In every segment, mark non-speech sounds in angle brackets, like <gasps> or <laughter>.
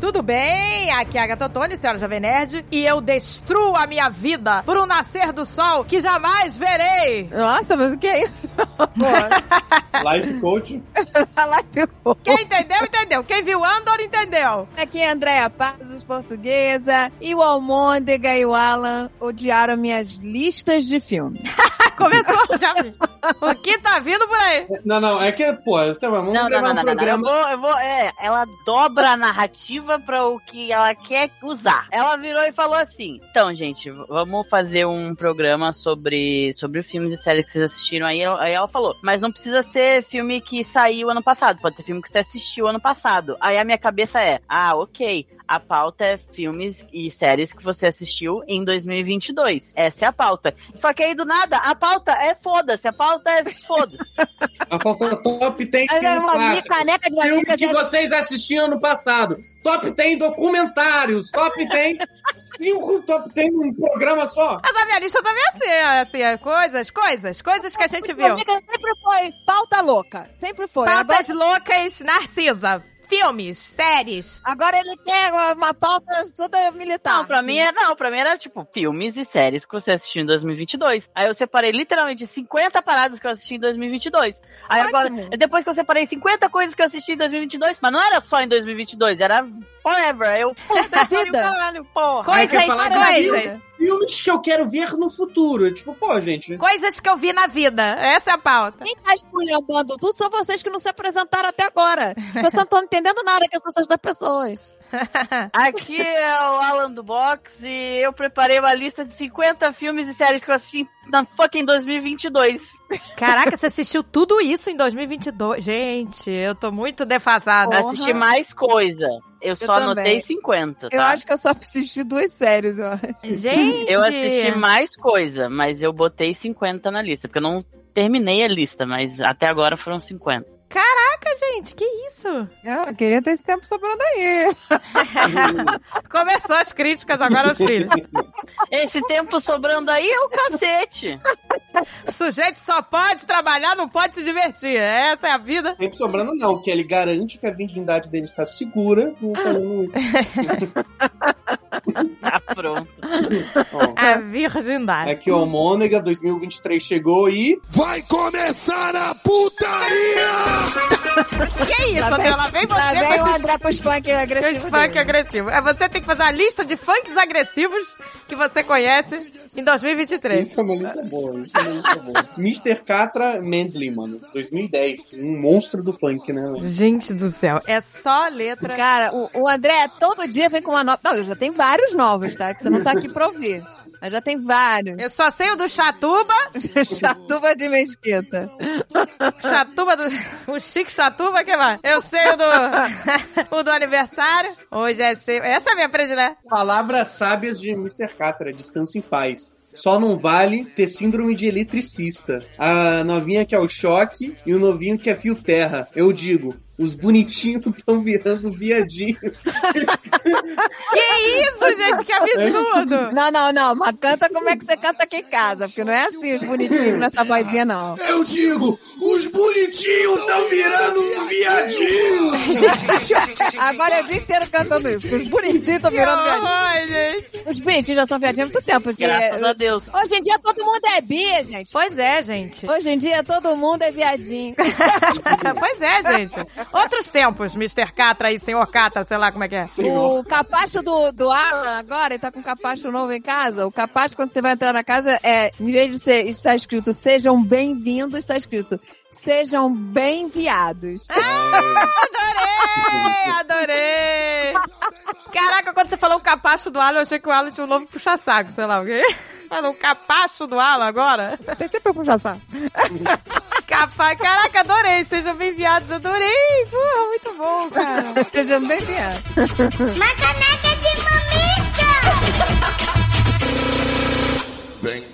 Tudo bem? Aqui é a Gatotone, senhora Jovem Nerd, e eu destruo a minha vida por um nascer do sol que jamais verei. Nossa, mas o que é isso? <laughs> Life coach. Lá ficou. Quem entendeu, entendeu. Quem viu Andor, entendeu. <laughs> Aqui é a Andréa Pazos, portuguesa, e o Almôndega e o Alan odiaram minhas listas de filmes. Começou já. O que tá vindo por aí? Não, não, é que, é, pô, você vai, vamos Não, não, gravar não, um não, não, não. Eu programa. vou, eu vou. É, ela dobra a narrativa pra o que ela quer usar. Ela virou e falou assim: Então, gente, v- vamos fazer um programa sobre, sobre filmes e séries que vocês assistiram. Aí, ela- aí ela falou: Mas não precisa ser filme que saiu ano passado, pode ser filme que você assistiu ano passado. Aí a minha cabeça é: Ah, ok. A pauta é filmes e séries que você assistiu em 2022. Essa é a pauta. Só que aí do nada, a pauta é foda-se. A pauta é foda-se. A falta top tem Mas é filmes uma minha clássicos. caneca de Filmes amiga né? que vocês assistiram no passado. Top tem documentários. Top tem cinco top tem num programa só. Mas a minha lista também é assim, é assim, é coisas, coisas, coisas que a gente viu. Amiga sempre foi pauta louca. Sempre foi. Agora, Patas loucas, Narcisa. Filmes, séries. agora ele quer uma- uma pauta toda militar. Não, pra mim é, não, pra mim era tipo filmes e séries que você assistiu em 2022. Aí eu separei literalmente 50 paradas que eu assisti em 2022. Aí Ótimo. agora, depois que eu separei 50 coisas que eu assisti em 2022, mas não era só em 2022, era forever. Aí Eu, <laughs> puta que vida. caralho, porra. Aí quer Coisas, falar de é coisas. Filmes que eu quero ver no futuro. Tipo, pô, gente. Coisas que eu vi na vida. Essa é a pauta. <laughs> Quem tá esculhambando tudo são vocês que não se apresentaram até agora. Eu só não tô entendendo nada que as pessoas das pessoas. Aqui é o Alan do Box e eu preparei uma lista de 50 filmes e séries que eu assisti na fucking 2022. Caraca, você assistiu tudo isso em 2022. Gente, eu tô muito defasada. Porra. Assisti mais coisa. Eu, só também. anotei 50, tá? Eu acho que eu só assisti duas séries, eu acho. Gente. Eu assisti mais coisa, mas eu botei 50 na lista, porque eu não terminei a lista, mas até agora foram 50. Caraca, gente, que isso? Eu queria ter esse tempo sobrando aí. <laughs> Começou as críticas agora os <laughs> filhos. Esse tempo sobrando aí é o cacete. O sujeito só pode trabalhar, não pode se divertir. Essa é a vida. Tempo sobrando não, que ele garante que a virgindade dele está segura não Ah. fazendo isso. Tá pronto. Ó, É. A virgindade. aqui, ó, É o Mônega 2023 chegou e... Vai começar a putaria! Que isso, Lá vem- André? Lá vem você Lá com vem o esses André pros funk Os agressivos. funk dele. agressivos. É, Você tem que fazer uma lista de funks agressivos que você conhece em 2023. Isso é uma lista boa, isso é uma lista boa. Mr. Catra Mendley, mano. 2010. Um monstro do funk, né? mano? Gente do céu, é só letra. Cara, o, o André todo dia vem com uma nova. Não, já tem vários novos, tá? Que você não tá aqui pra ouvir. Mas já tem vários. <laughs> Eu só sei o do Chatuba, Chatuba de mesquita. Chatuba do. <laughs> O Chico Chatuba, que mais? Eu sei o do. <laughs> o do aniversário. Hoje é seu. Essa é a minha predileta. Palavras sábias de Mr. Catra, descanso em paz. Só não vale ter síndrome de eletricista. A novinha que é o choque e o novinho que é fio terra. Eu digo, os bonitinhos <laughs> estão virando viadinho. Que isso, gente, que <laughs> absurdo! Não, não, não. Mas canta como é que você canta aqui em casa. Porque não é assim os bonitinhos nessa vozinha, não. Eu digo, os bonitinhos estão virando um viadinho! <laughs> Agora é o dia inteiro cantando isso. porque Os bonitinhos estão Que virando um viadinho. horror, gente. Os bonitinhos já são viadinhos há muito tempo. Porque... Graças a Deus. Hoje em dia todo mundo é bi, gente. Pois é, gente. <laughs> Hoje em dia todo mundo é viadinho. pois é, gente. Outros tempos, Mr. Catra e Senhor Catra, sei lá como é que é. O capacho do, do Alan agora, ele tá com um capacho novo em casa. O capacho, quando você vai entrar na casa, é, em vez de ser, está escrito sejam bem-vindos, está escrito sejam bem-viados. Adorei! Adorei! Caraca, quando você falou o capacho do Alan, eu achei que o Alan tinha um novo puxa-saco, sei lá, alguém. Falou o capacho do Alan agora? Tem sempre um pra puxar saco. Capa... Caraca, adorei! Sejam bem-vindos, adorei! Porra, muito bom, cara! Sejam bem-viados. Uma caneca de mamica! Vem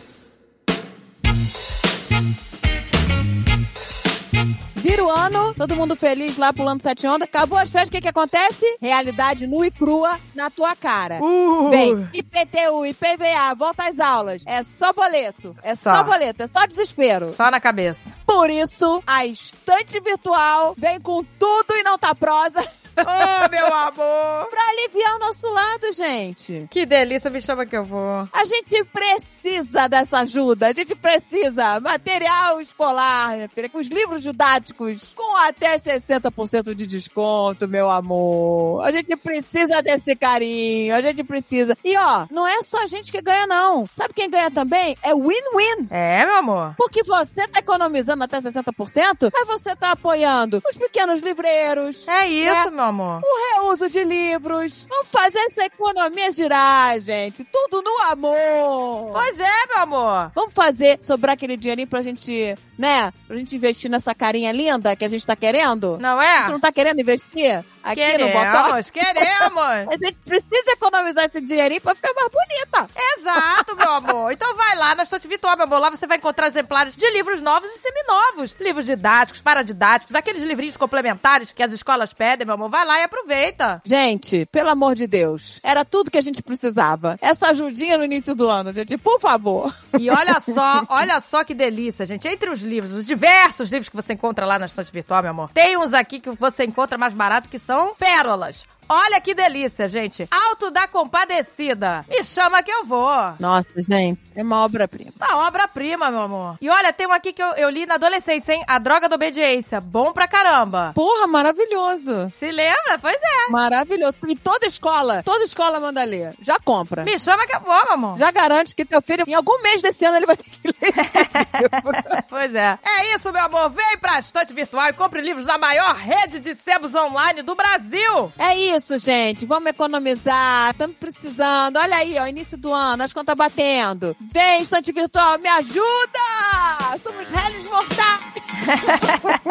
Vira o ano, todo mundo feliz lá pulando sete ondas. Acabou as festas, o que que acontece? Realidade nua e crua na tua cara. Uh, Bem, IPTU, IPVA, volta às aulas. É só boleto. É Só. só boleto, é só desespero. Só na cabeça. Por isso, a estante virtual vem com tudo e não tá prosa. Oh, meu amor! Pra aliviar o tá nosso lado, gente. Que delícia, me chama que eu vou. A gente precisa dessa ajuda. A gente precisa material escolar, minha filha, com os livros didáticos com até 60% de desconto, meu amor. A gente precisa desse carinho. A gente precisa. E ó, não é só a gente que ganha, não. Sabe quem ganha também? É win-win. É, meu amor. Porque você tá economizando até 60%, mas você tá apoiando os pequenos livreiros, É isso, meu amor. o reuso de livros. Vamos fazer essa economia girar, gente. Tudo no amor. Pois é, meu amor. Vamos fazer sobrar aquele dinheirinho pra gente, né? Pra gente investir nessa carinha linda que a gente tá querendo. Não A é? gente não tá querendo investir aqui no Botox? Queremos, queremos. <laughs> A gente precisa economizar esse dinheirinho pra ficar mais bonita. Exato, meu amor. Então vai lá na Estante Vitor, meu amor. Lá você vai encontrar exemplares de livros novos e seminovos. Livros didáticos, paradidáticos, aqueles livrinhos complementares que as escolas pedem, meu amor. Vai lá e aproveita. Gente, pelo amor de Deus, era tudo que a gente precisava. Essa ajudinha no início do ano, gente, por favor. E olha só, olha só que delícia, gente. Entre os livros, os diversos livros que você encontra lá na Estante Virtual, meu amor, tem uns aqui que você encontra mais barato que são pérolas. Olha que delícia, gente. Alto da Compadecida. Me chama que eu vou. Nossa, gente, é uma obra-prima. Uma obra-prima, meu amor. E olha, tem um aqui que eu, eu li na adolescência, hein? A Droga da Obediência. Bom pra caramba. Porra, maravilhoso. Se lembra? Pois é. Maravilhoso. E toda escola, toda escola manda ler. Já compra. Me chama que eu vou, meu amor. Já garante que teu filho, em algum mês desse ano, ele vai ter que ler. Pois é. É isso, meu amor. Vem pra Estante Virtual e compre livros da maior rede de sebos online do Brasil. É isso, gente. Vamos economizar. Estamos precisando. Olha aí, ó, início do ano, as contas batendo. Vem, estante virtual, me ajuda! Somos réis mortais!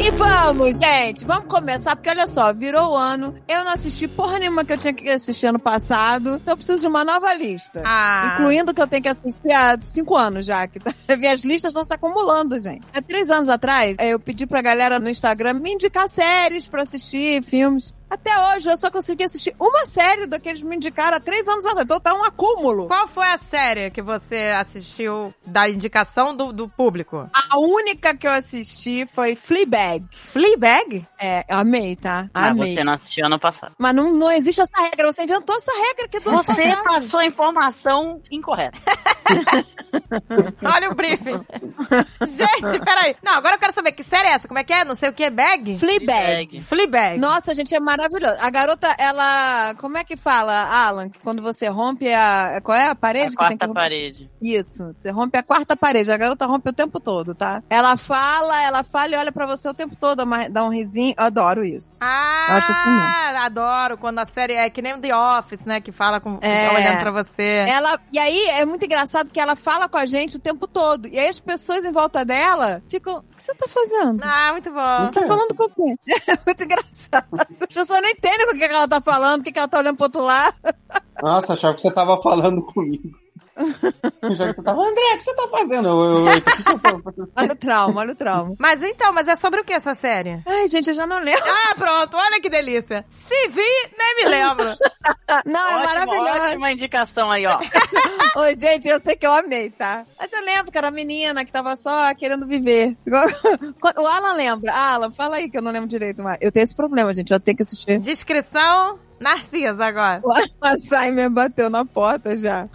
E vamos, gente, vamos começar, porque olha só, virou o ano, eu não assisti porra nenhuma que eu tinha que assistir ano passado, então eu preciso de uma nova lista. Ah. Incluindo o que eu tenho que assistir há cinco anos já, que tá- <laughs> minhas listas estão se acumulando, gente. Há três anos atrás, eh, eu pedi pra galera no Instagram me indicar séries pra assistir, filmes. Até hoje eu só consegui assistir uma série do que eles me indicaram há três anos atrás, então tá um acúmulo. Qual foi a série que você assistiu da indicação do, do público? A única que eu assisti foi Fleabag. Fleabag? É, eu amei, tá? Mas Amei. Ah, você não assistiu ano passado. Mas não, não existe essa regra. Você inventou essa regra que do ano Você passado. passou a informação incorreta. Olha o <laughs> briefing. gente, peraí. Não, agora eu quero saber que série é essa. Como é que é? Não sei o que. Bag? Fleabag. Fleabag. Nossa, gente, é maravilhoso. A garota, ela... Como é que fala, Alan? Que quando você rompe a... Qual é a A parede? que tem que quarta romper? parede. Isso. Você rompe a quarta parede. A garota rompe o tempo todo, tá? Ela fala, ela fala e olha pra você o tempo todo. dá uma- Dá um risinho. Eu adoro isso. Ah, Acho assim adoro quando a série é que nem o The Office, né? Que fala com É. tá olhando pra você. Ela, e aí é muito engraçado que ela fala com a gente o tempo todo. E aí as pessoas em volta dela ficam, o que você tá fazendo? Ah, muito bom. Tá falando com quê? <laughs> É muito engraçado. As pessoas não entendem o que que ela tá falando, o que que ela tá olhando pro outro lado. Nossa, achava que você tava falando <laughs> comigo. Já que você tava, André, o que você tá fazendo? Eu, eu, eu, o que que eu tô fazendo?" Olha o trauma, olha o trauma. Mas então, mas é sobre o que essa série? Ai, gente, eu já não lembro. Ah, pronto, olha que delícia. Se vi, nem me <laughs> lembro. Não, é Ótima, maravilhoso. <laughs> ótima indicação aí, ó. Ô, gente, eu sei que eu amei, tá? Mas eu lembro que era uma menina que tava só querendo viver. <laughs> Igual- O Alan lembra. Alan, fala aí que eu não lembro direito. Mas eu tenho esse problema, gente. Eu tenho que assistir. <laughs> Descrição Narcisa agora. O Alzheimer bateu na porta já.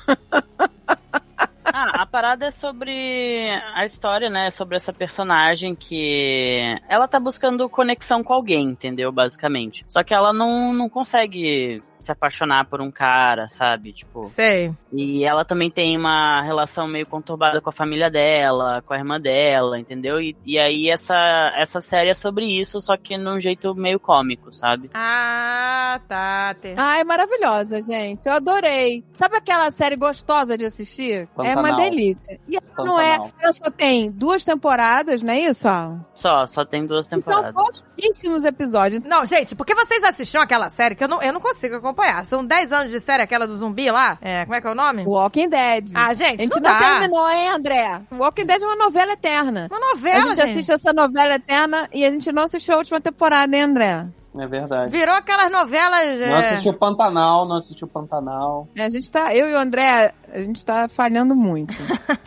Ah, a parada é sobre a história, né? Sobre essa personagem que. Ela tá buscando conexão com alguém, entendeu? Basicamente. Só que ela não, não consegue se apaixonar por um cara, sabe? Tipo. Sei. E ela também tem uma relação meio conturbada com a família dela, com a irmã dela, entendeu? E, e aí essa, essa série é sobre isso, só que num jeito meio cômico, sabe? Ah, tá. Te... Ai, maravilhosa, gente. Eu adorei. Sabe aquela série gostosa de assistir? É uma Pantanal. delícia. E ela tá não é. Pantanal. Ela só tem duas temporadas, não é isso, Alan? Só, só tem duas E temporadas. São pouquíssimos episódios. Não, gente, porque vocês assistiram aquela série que eu não, eu não consigo acompanhar. São 10 anos de série, aquela do zumbi lá. É, como é que é o nome? Walking Dead. Ah, a gente, gente não dá. não, terminou, hein, André? Walking Dead é uma novela eterna. Uma a novela, gente assiste essa novela eterna e a gente não assistiu a última temporada, hein, André? É verdade. Virou aquelas novelas. Não é, assistiu Pantanal, não assistiu Pantanal. É, A gente tá, eu e o André, a gente tá falhando <laughs> muito.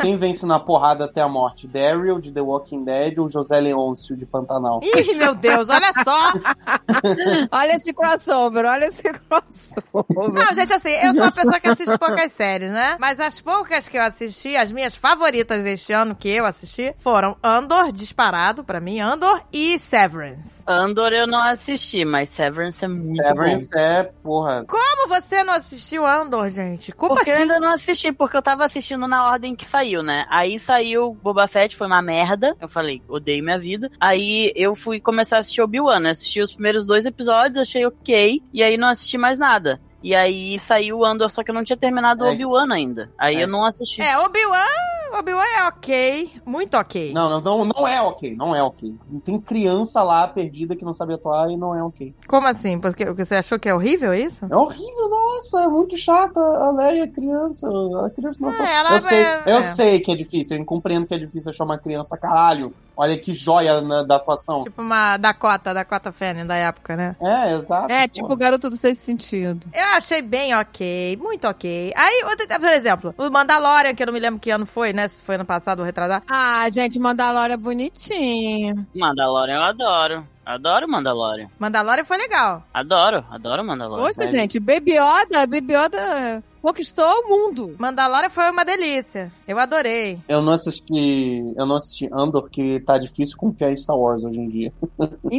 Quem vence na porrada até a morte? Daryl, de The Walking Dead, ou José Leôncio, de Pantanal? Ih, meu Deus, olha só. olha esse crossover, olha esse crossover. Não, gente, assim, eu sou uma pessoa que assiste poucas séries, né? Mas as poucas que eu assisti, as minhas favoritas este ano que eu assisti, foram Andor, disparado pra mim, Andor e Severance. Andor eu não assisti, mas Severance é muito bom. Severance é, porra, Como você não assistiu Andor, gente? Culpa Porque eu sua. ainda não assisti, porque eu tava assistindo na ordem que saiu, né? Aí saiu Boba Fett, foi uma merda. Eu falei, odeio minha vida. Aí eu fui começar a assistir Obi-Wan, né? Assisti os primeiros dois episódios, achei ok. E aí não assisti mais nada. E aí saiu o Andor, só que eu não tinha terminado o É. Obi-Wan ainda. Aí É. eu não assisti. É, Obi-Wan, Obi-Wan é ok, muito ok. Não, não, não, não é ok, não é ok. Tem criança lá perdida que não sabe atuar e não é ok. Como assim? Porque você achou que é horrível isso? É horrível, nossa, é muito chato. A Leia é criança, a criança não tá. É, ela eu sei, é- eu é. sei que é difícil, eu compreendo que é difícil achar uma criança, caralho. Olha que joia na- da atuação. Tipo uma Dakota, Dakota Fanning da época, né? É, exato. É, pô. tipo o garoto do sexto sentido. Eu achei bem ok, muito ok. Aí, outra, por exemplo, o Mandalorian, que eu não me lembro que ano foi, né? Se foi ano passado ou retrasado. Ah, gente, Mandalora é bonitinho. Mandalorian eu adoro. Adoro Mandalorian. Mandalorian foi legal. Adoro, adoro Mandalorian. Poxa, gente, Baby Yoda, Baby Yoda conquistou o mundo. Mandalorian foi uma delícia. Eu adorei. Eu não assisti. Eu não assisti Andor, que tá difícil confiar em Star Wars hoje em dia.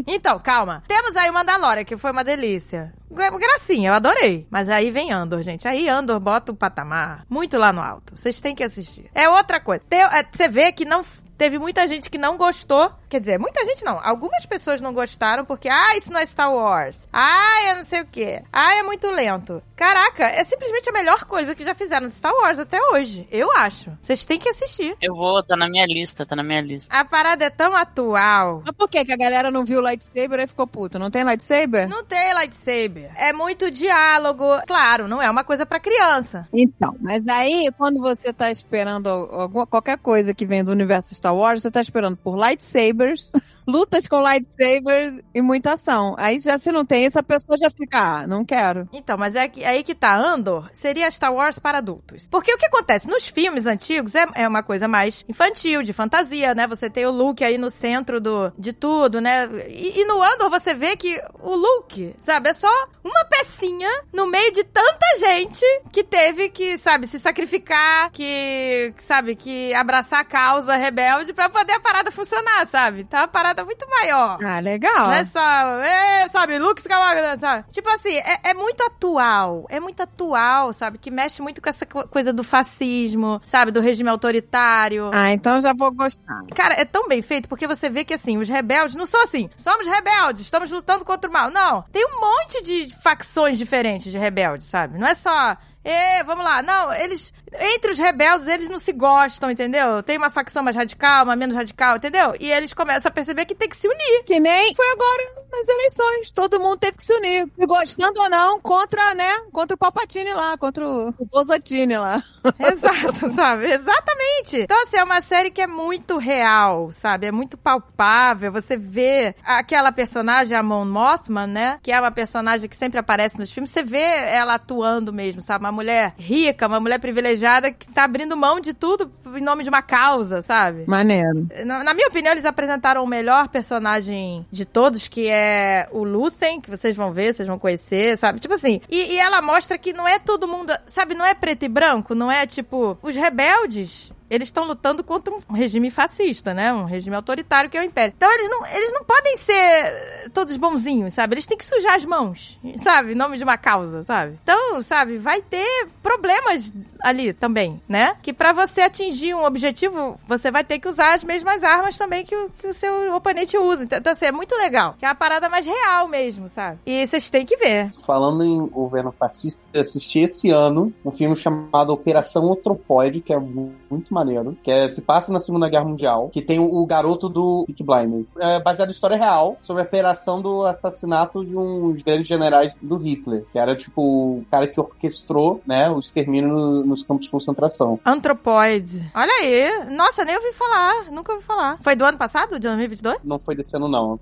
Então, calma. Temos aí o Mandalorian, que foi uma delícia. Gra- Gracinha, eu adorei. Mas aí vem Andor, gente. Aí Andor bota o patamar muito lá no alto. Vocês têm que assistir. É outra coisa. Tem- é, Você vê que não. Teve muita gente que não gostou. Quer dizer, muita gente não. Algumas pessoas não gostaram porque, ah, isso não é Star Wars. Ah, é não sei o quê. Ah, é muito lento. Caraca, é simplesmente a melhor coisa que já fizeram de Star Wars até hoje. Eu acho. Vocês têm que assistir. Eu vou, tá na minha lista, tá na minha lista. A parada é tão atual. Mas por que que a galera não viu o lightsaber e ficou puta? Não tem lightsaber? Não tem lightsaber. É muito diálogo. Claro, não é uma coisa pra criança. Então, mas aí, quando você tá esperando al- alguma, qualquer coisa que vem do universo Star Wars, você tá esperando por lightsabers, <laughs> lutas com lightsabers e muita ação. Aí já se não tem isso, a pessoa já fica, ah, não quero. Então, mas é que- aí que tá. Andor seria Star Wars para adultos. Porque o que acontece? Nos filmes antigos é, é uma coisa mais infantil, de fantasia, né? Você tem o Luke aí no centro do, de tudo, né? E, e no Andor você vê que o Luke, sabe, é só uma pecinha no meio de tanta gente que teve que, sabe, se sacrificar, que, sabe, que abraçar a causa rebelde pra poder a parada funcionar, sabe? Tá uma parada muito maior. Ah, legal. Não é só, é, sabe, Luke Skywalker, sabe? Tipo assim, é, é muito atual, é muito atual, sabe? Que mexe muito com essa co- coisa do fascismo, sabe? Do regime autoritário. Ah, então já vou gostar. Cara, é tão bem feito porque você vê que, assim, os rebeldes não são assim. Somos rebeldes, estamos lutando contra o mal. Não. Tem um monte de facções diferentes de rebeldes, sabe? Não é só. Ê, vamos lá. Não, eles. Entre os rebeldes, eles não se gostam, entendeu? Tem uma facção mais radical, uma menos radical, entendeu? E eles começam a perceber que tem que se unir. Que nem foi agora nas eleições. Todo mundo teve que se unir. Gostando ou não, contra, né? Contra o Palpatine lá, contra o o Bozotini lá. <laughs> Exato, sabe? Exatamente. Então, assim, é uma série que é muito real, sabe? É muito palpável. Você vê aquela personagem, a Mon Mothman, né? Que é uma personagem que sempre aparece nos filmes. Você vê ela atuando mesmo, sabe? Uma mulher rica, uma mulher privilegiada que tá abrindo mão de tudo em nome de uma causa, sabe? Maneiro. Na, na minha opinião, eles apresentaram o melhor personagem de todos, que é o Lúthien, que vocês vão ver, vocês vão conhecer, sabe? Tipo assim, e, e ela mostra que não é todo mundo, sabe? Não é preto e branco, não é tipo. Os rebeldes. Eles estão lutando contra um regime fascista, né? Um regime autoritário que é o império. Então eles não, eles não podem ser eh, todos bonzinhos, sabe? Eles têm que sujar as mãos, sabe? Em nome de uma causa, sabe? Então, sabe, vai ter problemas ali também, né? Que pra você atingir um objetivo, você vai ter que usar as mesmas armas também que o, que o seu oponente usa. Então, assim, é muito legal. Que é uma parada mais real mesmo, sabe? E vocês têm que ver. Falando em governo fascista, eu assisti esse ano um filme chamado Operação Otropoide, que é mu- muito maneiro, que é, se passa na Segunda Guerra Mundial, que tem o, o garoto do Peak Blinders. É baseado em história real sobre a operação do assassinato de uns grandes generais do Hitler, que era tipo o cara que orquestrou, né, o extermínio no- nos campos de concentração. Antropoide. Olha aí. Nossa, nem ouvi falar. Nunca ouvi falar. Foi do ano passado, de 2022? Não foi desse ano, não.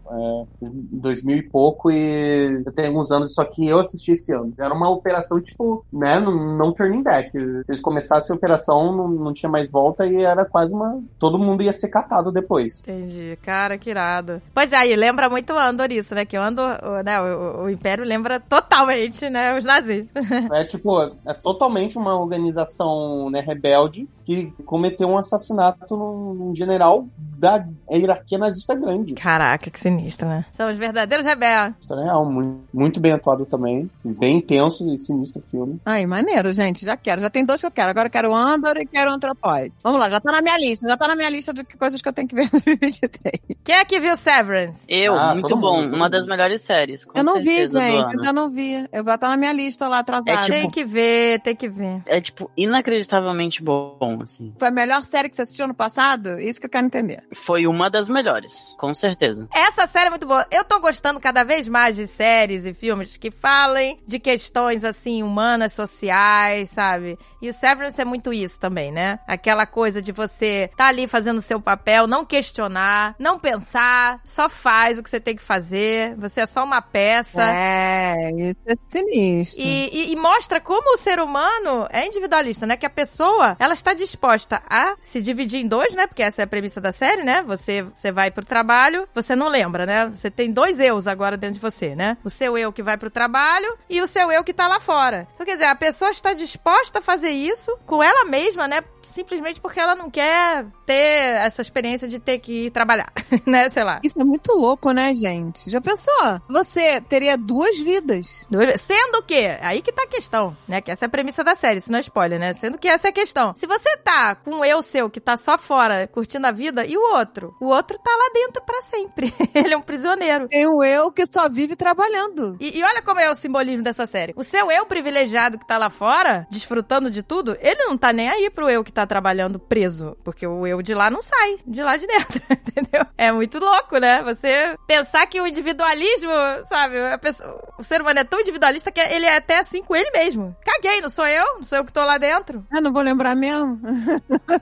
É 2000 e pouco e eu tenho alguns anos, só que eu assisti esse ano. Era uma operação, tipo, né, não não turning back. Se eles começassem a operação, não, não tinha mais volta e era quase uma... Todo mundo ia ser <laughs> catado depois. Entendi. Cara, que irado. Pois é, e lembra muito Andor isso, né? Que Andor, o- né, o, o Império lembra totalmente, né, os nazis. É tipo, é totalmente uma organização né, rebelde que cometeu um assassinato num num general da hierarquia nazista grande. <laughs> Né, Caraca, que sinistro, né? São os verdadeiros rebeldes. História real, muito, um muito bem atuado também. Bem intenso e sinistro o filme. Ai, maneiro, gente. Já quero. Já tem dois que eu quero. Agora eu quero o Andor e quero o Antropoide. Vamos lá, já tá na minha lista. Já tá na minha lista de que- coisas que eu tenho que ver no <laughs> 2023. Quem é que viu Severance? Eu, Ah, muito todo bom. mundo, todo uma das mundo. melhores séries. com Eu não vi, certeza, do gente. ano. Ainda não vi. Eu vou estar na minha lista lá atrasada. É tipo- Tem que ver, tem que ver. É, tipo, inacreditavelmente bom, assim. Foi a melhor série que você assistiu ano passado? Isso que eu quero entender. Foi uma das melhores, com certeza. Essa série é muito boa. Eu tô gostando cada vez mais de séries e filmes que falem de questões, assim, humanas, sociais, sabe? E o Severance é muito isso também, né? Aquela coisa de você tá ali fazendo seu papel, não questionar, não pensar, só faz o que você tem que fazer. Você é só uma peça. É, isso é sinistro. E, e- e mostra como o ser humano é individualista, né? Que a pessoa, ela está disposta a se dividir em dois, né? Porque essa é a premissa da série, né? Você, você vai pro trabalho, você não lembra, né? Você tem dois eus agora dentro de você, né? O seu eu que vai pro trabalho e o seu eu que tá lá fora. Então, quer dizer, a pessoa está disposta a fazer isso com ela mesma, né? Simplesmente porque ela não quer ter essa experiência de ter que ir trabalhar, <laughs> né? Sei lá. Isso é muito louco, né, gente? Já pensou? Você teria duas vidas. Duas- Sendo que, aí que tá a questão, né? Que essa é a premissa da série, isso não é spoiler, né? Sendo que essa é a questão. Se você tá com um eu seu que tá só fora, curtindo a vida, e o outro? O outro tá lá dentro pra sempre. <laughs> Ele é um prisioneiro. Tem o eu que só vive trabalhando. E, e olha como é o simbolismo dessa série. O seu eu privilegiado que tá lá fora, desfrutando de tudo, ele não tá nem aí pro eu que tá trabalhando preso. Porque o eu de lá não sai, de lá de dentro, <laughs> entendeu? É muito louco, né? Você pensar que o individualismo, sabe? a pessoa- o ser humano é tão individualista que ele é até assim com ele mesmo. Caguei, não sou eu, não sou eu que tô lá dentro. Ah, não vou lembrar mesmo?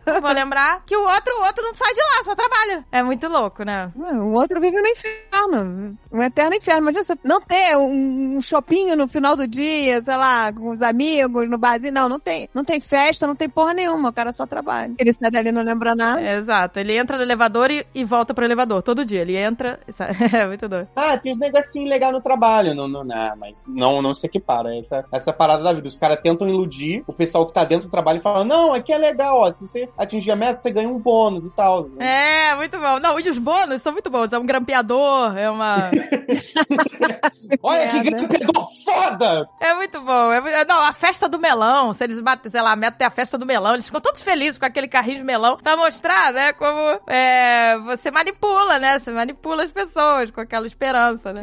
Não vou lembrar que o outro, o outro não sai de lá, só trabalha. É muito louco, né? O outro vive no inferno. Um eterno inferno. Imagina você não ter um, um shopping no final do dia, sei lá, com os amigos, no barzinho. Não, não tem. Não tem festa, não tem porra nenhuma. O cara só trabalha. Ele sai dali e não lembra nada. <laughs> Exato. Ele entra no elevador e, e volta pro elevador. Todo dia. Ele entra. e sai. É <laughs> muito doido. Ah, tem uns negocinho legal no trabalho. Não, não, não, mas não, não se equipara. Essa, essa é a parada da vida. Os caras tentam iludir o pessoal que tá dentro do trabalho e falam: não, aqui é legal, ó. Se você atingir a meta, você ganha um bônus e tal. É, muito bom. Não, e os bônus são muito bons. É um grampeador, é uma. Olha que merda. grampeador foda! é muito bom. É... mu- Não, a festa do melão. Se eles batem, sei lá, a meta é a festa do melão. Eles ficam todos felizes com aquele carrinho de melão. Pra mostrar, né, como é, você manipula, né? Você manipula as pessoas com aquela esperança, né?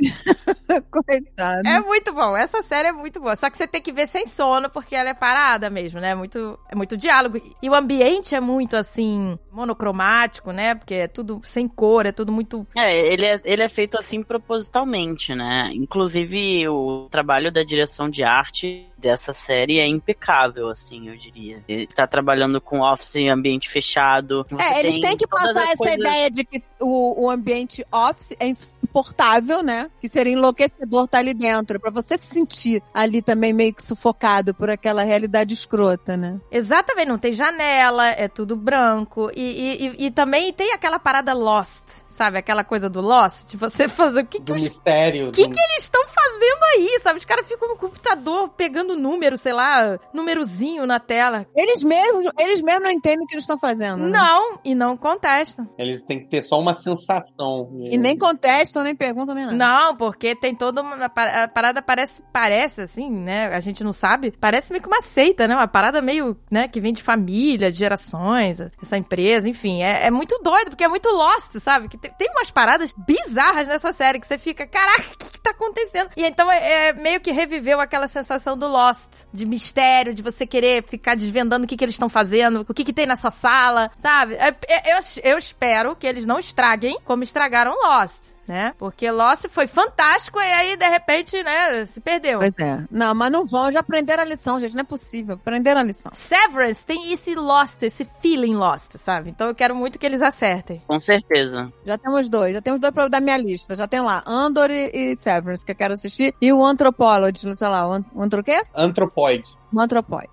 Coitado. É muito bom. Essa série é muito boa. Só que você tem que ver sem sono, porque ela é parada mesmo, né? Muito, é muito diálogo. E o ambiente é muito, assim, monocromático, né? Porque é tudo sem cor, é tudo muito É, ele é, ele é feito assim propositalmente, né? Inclusive, o trabalho da direção de arte dessa série é impecável, assim, eu diria. Ele tá trabalhando com office em ambiente fechado. Você É, eles tem têm que todas passar as essa coisas- ideia de que o, o ambiente office é insuportável, né? Que seria enlouquecedor estar ali dentro. Pra você se sentir ali também meio que sufocado por aquela realidade escrota, né? Exatamente, não tem janela, é tudo branco. E, e, e- e também tem aquela parada Lost, sabe? Aquela coisa do Lost, de você <laughs> fazer o que, que Do os mistério. que do- que eles estão fazendo aí, sabe? Os caras ficam no computador pegando número, sei lá, númerozinho na tela. Eles mesmos, eles mesmos não entendem o que eles estão fazendo. né? Não, e não contestam. Eles têm que ter só uma sensação. é, E nem contestam, nem perguntam, nem nada. Não, porque tem toda uma. par- A parada parece, parece assim, né? A gente não sabe. Parece meio que uma seita, né? Uma parada meio, né? Que vem de família, de gerações, essa empresa, enfim. É, é muito doido, porque é muito lost, sabe? Que tem, tem umas paradas bizarras nessa série que você fica, caraca, o que, que tá tá acontecendo? E então é, é, meio que reviveu aquela sensação do Lost, de mistério, de você querer ficar desvendando o que, que eles estão fazendo, o que, que tem nessa sala, sabe? É, é, eu, eu espero que eles não estraguem como estragaram Lost né? Porque Lost foi fantástico e aí, de repente, né, se perdeu. Pois é. Não, mas não vão. Já aprenderam a lição, gente. Não é possível. Aprenderam a lição. Severance tem esse Lost, esse feeling Lost, sabe? Então eu quero muito que eles acertem. Com certeza. Já temos dois. Já temos dois pra, da minha lista. Já tem lá Andor e, e Severance, que eu quero assistir. E o Anthropology, sei lá. O, Ant- o Antro o quê? Antropoide. O Antropoide.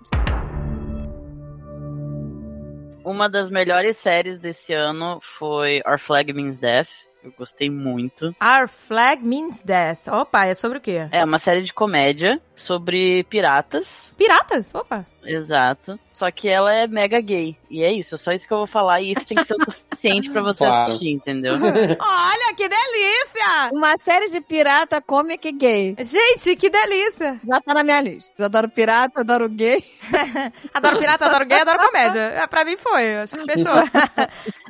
Uma das melhores séries desse ano foi Our Flag Means Death. Eu gostei muito. Our flag means death. Opa, é sobre o quê? É uma série de comédia sobre piratas. Piratas? Opa. Exato. Só que ela é mega gay. E é isso, é só isso que eu vou falar. E isso tem que ser o <laughs> suficiente pra você Claro. assistir, entendeu? Olha que delícia! Uma série de pirata comic gay. Gente, que delícia! Já tá na minha lista. Eu adoro pirata, adoro gay. Adoro pirata, adoro gay, adoro comédia. É, Pra mim foi, acho que fechou.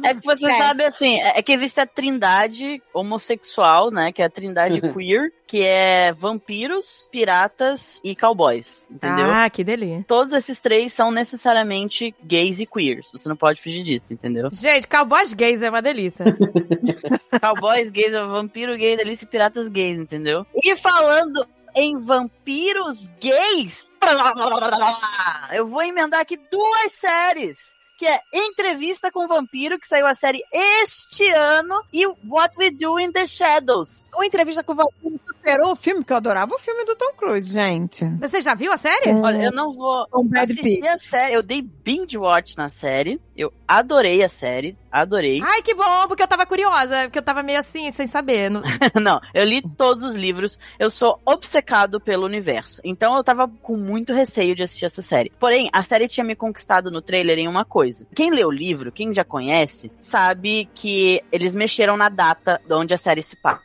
É que você Sério. sabe, assim, é é que existe a trindade homossexual, né? Que é a trindade queer, que é vampiros, piratas e cowboys, <laughs> entendeu? Ah, que delícia. Todos esses três são necessariamente gays e queers. Você não pode fugir disso, entendeu? Gente, cowboys gays é uma <laughs> delícia. Cowboys gays, vampiro gay, delícia e piratas gays, entendeu? E falando em vampiros gays, <laughs> eu vou emendar aqui duas séries. Que é Entrevista com o Vampiro, que saiu a série este ano, e What We Do in the Shadows. Uma entrevista com o Valkyrie superou o filme, que eu adorava o filme do Tom Cruise, gente. Você já viu a série? É, Olha, eu não vou. Com Brad assistir Pitt. a série. Eu dei binge watch na série. Eu adorei a série. Adorei. Ai, que bom, porque eu tava curiosa, porque eu tava meio assim, sem saber. Não- <laughs> Não, eu li todos os livros, eu sou obcecado pelo universo. Então eu tava com muito receio de assistir essa série. Porém, a série tinha me conquistado no trailer em uma coisa. Quem lê o livro, quem já conhece, sabe que eles mexeram na data de onde a série se passa.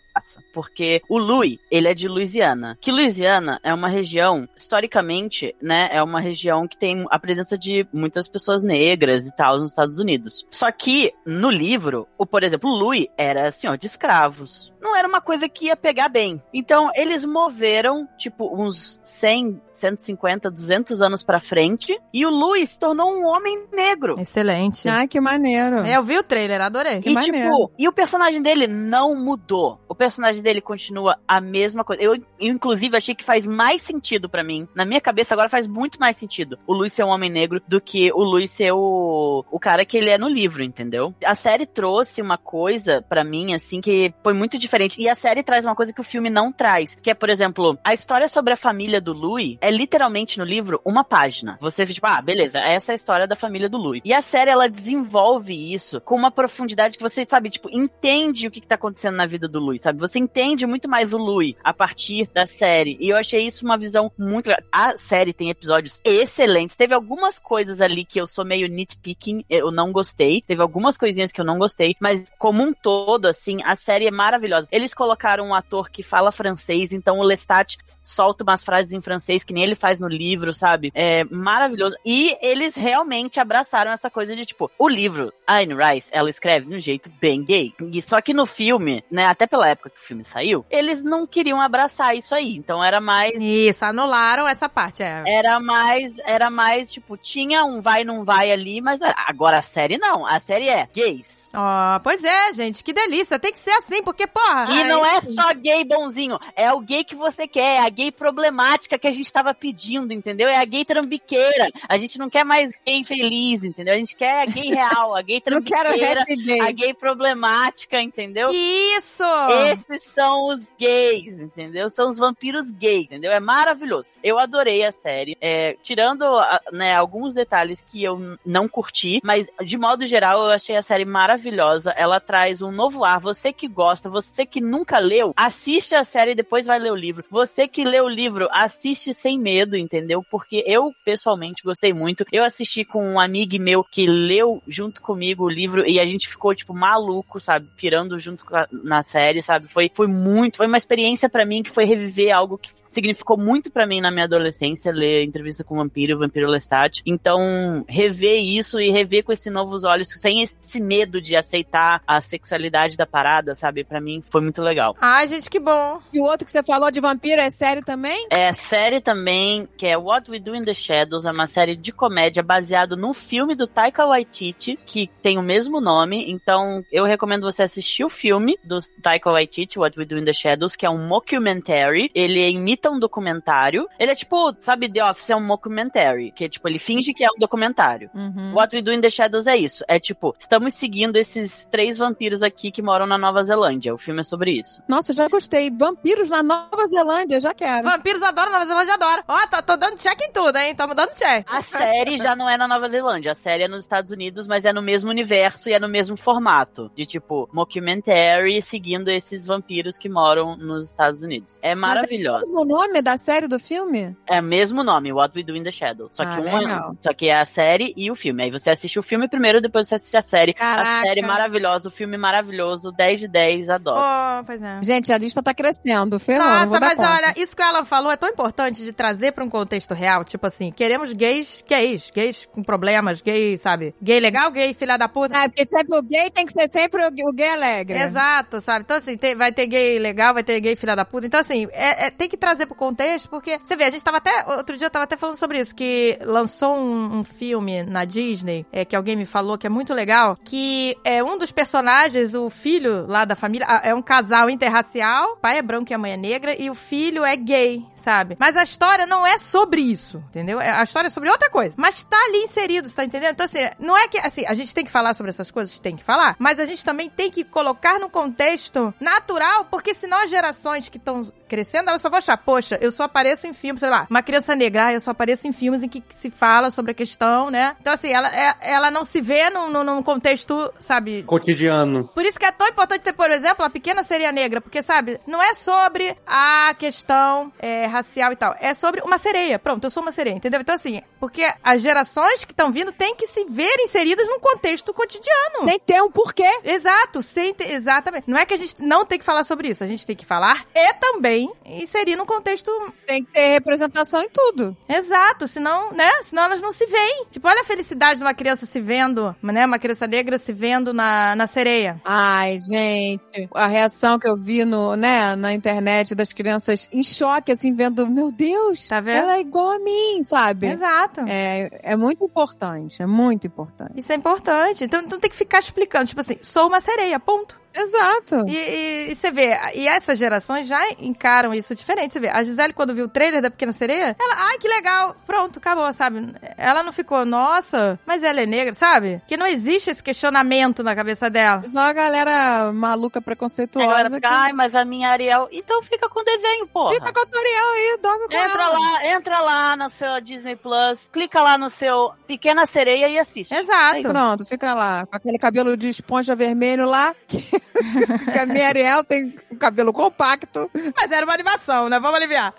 Porque o Louis, ele é de Louisiana. Que Louisiana é uma região, historicamente, né? É uma região que tem a presença de muitas pessoas negras e tal nos Estados Unidos. Só que, no livro, o, por exemplo, o Louis era senhor de escravos. Não era uma coisa que ia pegar bem. Então, eles moveram, tipo, uns 100, 150, 200 anos pra frente. E o Louis se tornou um homem negro. Excelente. Ah. Ai, Ah, que maneiro. É, É Eu vi o trailer, adorei. Que E, maneiro. tipo, e o personagem dele não mudou. O personagem dele continua a mesma coisa. Eu, eu, inclusive, achei que faz mais sentido pra mim. Na minha cabeça, agora faz muito mais sentido o Luiz ser um homem negro do que o Luiz ser o, o cara que ele é no livro, entendeu? A série trouxe uma coisa pra mim, assim, que foi muito diferente. E a série traz uma coisa que o filme não traz. Que é, por exemplo, a história sobre a família do Louis é literalmente no livro uma página. Você fica tipo, ah, beleza, essa é a história da família do Louis. E a série, ela desenvolve isso com uma profundidade que você, sabe, tipo, entende o que, que tá acontecendo na vida do Louis, sabe? Você entende muito mais o Louis a partir da série. E eu achei isso uma visão muito legal. A série tem episódios excelentes. Teve algumas coisas ali que eu sou meio nitpicking, eu não gostei. Teve algumas coisinhas que eu não gostei, mas como um todo, assim, a série é maravilhosa. Eles colocaram um ator que fala francês, então o Lestat solta umas frases em francês, que nem ele faz no livro, sabe? É maravilhoso. E eles realmente abraçaram essa coisa de, tipo, o livro, Anne Rice, ela escreve de um jeito bem gay. E só que no filme, né, até pela época que o filme saiu, eles não queriam abraçar isso aí. Então era mais Isso, anularam essa parte, é. era mais, era mais, tipo, tinha um vai, não vai ali, mas não era. agora a série não, a série é gays. Ó, pois é, gente, que delícia. Tem que ser assim, porque, porra. E não é só gay bonzinho, é o gay que você quer, é a gay problemática que a gente tava pedindo, entendeu? É a gay trambiqueira. A gente não quer mais gay feliz, entendeu? A gente quer a gay real, a gay Não quero trambiqueira, happy gay. a gay problemática, entendeu? Isso! Esses são os gays, entendeu? São os vampiros gays, entendeu? É maravilhoso. Eu adorei a série. É, tirando a- né, alguns detalhes que eu n- não curti, mas de modo geral eu achei a série maravilhosa. Ela traz um novo ar. Você que gosta, você que nunca leu, assiste a série e depois vai ler o livro. Você que lê o livro, assiste sem medo, entendeu? Porque eu pessoalmente gostei muito. Eu assisti com um amigo meu que leu junto comigo o livro e a gente ficou, tipo, maluco, sabe? Pirando junto com a- na série, sabe? Foi, foi muito, foi uma experiência pra mim que foi reviver algo que significou muito pra mim na minha adolescência ler entrevista com o vampiro, o vampiro Lestat. Então, rever isso e rever com esses novos olhos, sem esse medo de aceitar a sexualidade da parada, sabe? Pra mim foi muito legal. Ai, gente, que bom. E o outro que você falou de vampiro é sério também? É série também, que é What We Do in the Shadows, é uma série de comédia baseado num filme do Taika Waititi, que tem o mesmo nome. Então, eu recomendo você assistir o filme do Taika Waititi, What We Do in the Shadows, que é um mockumentary. Ele imita um documentário. Ele é tipo, sabe, The Office é um mockumentary, que tipo, ele finge que é um documentário. Hum. Uhum. What We Do in the Shadows é isso. É tipo, estamos seguindo esses três vampiros aqui que moram na Nova Zelândia. O filme é sobre isso. Nossa, eu já gostei. Vampiros na Nova Zelândia, eu já quero. Vampiros adoram, Nova Zelândia adora. Ó, tô, tô dando check em tudo, hein? Tô dando check. A série já não é na Nova Zelândia, a série é nos Estados Unidos, mas é no mesmo universo e é no mesmo formato. De tipo, mockumentary seguindo esses vampiros que moram nos Estados Unidos. É maravilhosa. O nome da série do filme? É o mesmo nome, What We Do in the Shadow. Só Ah, que um, legal. só que é a série e o filme. Aí você assiste o filme primeiro, depois você assiste a série. A Caraca. série é maravilhosa, o filme maravilhoso, 10 de 10, adoro. Oh, pois é. Gente, a lista tá crescendo, ferrou. não Nossa, vou dar mas conta. olha, isso que ela falou é tão importante de trazer pra um contexto real. Tipo assim, queremos gays, gays, gays com problemas, gays, sabe? Gay legal, gay filha da puta. Ah, porque sempre o gay tem que ser sempre o o gay alegre. Exato, sabe? Então, assim, tem- vai ter gay legal, vai ter gay filha da puta. Então, assim, é- é- tem que trazer pro contexto, porque você vê, a gente tava até. Outro dia eu tava até falando sobre isso, que lançou um, um filme na Disney, é, que alguém me falou que é muito legal, que é um dos personagens, o filho lá da família, a- é um casal interracial, o pai é branco e a mãe é negra, e o filho é gay, sabe? Mas a história não é sobre isso, entendeu? É- A história é sobre outra coisa. Mas tá ali inserido, você tá entendendo? Então, assim, não é que, assim, a gente tem que falar sobre essas coisas, tem que falar, mas a gente também tem que colocar no contexto natural, porque senão as gerações que estão crescendo, elas só vão achar, poxa, eu só apareço em filmes, sei lá, uma criança negra, ah, eu só apareço em filmes em que se fala sobre a questão, né? Então, assim, ela, é- ela não se vê num, num- num contexto, sabe, Cotidiano. por isso que é tão importante ter, por exemplo, a pequena sereia negra, porque, sabe, não é sobre a questão é, racial e tal, é sobre uma sereia. Pronto, eu sou uma sereia, entendeu? Então, assim, porque as gerações que estão vindo têm que se ver inseridas num contexto cotidiano. Tem que ter um porquê. Exato, sem ter- exatamente. Não é que a gente não tem que falar sobre isso, a gente tem que falar e também inserir num contexto Tem que ter representação em tudo. Exato, senão, né? Senão elas não se veem. Tipo, olha a felicidade de uma criança se vendo, né? Uma criança negra se vendo na, na sereia. Ai, gente, a reação que eu vi no, né, na internet das crianças em choque, assim, vendo, meu Deus, Tá vendo? ela é igual a mim, sabe? Exato. É, é muito importante, é muito importante. Isso é importante. Então, então tem que ficar explicando. Tipo assim, sou uma sereia, ponto. Exato. E, e- e você vê, e essas gerações já encaram isso diferente. Você vê, a Gisele, quando viu o trailer da Pequena Sereia, ela, ai, que legal, pronto, acabou, sabe? Ela não ficou, nossa, mas ela é negra, sabe? Que não existe esse questionamento na cabeça dela. Só a galera maluca, preconceituosa. Agora que fica, ai, mas a minha Ariel. Então fica com o desenho, porra. Fica com o Toriel aí, dorme com Entra ela. lá, entra lá na sua Disney Plus, clica lá no seu Pequena Sereia e assiste. Exato. Pronto, fica lá, com aquele cabelo de esponja vermelho lá. <laughs> que a minha Ariel tem um cabelo compacto. Mas era uma animação, né? Vamos aliviar.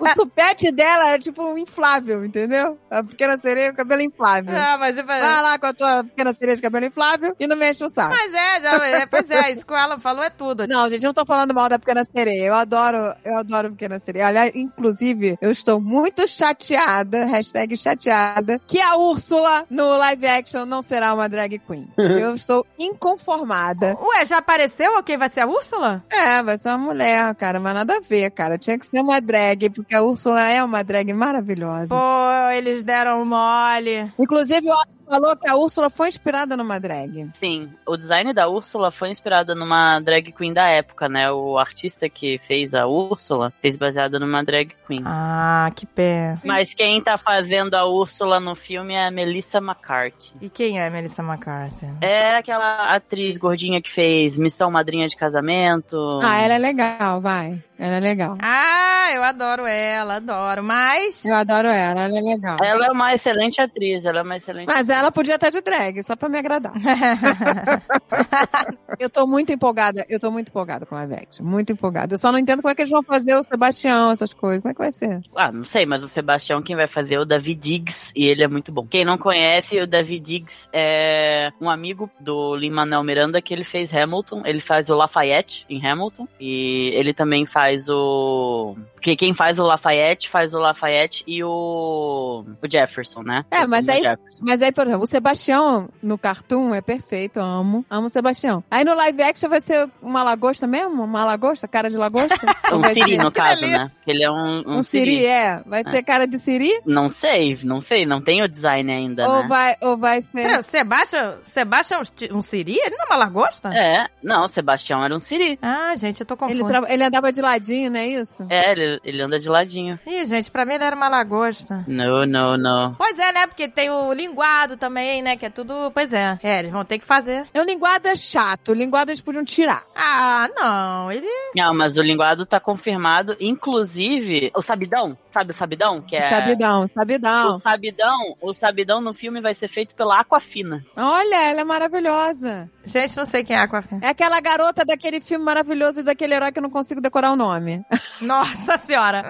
O tupete dela é tipo inflável, entendeu? A pequena sereia, o cabelo é inflável. É. Ah, mas... eu falei- Vai lá com a tua pequena sereia de cabelo inflável e não mexe o saco. Mas é, já, é, pois é, isso que ela falou é tudo. Não, gente, eu não tô falando mal da Pequena Sereia. Eu adoro, eu adoro Pequena Sereia. Aliás, inclusive, eu estou muito chateada, hashtag chateada, que a Úrsula no live action não será uma drag queen. Eu estou inconformada. Ué, já apareceu quem vai ser a Úrsula? É, vai ser uma mulher, cara, mas nada a ver, cara. Tinha que ser uma drag, porque a Úrsula é uma drag maravilhosa. Pô, eles deram mole. Inclusive, o Otto falou que a Úrsula foi inspirada numa drag. Sim, o design da Úrsula foi inspirado numa drag queen da época, né? O artista que fez a Úrsula fez baseado numa drag queen. Ah, que pé. Mas quem tá fazendo a Úrsula no filme é a Melissa McCarthy. E quem é Melissa McCarthy? É aquela atriz gordinha que fez Missão Madrinha de Casamento. Ah, ela é legal, vai. Ela é legal. Ah, eu adoro ela, adoro. Mas. Eu adoro ela, ela é legal. Ela é uma excelente atriz, ela é uma excelente Mas ela podia estar de drag, só pra me agradar. Eu tô muito empolgada, eu tô muito empolgada com a live action, muito empolgada. Eu só não entendo como é que eles vão fazer o Sebastião, essas coisas. Como é que vai ser? Ah, não sei, mas o Sebastião quem vai fazer é o David Diggs e ele é muito bom. Quem não conhece, o David Diggs é um amigo do Lin-Manuel Miranda que ele fez Hamilton, ele faz o Lafayette em Hamilton e ele também faz o porque quem faz o Lafayette faz o Lafayette e o, o Jefferson, né? É, mas O aí- <laughs> Jefferson. Mas aí, por exemplo, o Sebastião no cartoon é perfeito, eu amo. Amo o Sebastião. Aí no live action vai ser uma lagosta mesmo? Uma lagosta? Cara de lagosta? Ou <laughs> Um vai Siri, ser- no caso, delícia. né? Ele é um, um, é Um Siri. Siri, é. Vai ser cara de Siri? Não sei, não sei, não tem o design ainda, Ou né? vai, ou vai ser. <laughs> Pera, o Sebastião, Sebastião é um ti- um siri? Ele não é uma lagosta? É, não, o Sebastião era um Siri. Ah, gente, eu tô Ele, confusa. tra- ele andava de ladinho, não é isso? É, ele, ele anda de ladinho. Ih, gente, pra mim ele era uma lagosta. Não, não, não. Pois é, né? Porque tem o linguado também, né? Que é tudo... Pois é. É, eles vão ter que fazer. O linguado é chato, o linguado eles podiam tirar. Ah, não. Ele... Não, mas o linguado tá confirmado, inclusive o Sabidão, sabe o Sabidão? Que é... Sabidão, O sabidão. Sabidão, o Sabidão no filme vai ser feito pela Aquafina. Olha, ela é maravilhosa. Gente, não sei quem é a Aquafina. É aquela garota daquele filme maravilhoso daquele herói que eu não consigo decorar o nome. Nossa senhora.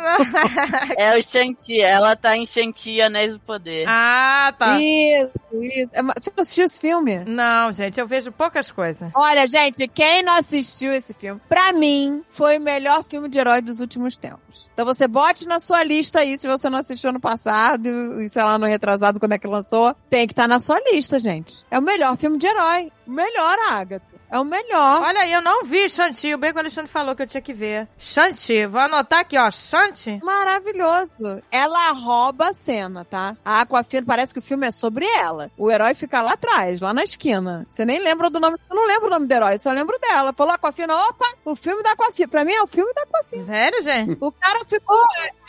É o Shanti, ela tá em Shanti Anéis do Poder. <laughs> ah, tá. Isso, isso. É ma- Você não assistiu esse filme? Não, gente, eu vejo poucas coisas. Olha, gente, quem não assistiu esse filme, pra mim, foi o melhor filme de herói dos últimos tempos. Então você bote na sua lista aí, se você não assistiu no passado, e sei lá, no retrasado, quando é que lançou, tem que estar na sua lista, gente. É o melhor filme de herói. O melhor, Agatha. É o melhor. Olha aí, eu não vi Xanti. O Bacon Alexandre falou que eu tinha que ver. Xanti, vou anotar aqui, ó. Xanti? Maravilhoso. Ela rouba a cena, tá? A Aquafina, parece que o filme é sobre ela. O herói fica lá atrás, lá na esquina. Você nem lembra do nome. Eu não lembro o nome do herói, só lembro dela. Falou Aquafina, opa, o filme da Aquafina. Pra mim é o filme da Aquafina. Sério, gente? O cara ficou.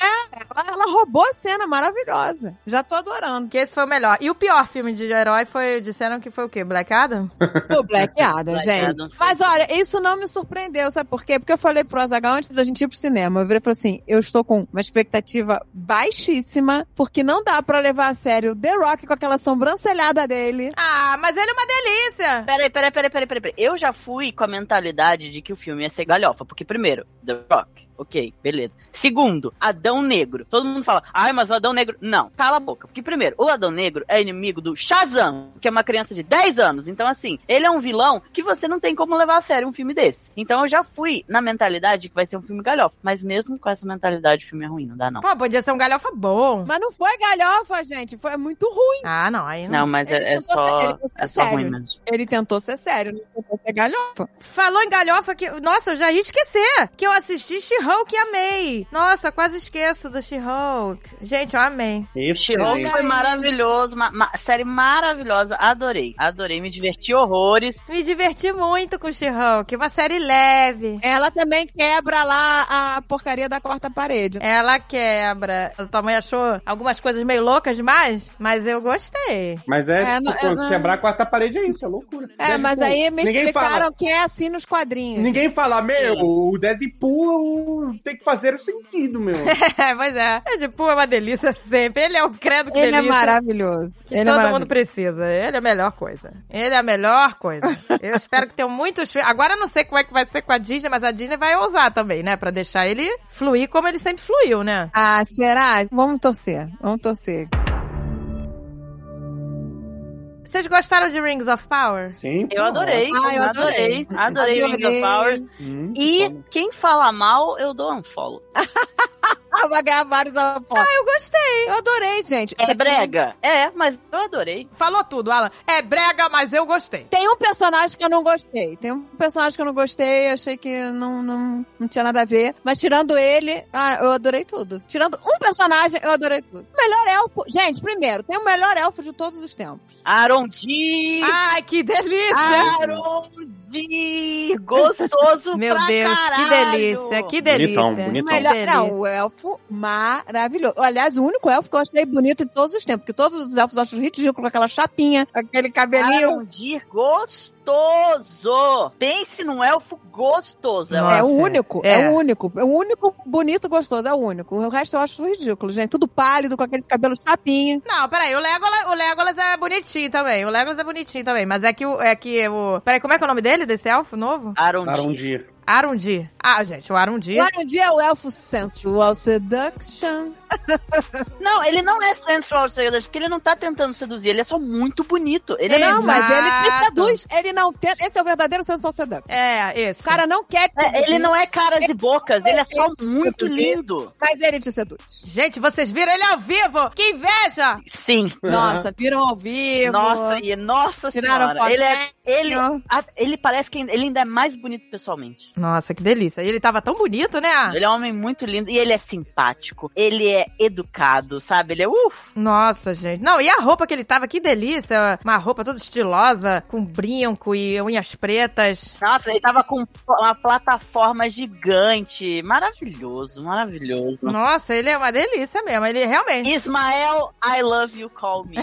É, ela, ela roubou a cena maravilhosa. Já tô adorando. Que esse foi o melhor. E o pior filme de herói foi. Disseram que foi o quê? Black Adam? Pô, blaqueada, gente. Black Adam. Mas olha, isso não me surpreendeu, sabe por quê? Porque eu falei pro Azagal antes da gente ir pro cinema. Eu virei e falei assim: eu estou com uma expectativa baixíssima, porque não dá pra levar a sério o The Rock com aquela sobrancelhada dele. Ah, mas ele é uma delícia! Peraí, peraí, peraí, peraí, peraí, peraí. Eu já fui com a mentalidade de que o filme ia ser galhofa. Porque, primeiro, The Rock. Ok, beleza. Segundo, Adão Negro. Todo mundo fala, ai, mas o Adão Negro. Não, cala a boca. Porque, primeiro, o Adão Negro é inimigo do Shazam, que é uma criança de 10 anos. Então, assim, ele é um vilão que você não tem como levar a sério um filme desse. Então, eu já fui na mentalidade que vai ser um filme galhofa. Mas, mesmo com essa mentalidade, o filme é ruim, não dá, não. Pô, podia ser um galhofa bom. Mas não foi galhofa, gente. Foi muito ruim. Ah, não, aí não. Não, mas Ele é, é tentou ser- ele só, tentou ser é só ruim sério. mesmo. Ele tentou ser sério, não tentou ser galhofa. Falou em galhofa que. Nossa, eu já ia esquecer que eu assisti She-Hulk e amei. Nossa, quase esqueço do She-Hulk. Gente, eu amei. She-Hulk né? Excelente. foi maravilhoso, ma ma- série maravilhosa, adorei, adorei, me diverti horrores. Me diverti muito com She-Hulk. Uma série leve. Ela também quebra lá a porcaria da quarta parede. Ela quebra. A tua mãe achou algumas coisas meio loucas demais, mas eu gostei. <laughs> Mas é, É, tipo, não- é, não- quebrar a quarta parede é isso, é loucura. É, mas Deadpool. aí me ninguém explicaram Fala, que é assim nos quadrinhos. ninguém fala, meu, o Deadpool tem que fazer sentido, <laughs> meu. pois é. É tipo, é uma delícia sempre. Ele é o credo que Ele é delícia. maravilhoso. Que Ele é todo maravilhoso. mundo precisa. Ele é a melhor coisa. Ele é a melhor coisa. <laughs> Eu espero que tenham muitos filmes. Agora eu não sei como é que vai ser com a Disney, mas a Disney vai ousar também, né? Pra deixar ele fluir como ele sempre fluiu, né? Ah, será? Vamos torcer. Vamos torcer. Vocês gostaram de Rings of Power? Sim, Eu adorei, Ah, eu adorei, adorei, Rings of Adorei. Powers. Hum, E quem fala mal, eu dou um follow. Ah, vai ganhar vários apoios. Ah, Eu gostei. Eu adorei, gente. É brega? É, mas eu adorei. Falou tudo, Alan. É brega, mas eu gostei. Tem um personagem que eu não gostei. Tem um personagem que eu não gostei, achei que não, não, não tinha nada a ver. Mas tirando ele, ah, eu adorei tudo. Tirando um personagem, eu adorei tudo. O melhor elfo. Gente, primeiro, tem o melhor elfo de todos os tempos. Arondi, Ai, que delícia! Arondi, <laughs> gostoso Meu pra Deus, caralho. que delícia, que delícia. Bonitão, O bonitão. melhor, delícia. não, o elfo maravilhoso. Aliás, o único elfo que eu achei bonito de todos os tempos, porque todos os elfos eu acho ridículo, aquela chapinha, aquele cabelinho. Arondi, gostoso gostoso. Pense num elfo gostoso. É um Nossa, é o é. único, é. É. o único. É o único bonito gostoso, é o único. O resto eu acho ridículo, gente. Tudo pálido, com aquele cabelo chapinha. Não, peraí, o Legolas, o Legolas é bonitinho também. O Legolas é bonitinho também, mas é que o. É que o... Peraí, como é que é o nome dele, desse elfo novo? Arundi. um Arondir. Arundir. Ah, gente, o Arundir. Lá um dia é o elfo sensual seduction. Não, ele não é sensual sedutor, porque ele não tá tentando seduzir, ele é só muito bonito. Ele é, Exato. Não, mas ele me seduz. Ele não tem. Esse é o verdadeiro sensual seduction. É, esse. O cara não quer. te é, ele seduzir, não é caras e bocas, ele é só muito lindo. Mas ele te seduz. Gente, vocês viram ele ao vivo! Que inveja! Sim. Nossa, viram ao vivo. Nossa, e nossa Tiraram senhora. Ele é, ele, fotinho. a- ele parece que ele ainda é mais bonito pessoalmente. Nossa, que delícia. E ele tava tão bonito, né? Ele é um homem muito lindo e ele é simpático. Ele é educado, sabe? Ele é uff. Nossa, gente. Não, e a roupa que ele tava, que delícia. Uma roupa toda estilosa, com brinco e unhas pretas. Nossa, ele tava com uma plataforma gigante. Maravilhoso, maravilhoso. Nossa, ele é uma delícia mesmo. Ele realmente. Ismael, I love you, call me.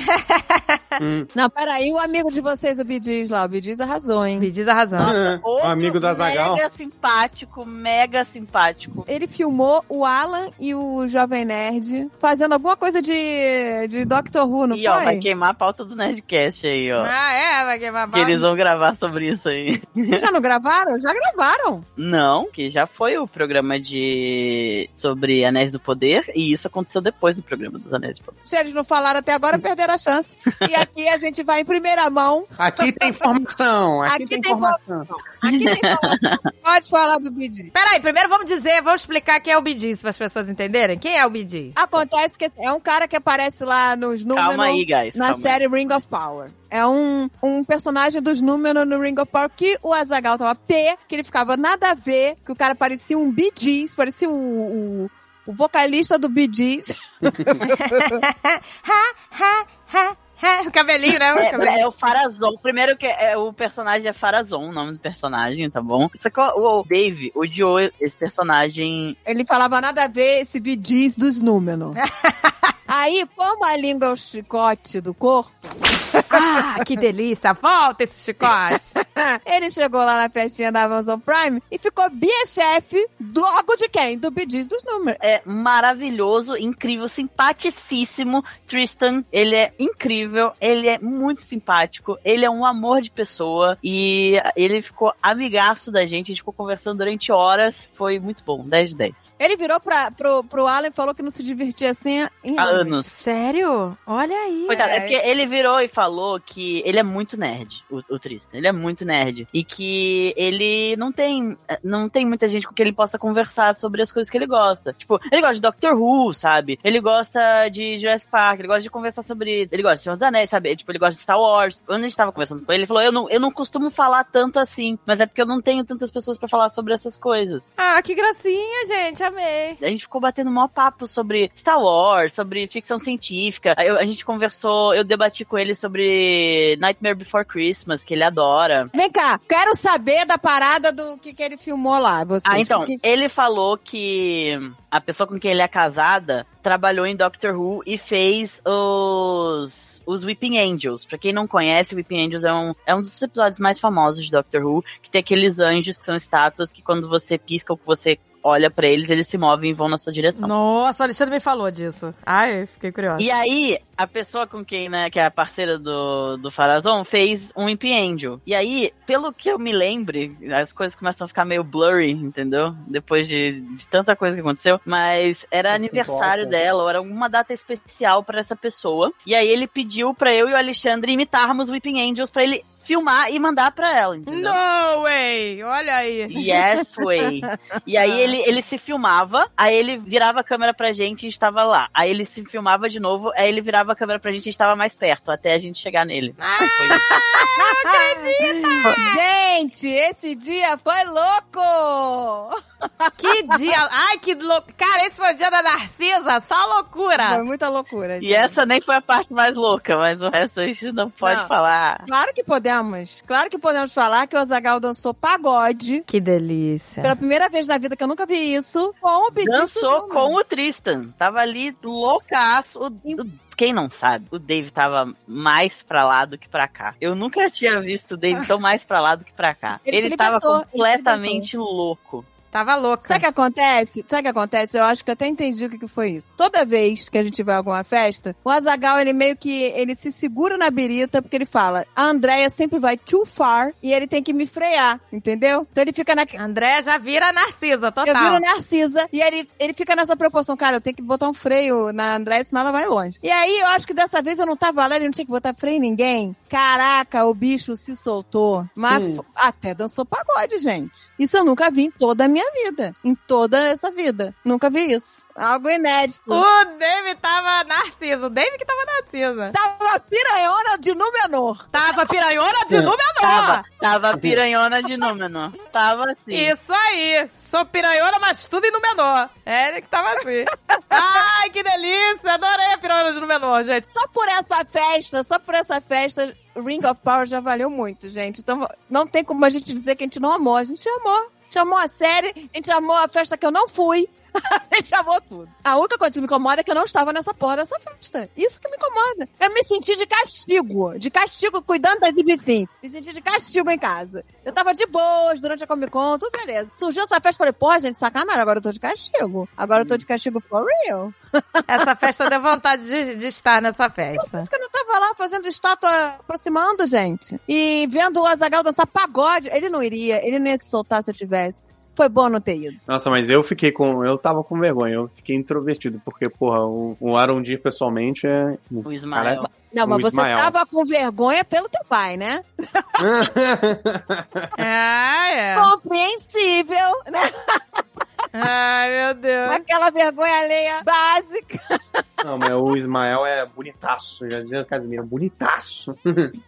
Hum. Não, peraí, o amigo de vocês, o Bidiz lá. O Bidiz arrasou, hein? Me diz a Ah. razão. <laughs> Um Outro amigo da Zagal. Mega simpático, mega simpático. Ele filmou o Alan e o Jovem Nerd fazendo alguma coisa de, de Doctor Who, não e foi? ó, vai queimar a pauta do Nerdcast aí, ó. Ah, é, vai queimar Que eles vão gravar sobre isso aí. Já não gravaram? Já gravaram. Não, que já foi o programa de. sobre Anéis do Poder, e isso aconteceu depois do programa dos Anéis do Poder. Se eles não falaram até agora, perderam a chance. E aqui a gente vai em primeira mão. Aqui tem informação. Aqui, Aqui tem tem informação. Aqui tem informação. Pode falar do Bidi. Peraí, primeiro vamos dizer, vamos explicar quem é o BD, para as pessoas entenderem. Quem é o BD? Acontece que é um cara que aparece lá nos números Calma aí, guys. na calma série Ring of Power. É um, um personagem dos números no Ring of Power que o Azagal tava P, que ele ficava nada a ver, que o cara parecia um Bee Gees, parecia o, o, o vocalista do Bee Gees. Ha, ha, ha, ha. O cabelinho, né? O cabelinho. É, é o Farazon. Primeiro que é, o personagem é Farazon, o nome do personagem, tá bom? Só que o, o Dave odiou esse personagem. Ele falava nada a ver esse bidiz dos números. Aí, como a língua é o chicote do corpo, Ah, que delícia! Volta esse chicote! ele chegou lá na festinha da Amazon Prime e ficou BFF logo de quem? Do bidiz dos números. É maravilhoso, incrível, simpaticíssimo. Tristan, ele é incrível, ele é muito simpático, ele é um amor de pessoa e ele ficou amigaço da gente, a gente ficou conversando durante horas. Foi muito bom, 10 de 10. Ele virou pra, pro, pro Alan e falou que não se divertia assim em Há anos. <laughs> Sério? Olha aí! Coitado, é porque ele virou e falou que ele é muito nerd, o, o Tristan. Ele é muito nerd. E que ele não tem, não tem muita gente com quem ele possa conversar sobre as coisas que ele gosta. Tipo, ele gosta de Doctor Who, sabe? Ele gosta de Jurassic Park, ele gosta de conversar sobre. Ele gosta de Senhor dos Anéis, sabe? Tipo, ele gosta de Star Wars. Quando a gente tava conversando com ele, ele falou: eu não, eu não costumo falar tanto assim, mas é porque eu não tenho tantas pessoas pra falar sobre essas coisas. Ah, que gracinha, gente! Amei! A gente ficou batendo maior papo sobre Star Wars, sobre ficção científica. Eu- a gente conversou, eu debati com ele sobre Nightmare Before Christmas, que ele adora. Vem cá, quero saber da parada do que, que ele filmou lá. Vocês. Ah, então, Que- ele falou que a pessoa com quem ele é casada trabalhou em Doctor Who e fez os, os Weeping Angels. Pra quem não conhece, Weeping Angels é um, é um dos episódios mais famosos de Doctor Who, que tem aqueles anjos que são estátuas que quando você pisca ou que você olha pra eles, eles se movem e vão na sua direção. Nossa, o Alexandre me falou disso. Ai, eu fiquei curiosa. E aí, a pessoa com quem, né, que é a parceira do, do Farazon, fez um Imp Angel. E aí, pelo que eu me lembre, as coisas começam a ficar meio blurry, entendeu? Depois de, de tanta coisa que aconteceu. Mas era aniversário dela, ou era alguma data especial pra essa pessoa. E aí ele pediu pra eu e o Alexandre imitarmos o Weeping Angels pra ele filmar e mandar pra ela, entendeu? No way! Olha aí! Yes, way. E aí ele, ele se filmava, aí ele virava a câmera pra gente e estava lá. Aí ele se filmava de novo, aí ele virava a câmera pra gente e estava mais perto, até a gente chegar nele. Ah, Foi isso. Gente, esse dia foi louco! Que dia! Ai, que louco! Cara, esse foi o dia da Narcisa! Só Foi loucura! muita loucura. E gente. essa nem foi a parte mais louca, mas o resto a gente não pode Não. falar. Claro que podemos, claro que podemos falar que o Azagal dançou pagode. Que delícia. Pela primeira vez na vida que eu nunca vi isso, com o pedido Dançou do- com o Tristan. Tava ali loucaço. O- o- quem não sabe, o Dave tava mais pra lá do que pra cá. Eu nunca tinha visto o Dave tão mais pra lá do que pra cá. Ele Ele, se tava libertou, ele se completamente louco. Tava louca. Sabe o que acontece? Sabe o que acontece? Eu acho que eu até entendi o que, que foi isso. Toda vez que a gente vai a alguma festa, o Azagal ele meio que ele se segura na birita porque ele fala: a Andréia sempre vai too far e ele tem que me frear, entendeu? Então ele fica na. André já vira narcisa, total. Eu viro Narcisa e ele, ele fica nessa preocupação, cara, eu tenho que botar um freio na Andréia, senão ela vai longe. E aí eu acho que dessa vez eu não tava lá, ele não tinha que botar freio em ninguém. Caraca, o bicho se soltou. Mas Hum. fo- até dançou pagode, gente. Isso eu nunca vi em toda a minha vida. Em toda essa vida. Nunca vi isso. Algo inédito. O David tava narciso. O David que tava narciso. Tava piranhona de um. Númenor. Tava piranhona de É. Númenor. Ah! Tava, tava piranhona de Númenor. Tava assim. Isso aí. Sou piranhona, mas tudo em Númenor. É ele que tava assim. Ai, que delícia. Adorei a piranhona de Númenor, gente. Só por essa festa, só por essa festa, Ring of Power já valeu muito, gente. Então não tem como a gente dizer que a gente não amou. A gente amou. A gente amou a série, a gente amou a festa que eu não fui. <laughs> A gente amou tudo. A única coisa que me incomoda é que eu não estava nessa porra dessa festa. Isso que me incomoda. Eu me senti de castigo. De castigo cuidando das ibicins. Me senti de castigo em casa. Eu tava de boas durante a Comic Con, tudo beleza. Surgiu essa festa, falei, pô, gente, sacanagem, agora eu tô de castigo. Agora eu tô de castigo for real. Essa festa deu vontade de, de estar nessa festa. que eu não tava lá fazendo estátua aproximando, gente. E vendo o Azagal dançar pagode, ele não iria, ele não ia se soltar se eu tivesse. Foi bom não ter ido. Nossa, mas eu fiquei com. Eu tava com vergonha, eu fiquei introvertido, porque, porra, o, o Aaron Deer pessoalmente é. O Ismael. Não, O mas você Ismael. tava com vergonha pelo teu pai, né? Ah, é. Compreensível, né? Ai, meu Deus. Aquela vergonha alheia básica. Não, mas o Ismael é bonitaço, já dizia o Casimiro, é bonitaço.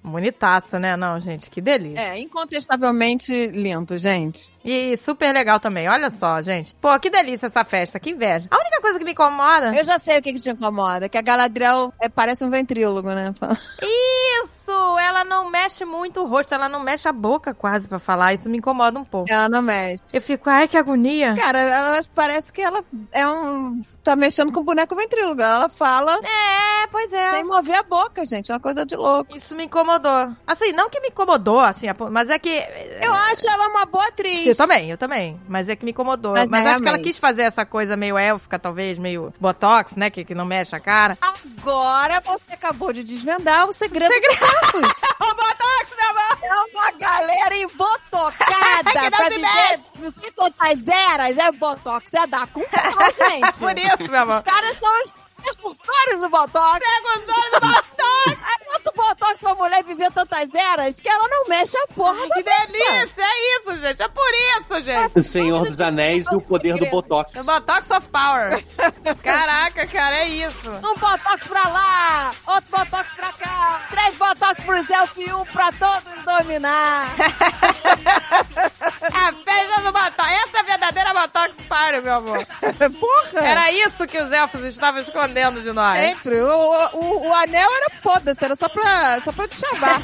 Bonitaço, né? Não, gente, que delícia. É, incontestavelmente lindo, gente. E super legal também. Olha só, gente. Pô, que delícia essa festa, que inveja. A única coisa que me incomoda. Eu já sei o que, que te incomoda, que a Galadriel é, parece um ventrílogo, né? Isso! Ela não mexe muito o rosto, ela não mexe a boca quase pra falar. Isso me incomoda um pouco. Ela "É, não mexe. Eu fico, ai, que agonia. Cara, ela parece que ela é um. tá mexendo com boneco ventrílogo. Ela fala É, pois é. sem mover a boca, gente. É uma coisa de louco. Isso me incomodou. Assim, não que me incomodou, assim, a po- mas é que. Eu acho ela uma boa atriz. Eu também, eu também. Mas é que me incomodou. Mas Mas, é acho que ela realmente. quis fazer essa coisa meio élfica, talvez, meio botox, né? Que, que não mexe a <laughs> cara. Agora você acabou de desvendar o segredo dos tempos. Ô, Oh, botox, meu amor! É uma galera Que embotocada <laughs> não pra se dizer. Não sei quantas eras é botox. É dar com pau, <laughs> gente. É Por isso, meu Os amor. caras são os precursores do botox. Tá <laughs> Precursores do botox. Aí bota o botox pra mulher viver tantas eras que ela não mexe a porra da Que delícia! É isso, gente! É por isso, gente! O Senhor dos Anéis no poder do Botox. É Botox of Power! <laughs> Caraca, cara, é isso! Um botox pra lá, outro botox pra cá, três botox pro selfie e um pra todos dominar. É A festa do Botox! Essa é a verdadeira Botox Power, meu amor! <laughs> Porra! É. Era isso que os elfos estavam escondendo de nós! Sempre. O, o, o anel era foda-se, era só pra, só pra te chamar.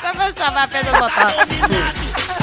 Só pra chamar a festa do Botox!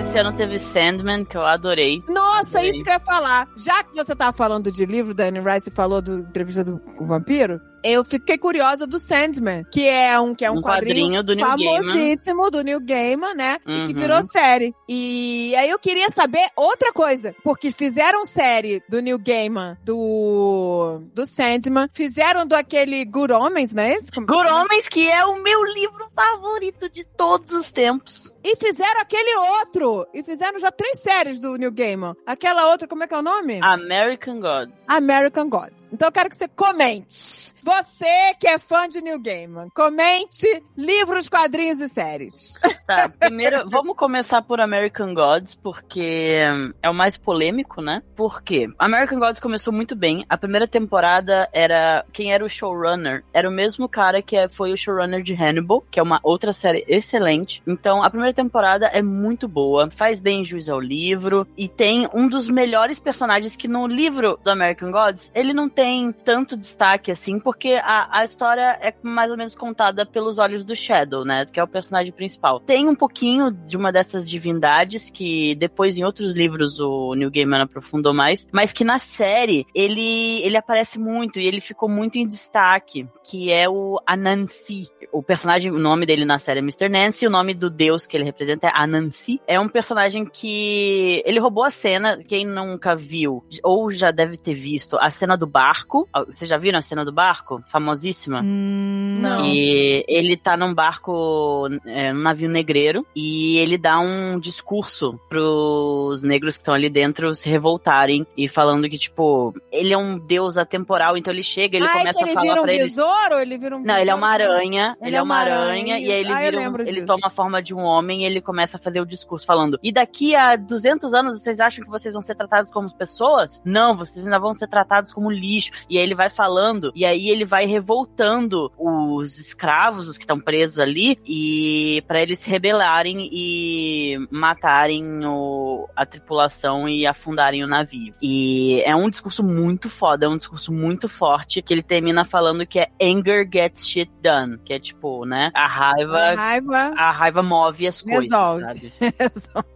Esse ano teve Sandman, que eu adorei. <laughs> Nossa, é Adorei. isso que eu ia falar. Já que você tava falando de livro, da Anne Rice falou do entrevista do com o vampiro, eu fiquei curiosa do Sandman, que é um, que é um, um quadrinho, do New Gaiman. famosíssimo do Neil Gaiman, né? E que Uhum. virou série. E aí eu queria saber outra coisa, porque fizeram série do Neil Gaiman, do do Sandman, fizeram do aquele Good Homens, não é isso? Como- Good Homens, que é o meu livro favorito de todos os tempos. E fizeram aquele outro, e fizeram já três séries do Neil Gaiman. Ah. Aquela outra, como é que é o nome? American Gods. American Gods. Então eu quero que você comente. Você que é fã de New Gaiman, comente livros, quadrinhos e séries. Tá, primeiro, vamos começar por American Gods, porque hum, é o mais polêmico, né? Por quê? American Gods começou muito bem. A primeira temporada era. Quem era o showrunner? Era o mesmo cara que é- foi o showrunner de Hannibal, que é uma outra série excelente. Então, a primeira temporada é muito boa, faz bem juiz ao livro, e tem um dos melhores personagens que no livro do American Gods, ele não tem tanto destaque assim, porque a, a história é mais ou menos contada pelos olhos do Shadow, né? Que é o personagem principal. Tem um pouquinho de uma dessas divindades que depois em outros livros o Neil Gaiman aprofundou mais, mas que na série ele, ele aparece muito e ele ficou muito em destaque, que é o Anansi. O personagem, o nome dele na série é Mr. Nancy, o nome do deus que ele representa é Anansi. É um personagem que ele roubou a cena, quem nunca viu ou já deve ter visto a cena do barco. Ah, Vocês já viram a cena do barco? Famosíssima. Hum, Não. E ele tá num barco, é, num navio negreiro, e ele dá um discurso pros negros que estão ali dentro se revoltarem e falando que, tipo, ele é um deus atemporal, então ele chega, ele Ai, começa que ele a falar vira um pra eles. besouro? Ele vira um Não, ele é uma besouro? aranha. Ele, é uma aranha, e aí ele Ah, eu vira. um- lembro ele disso. toma a forma de um homem e ele começa a fazer o discurso falando: E daqui a 200 anos vocês acham que vocês vão ser tratados como pessoas? Não, vocês ainda vão ser tratados como lixo. E aí ele vai falando, e aí ele vai revoltando os escravos, os que estão presos ali, e para eles se rebelarem e matarem o- a tripulação e afundarem o navio. E é um discurso muito foda, é um discurso muito forte, que ele termina falando que é anger gets shit done, que é tipo, né, a A raiva, Raiva a raiva move as coisas, <laughs> Resolve. sabe?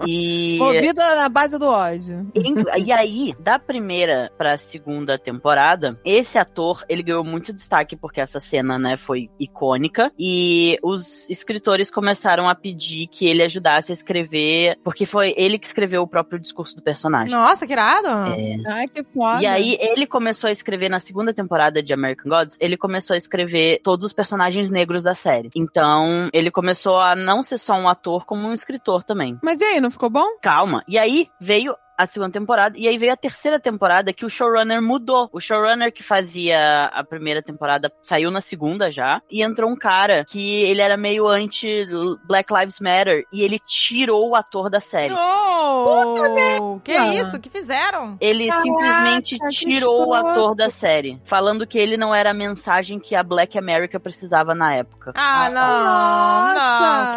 E movida na base do ódio. em- E aí, da primeira pra segunda temporada, esse ator, ele ganhou muito destaque porque essa cena, né, foi icônica. E os escritores começaram a pedir que ele ajudasse a escrever, porque foi ele que escreveu o próprio discurso do personagem. Nossa, que irado. Ai, que foda. É. E aí, ele começou a escrever na segunda temporada de American Gods, ele começou a escrever todos os personagens negros da série. Então, ele começou a não ser só um ator, como um escritor também. Mas e aí, não ficou bom? Calma. E aí veio a segunda temporada, e aí veio a terceira temporada que o showrunner mudou. O showrunner que fazia a primeira temporada saiu na segunda já, e entrou um cara que ele era meio anti Black Lives Matter, e ele tirou o ator da série. Oh, que merda. isso? O que fizeram? Ele Caraca, simplesmente que tirou o escroto. ator da série, falando que ele não era a mensagem que a Black America precisava na época. Ah, não. Nossa.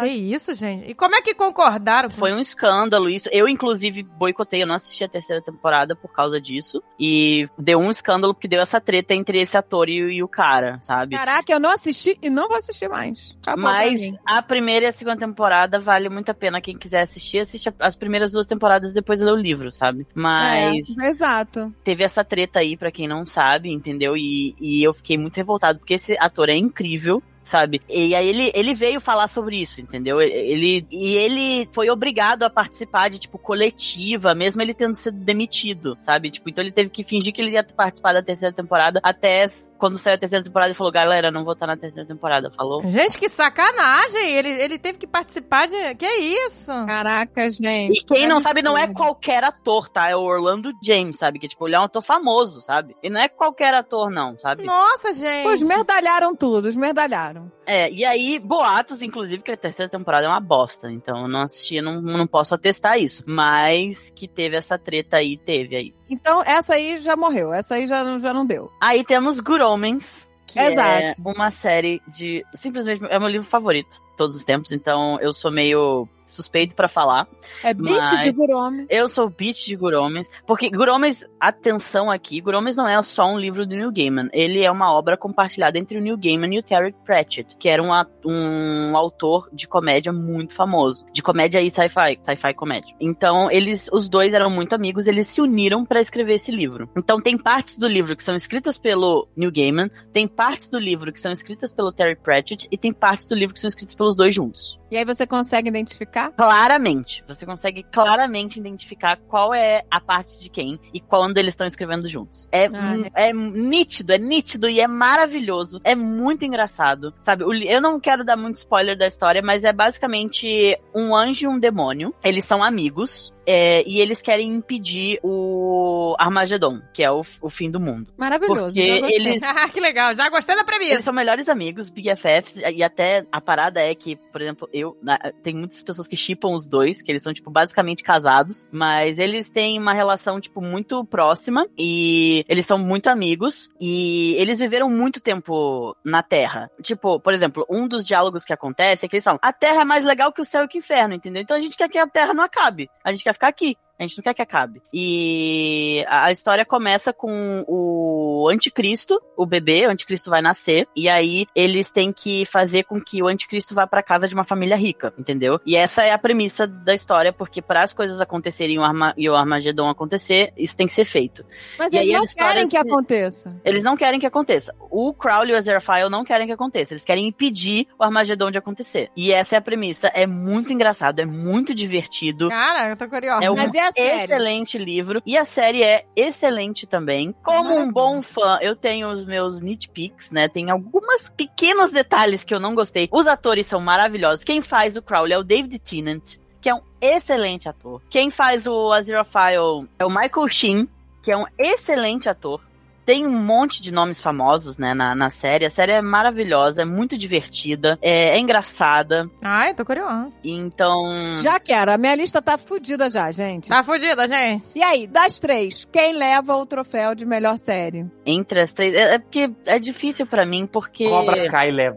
Não. Que isso, gente? E como é que concordaram? com- Foi um escândalo isso. Eu, inclusive, boicotei. Eu não assisti a terceira temporada por causa disso. E deu um escândalo porque deu essa treta entre esse ator e, e o cara, sabe? Caraca, eu não assisti e não vou assistir mais. Acabou pra Mas mim. a primeira e a segunda temporada vale muito a pena. Quem quiser assistir, assiste a- as primeiras duas temporadas e depois lê o livro, sabe? Mas É, exato. teve essa treta aí, pra quem não sabe, entendeu? E, e eu fiquei muito revoltado, porque esse ator é incrível. Sabe? E aí ele, ele veio falar sobre isso, entendeu? Ele, e ele foi obrigado a participar de, tipo, coletiva, mesmo ele tendo sido demitido, sabe? Tipo, então ele teve que fingir que ele ia participar da terceira temporada, até s- quando saiu a terceira temporada, ele falou, galera, não vou estar na terceira temporada, falou? Gente, que sacanagem! Ele, ele teve que participar de. Que isso? Ah, Caraca, gente. E quem não Absurdo. sabe, não é qualquer ator, tá? É o Orlando James, sabe? Que, tipo, ele é um ator famoso, sabe? E não é qualquer ator, não, sabe? Nossa, gente. <laughs> Pô, <laughs> esmerdalharam tudo, esmerdalharam. É, e aí, boatos, inclusive, que a terceira temporada é uma bosta. Então eu não assisti, não, não posso atestar isso. Mas que teve essa treta aí, teve aí. Então, essa aí já morreu, essa aí já, não- já não deu. Aí temos Good Omens, que é Exato. uma série de. Simplesmente é meu livro favorito de todos os tempos, então eu sou meio suspeito pra falar. É beat Mas- de gurome. Eu sou beat de Guromens, porque Guromens, atenção aqui, Guromens não é só um livro do Neil Gaiman, ele é uma obra compartilhada entre o Neil Gaiman e o Terry Pratchett, que era um, a- um autor de comédia muito famoso, de comédia e sci-fi, sci-fi comédia. Então, eles, os dois eram muito amigos, eles se uniram pra escrever esse livro. Então, tem partes do livro que são escritas pelo Neil Gaiman, tem partes do livro que são escritas pelo Terry Pratchett e tem partes do livro que são escritas pelos dois juntos E aí você consegue identificar? claramente. Você consegue claramente identificar qual é a parte de quem e quando eles estão escrevendo juntos. É, Ah, mu- é nítido, é nítido e é maravilhoso. É muito engraçado, sabe? O li- Eu não quero dar muito spoiler da história, mas é basicamente um anjo e um demônio. Eles são amigos. é, e eles querem impedir o Armagedon, que é o, o fim do mundo. Maravilhoso. Porque já gostei. eles- Ah, que legal, já gostei da Eles premissa. são melhores amigos, BFFs, e até a parada é que, por exemplo, eu. na- tem muitas pessoas que chipam os dois, que eles são, tipo, basicamente casados, mas eles têm uma relação, tipo, muito próxima e eles são muito amigos e eles viveram muito tempo na Terra. Tipo, por exemplo, um dos diálogos que acontece é que eles falam: a Terra é mais legal que o céu e que o inferno, entendeu? Então a gente quer que a Terra não acabe, a gente quer ficar aqui. A gente não quer que acabe. E a a história começa com o anticristo, o bebê, o anticristo vai nascer, e aí eles têm que fazer com que o anticristo vá pra casa de uma família rica, entendeu? E essa é a premissa da história, porque para as coisas acontecerem e o Arma- e o Armagedon acontecer, isso tem que ser feito. assim. Mas E eles aí não eles assim, querem parecem- que aconteça. Eles não querem que aconteça. O Crowley e o Aziraphale não querem que aconteça. Eles querem impedir o Armagedon de acontecer. E essa é a premissa. É muito engraçado, é muito divertido. Cara, eu tô curiosa. É um Mas é a série. excelente livro. E a série é excelente também. Como um Maravilha. bom fã, eu tenho os meus nitpicks, né? Tem alguns pequenos detalhes que eu não gostei. Os atores são maravilhosos. Quem faz o Crowley é o David Tennant, que é um excelente ator. Quem faz o Aziraphale é o Michael Sheen, que é um excelente ator. Tem um monte de nomes famosos, né, na, na série. A série é maravilhosa, é muito divertida, é, é engraçada. Ai, tô curiosa. Então, Já quero. A minha lista tá fodida já, gente. Ah. Tá fudida, gente. E aí, das três, quem leva o troféu de melhor série? entre as três... É, é porque é difícil pra mim, porque... Cobra cai e leva.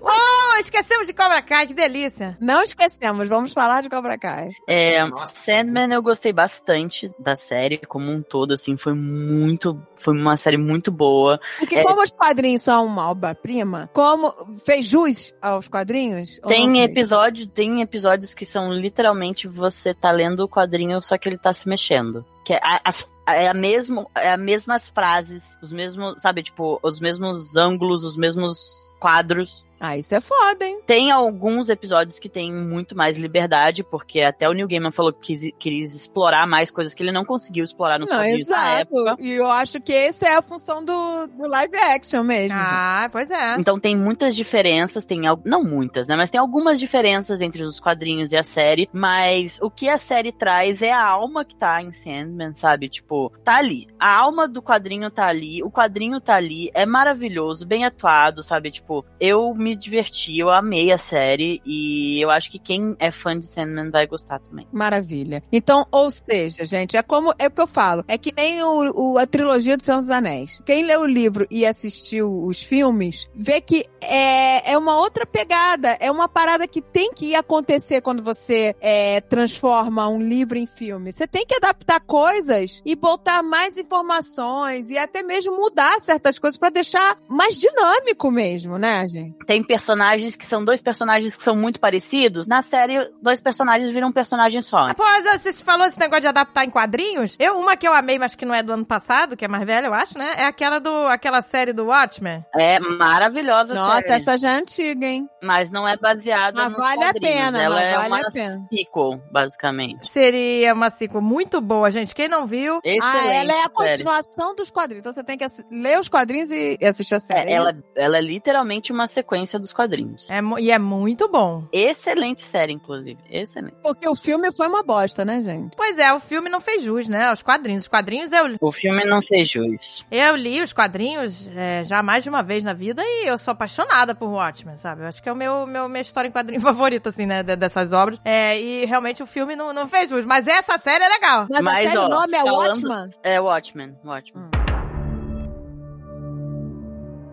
Oh, esquecemos de Cobra Kai, que delícia. Não esquecemos, vamos falar de Cobra Kai. É, Nossa. Sandman eu gostei bastante da série como um todo, assim, foi muito, foi uma série muito boa. Porque É. como os quadrinhos são uma obra-prima, como fez jus aos quadrinhos? Ou não Tem fez? episódio, tem episódios que são literalmente você tá lendo o quadrinho só que ele tá se mexendo, que é a- as é a mesmo, é as mesmas frases, os mesmos, sabe, tipo, os mesmos ângulos, os mesmos quadros. Ah, isso é foda, hein? Tem alguns episódios que tem muito mais liberdade, porque até o Neil Gaiman falou que quis, quis explorar mais coisas que ele não conseguiu explorar nos não, quadrinhos na exato. época. E eu acho que essa é a função do, do live action mesmo. Ah, pois é. Então tem muitas diferenças, tem al- não muitas, né? Mas tem algumas diferenças entre os quadrinhos e a série. Mas o que a série traz é a alma que tá em Sandman, sabe? Tipo, tá ali. A alma do quadrinho tá ali, o quadrinho tá ali, é maravilhoso, bem atuado, sabe? Tipo, eu me diverti, eu amei a série e eu acho que quem é fã de Sandman vai gostar também. Maravilha. Então, ou seja, gente, é como é o que eu falo. É que nem o, o- a trilogia do Senhor dos Anéis. Quem leu o livro e assistiu os filmes, vê que é, é uma outra pegada. É uma parada que tem que acontecer quando você é, transforma um livro em filme. Você tem que adaptar coisas e botar mais informações e até mesmo mudar certas coisas pra deixar mais dinâmico mesmo, né, gente? Tem personagens que são dois personagens que são muito parecidos. Na série, dois personagens viram um personagem só. Pô, você falou esse negócio de adaptar em quadrinhos. Eu, uma que eu amei, mas que não é do ano passado, que é mais velha, eu acho, né? É aquela do aquela série do Watchmen. É maravilhosa a Nossa, série. essa já é antiga, hein? Mas não é baseada Mas nos vale a quadrinhos. pena, Ela mas é vale uma a pena. sequel, basicamente. Seria uma sequel muito boa, gente. Quem não viu, Excelente ah, ela é a série. continuação dos quadrinhos. Então você tem que assi- ler os quadrinhos e e assistir a série. É, ela, ela é literalmente uma sequência dos quadrinhos. é mu- e é muito bom. Excelente série, inclusive. Excelente. Porque o filme foi uma bosta, né, gente? Pois é, o filme não fez jus, né? Os quadrinhos. Os quadrinhos eu O filme não fez jus. Eu li os quadrinhos é, já mais de uma vez na vida e eu sou apaixonada por Watchmen, sabe? Eu acho que é o meu, meu minha história em quadrinho <laughs> favorita, assim, né? de- dessas obras. É, e realmente o filme não, não fez jus, mas essa série é legal. Mas, Mas, a série, ó, o nome é falando- Watchman. É Watchmen, Watchmen. Hum.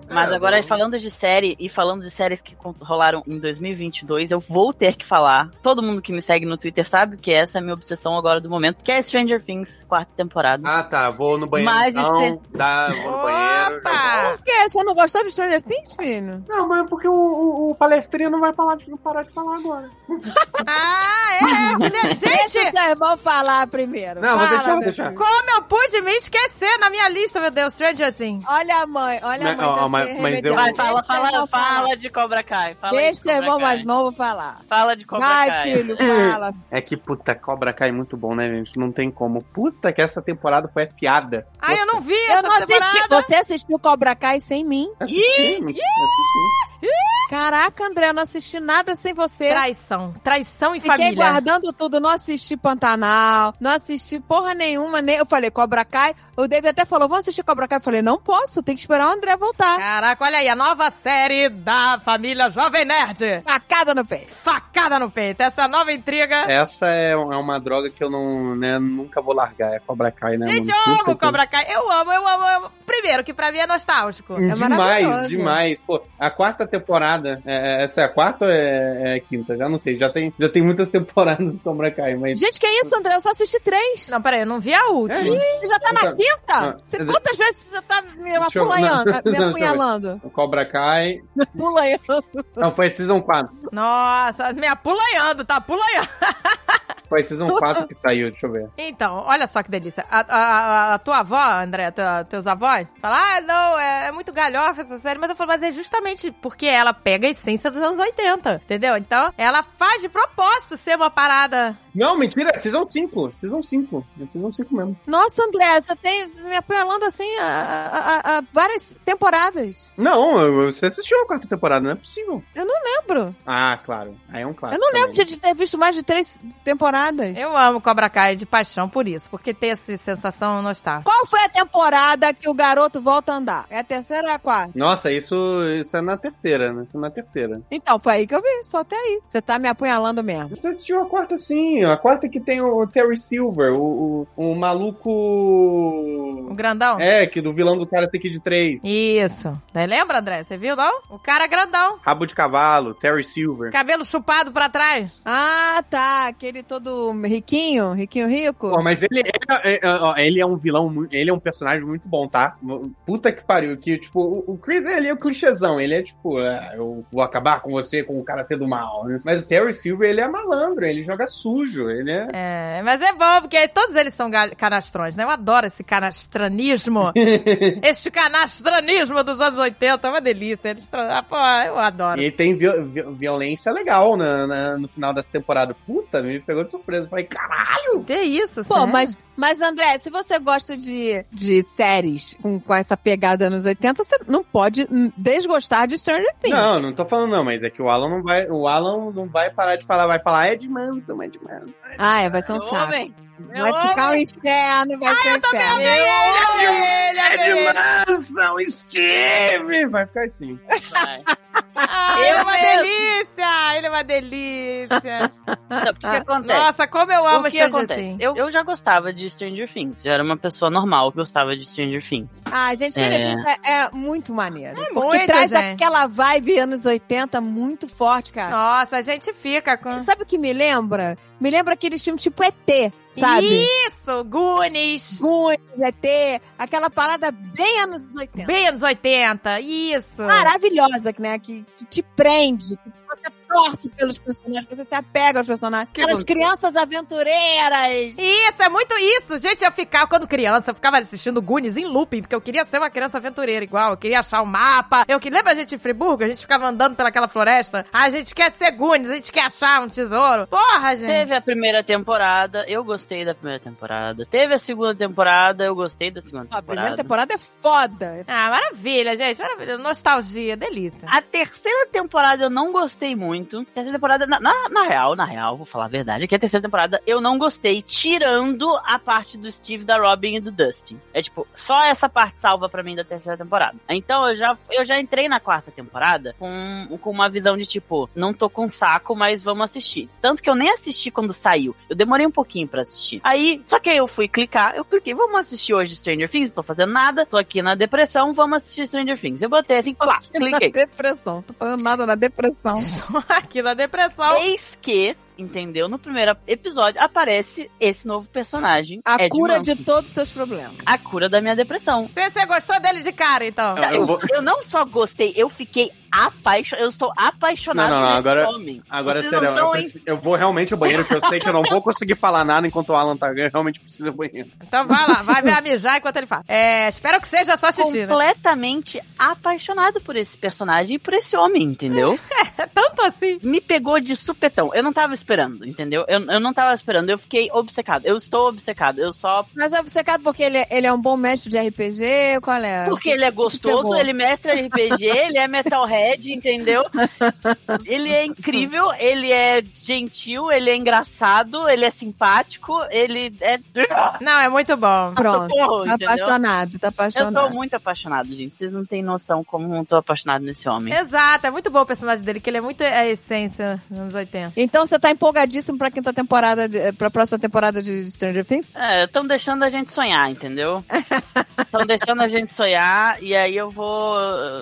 É, Mas agora, falando de série e falando de séries que con- rolaram em 2022, eu vou ter que falar. Todo mundo que me segue no Twitter sabe que essa é a minha obsessão agora do momento, que é Stranger Things, quarta temporada. Ah, tá. Vou no banheiro. Mais então, espe- dá, vou no banheiro. já volto. Opa! Por quê? Você não gostou de Stranger Things, filho? Não, mas é porque o, o, o palestrino não vai falar de- não parar de falar agora. Ah, é, é, <laughs> mulher. Gente, Então, vamos falar primeiro. Não, Fala, vou deixar, vou meu deixar. filho. como eu pude me esquecer na minha lista, meu Deus, Stranger Things. Olha a mãe, olha Não, a mãe. ó, tá mas- se mas remediando. eu- Vai, fala, Deixa o fala, irmão falar. fala de Cobra Kai. Fala de Deixa o Cobra irmão Kai. mais novo falar. Fala de é? Cobra Vai, Kai. <laughs> filho, fala. É que, puta, Cobra Kai é muito bom, né, gente? Não tem como. Puta que essa temporada foi afiada. Ai, eu não vi Eu essa não assisti. temporada. Você assistiu Cobra Kai sem mim? Ih! Assisti. Caraca, André, eu não assisti nada sem você. Traição. Traição e Fiquei família. guardando tudo, não assisti Pantanal, não assisti porra nenhuma, nem. Eu falei, Cobra Kai. O David até falou, vamos assistir Cobra Kai. Eu falei, não posso, tem que esperar o André voltar. Caraca, olha aí, a nova série da família Jovem Nerd. Facada no peito. Facada no peito. Essa nova intriga. Essa é, é uma droga que eu não, né, nunca vou largar. É Cobra Kai, né? Gente, mano? eu Nunca amo Cobra Kai. Eu amo, eu amo, eu amo. Primeiro, que pra mim é nostálgico. tem. É maravilhoso. demais, demais. Pô, a quarta temporada, é, é, essa é a quarta ou é, é a quinta? Já não sei, já tem, já tem muitas <laughs> temporadas de Cobra Kai, mas... Gente, que isso, André? Eu só assisti três. Não, peraí, eu não vi a É, última. Você já tá na Então, quinta? não, Você, eu- quantas vezes você tá me Deixa eu- apunhalando? <laughs> não, me não, apunhalando? Cobra Kai... Apunhalando. Não, foi Season 4. Nossa, me apulanhando, tá apulanhando. Foi Season 4 que saiu, deixa eu ver. Então, olha só que delícia. A, a- a- a tua avó, André, tua- teus avós, fala, ah, não, é, é muito galhofa essa série, mas eu falo, mas é justamente porque ela pega a essência dos anos 80, entendeu? Então, ela faz de propósito ser uma parada. Não, mentira, é Season 5. Season 5. É Season 5 mesmo. Nossa, André, você tem me apunhalando assim há- há há- há várias temporadas. Não, eu- você assistiu a quarta temporada, não é possível. Lembro. Ah, claro. Aí é um clássico. Eu não lembro também. de ter visto mais de três temporadas. Eu amo Cobra Kai de paixão por isso, porque tem essa sensação nostálgica. Qual foi a temporada que o garoto volta a andar? É a terceira ou a quarta? Nossa, isso, isso é na terceira, né? Isso é na terceira. Então, foi aí que eu vi, só até aí. Você tá me apunhalando mesmo. Você assistiu a quarta sim, a quarta que tem o Terry Silver, o, o, o O maluco. grandão? É, que do vilão do cara tem que de 3. Isso. Daí lembra, André? Você viu, não? O cara grandão. Rabo de cavalo, Terry Silver. Cabelo chupado pra trás. Ah, tá. Aquele todo riquinho, riquinho rico. Pô, mas ele é, é- ó, ele é um vilão, mu- ele é um personagem muito bom, tá? Puta que pariu, que, tipo, o, o Chris, ele é o clichêzão, ele é tipo, ah, eu vou acabar com você com o cara tendo mal. né? Mas o Terry Silver, ele é malandro, ele joga sujo, ele é... É, mas é bom, porque aí todos eles são gal- canastrões, né? Eu adoro esse canastranismo. este canastranismo dos anos 80, é uma delícia. Eles, tra- ah, pô, eu adoro. E tem vi- vi- violência legal na- na- no final dessa temporada. Puta, me pegou de surpresa. Falei, caralho! Que isso, Pô, sério? mas, mas André, se você gosta de, de séries com, com essa pegada nos 80, você não pode hum, desgostar de Stranger Things. Não, não tô falando não, mas é que o Alan não vai, o Alan não vai parar de falar, vai falar, é de Manson, é de Manson. Ah, é, vai ser um Meu saco. homem! Meu Vai ficar um homem! Ah, inferno, vai ser um inferno. Meu homem! Ele, É de ele. Manson, Steve! Vai ficar assim. <laughs> Vai. Ah, Eu ele é uma mesmo. delícia! Ele é uma delícia! Então, o que que acontece? Nossa, como eu amo o que Stranger acontece? Things. Eu, eu já gostava de Stranger Things. Eu era uma pessoa normal que gostava de Stranger Things. Ah, gente, Stranger É. Things é, é muito maneiro. É porque muito, traz gente. aquela vibe anos 80 muito forte, cara. Nossa, a gente fica com... Sabe o que me lembra? Me lembra aqueles filmes tipo ET, sabe? Isso, Goonies! Goonies, ET, aquela parada bem anos 80. Bem anos 80, isso! maravilhosa, né? Que, que te prende, que você torce pelos personagens, que você se apega aos personagens. Que Aquelas bom. crianças aventureiras. Isso, é muito isso. Gente, eu ficava, quando criança, eu ficava assistindo Goonies em looping, porque eu queria ser uma criança aventureira igual, eu queria achar o mapa. Eu que lembra a gente em Friburgo? A gente ficava andando pelaquela floresta. Ah, A gente quer ser Goonies, a gente quer achar um tesouro. Porra, gente. Teve a primeira temporada, eu gostei da primeira temporada. Teve a segunda temporada, eu gostei da segunda A primeira temporada. temporada é foda. Ah, maravilha, gente, maravilha. Nostalgia, delícia. <laughs> A terceira temporada eu não gostei muito. Terceira temporada, na, na, na real, na real, vou falar a verdade, é que a terceira temporada eu não gostei, tirando a parte do Steve, da Robin e do Dustin. É tipo, só essa parte salva pra mim da terceira temporada. Então eu já, eu já entrei na quarta temporada com, com uma visão de tipo, não tô com saco, mas vamos assistir. Tanto que eu nem assisti quando saiu. Eu demorei um pouquinho pra assistir. Aí, só que aí eu fui clicar, eu cliquei, vamos assistir hoje Stranger Things, não tô fazendo nada, tô aqui na depressão, vamos assistir Stranger Things. Eu botei assim, pá, <laughs> cliquei. É Na depressão. Tô fazendo nada na depressão. Aqui na depressão. Eis que, entendeu? No primeiro episódio aparece esse novo personagem. A Ed cura Manson. de todos os seus problemas. A cura da minha depressão. Você, você gostou dele de cara, então? Eu- eu Eu, vou- eu não só gostei, eu fiquei apaixonado. Eu estou apaixonado Não, não, não, por esse agora- homem. Agora, Vocês sério, não estão eu, em- preciso- eu vou realmente ao banheiro, porque eu sei que eu não vou conseguir falar nada enquanto o Alan tá ganhando. Eu realmente preciso ir ao banheiro. Então vai lá, vai me mijar enquanto ele fala. É, espero que seja só xixi, né? completamente apaixonado por esse personagem e por esse homem, entendeu? É tanto assim. Me pegou de supetão. Eu não tava esperando, entendeu? Eu, eu não tava esperando, eu fiquei obcecado. Eu estou obcecado. Eu só. Mas é obcecado porque ele, ele é um bom mestre de RPG? Qual é? Porque ele é gostoso, pegou? ele <laughs> mestra RPG, ele é metalhead, entendeu? Ele é incrível, ele é gentil, ele é engraçado, ele é simpático, ele é. Não, é muito bom. <laughs> Pronto. Socorro, Tá entendeu? apaixonado, tá Eu tô apaixonado. muito apaixonado, gente. Vocês não têm noção como eu tô apaixonado nesse homem. Exato, é muito bom o personagem dele, que ele é muito a essência dos anos 80. Então você tá empolgadíssimo pra quinta temporada, de, pra próxima temporada de Stranger Things? É, estão deixando a gente sonhar, entendeu? Estão deixando a gente sonhar e aí eu vou,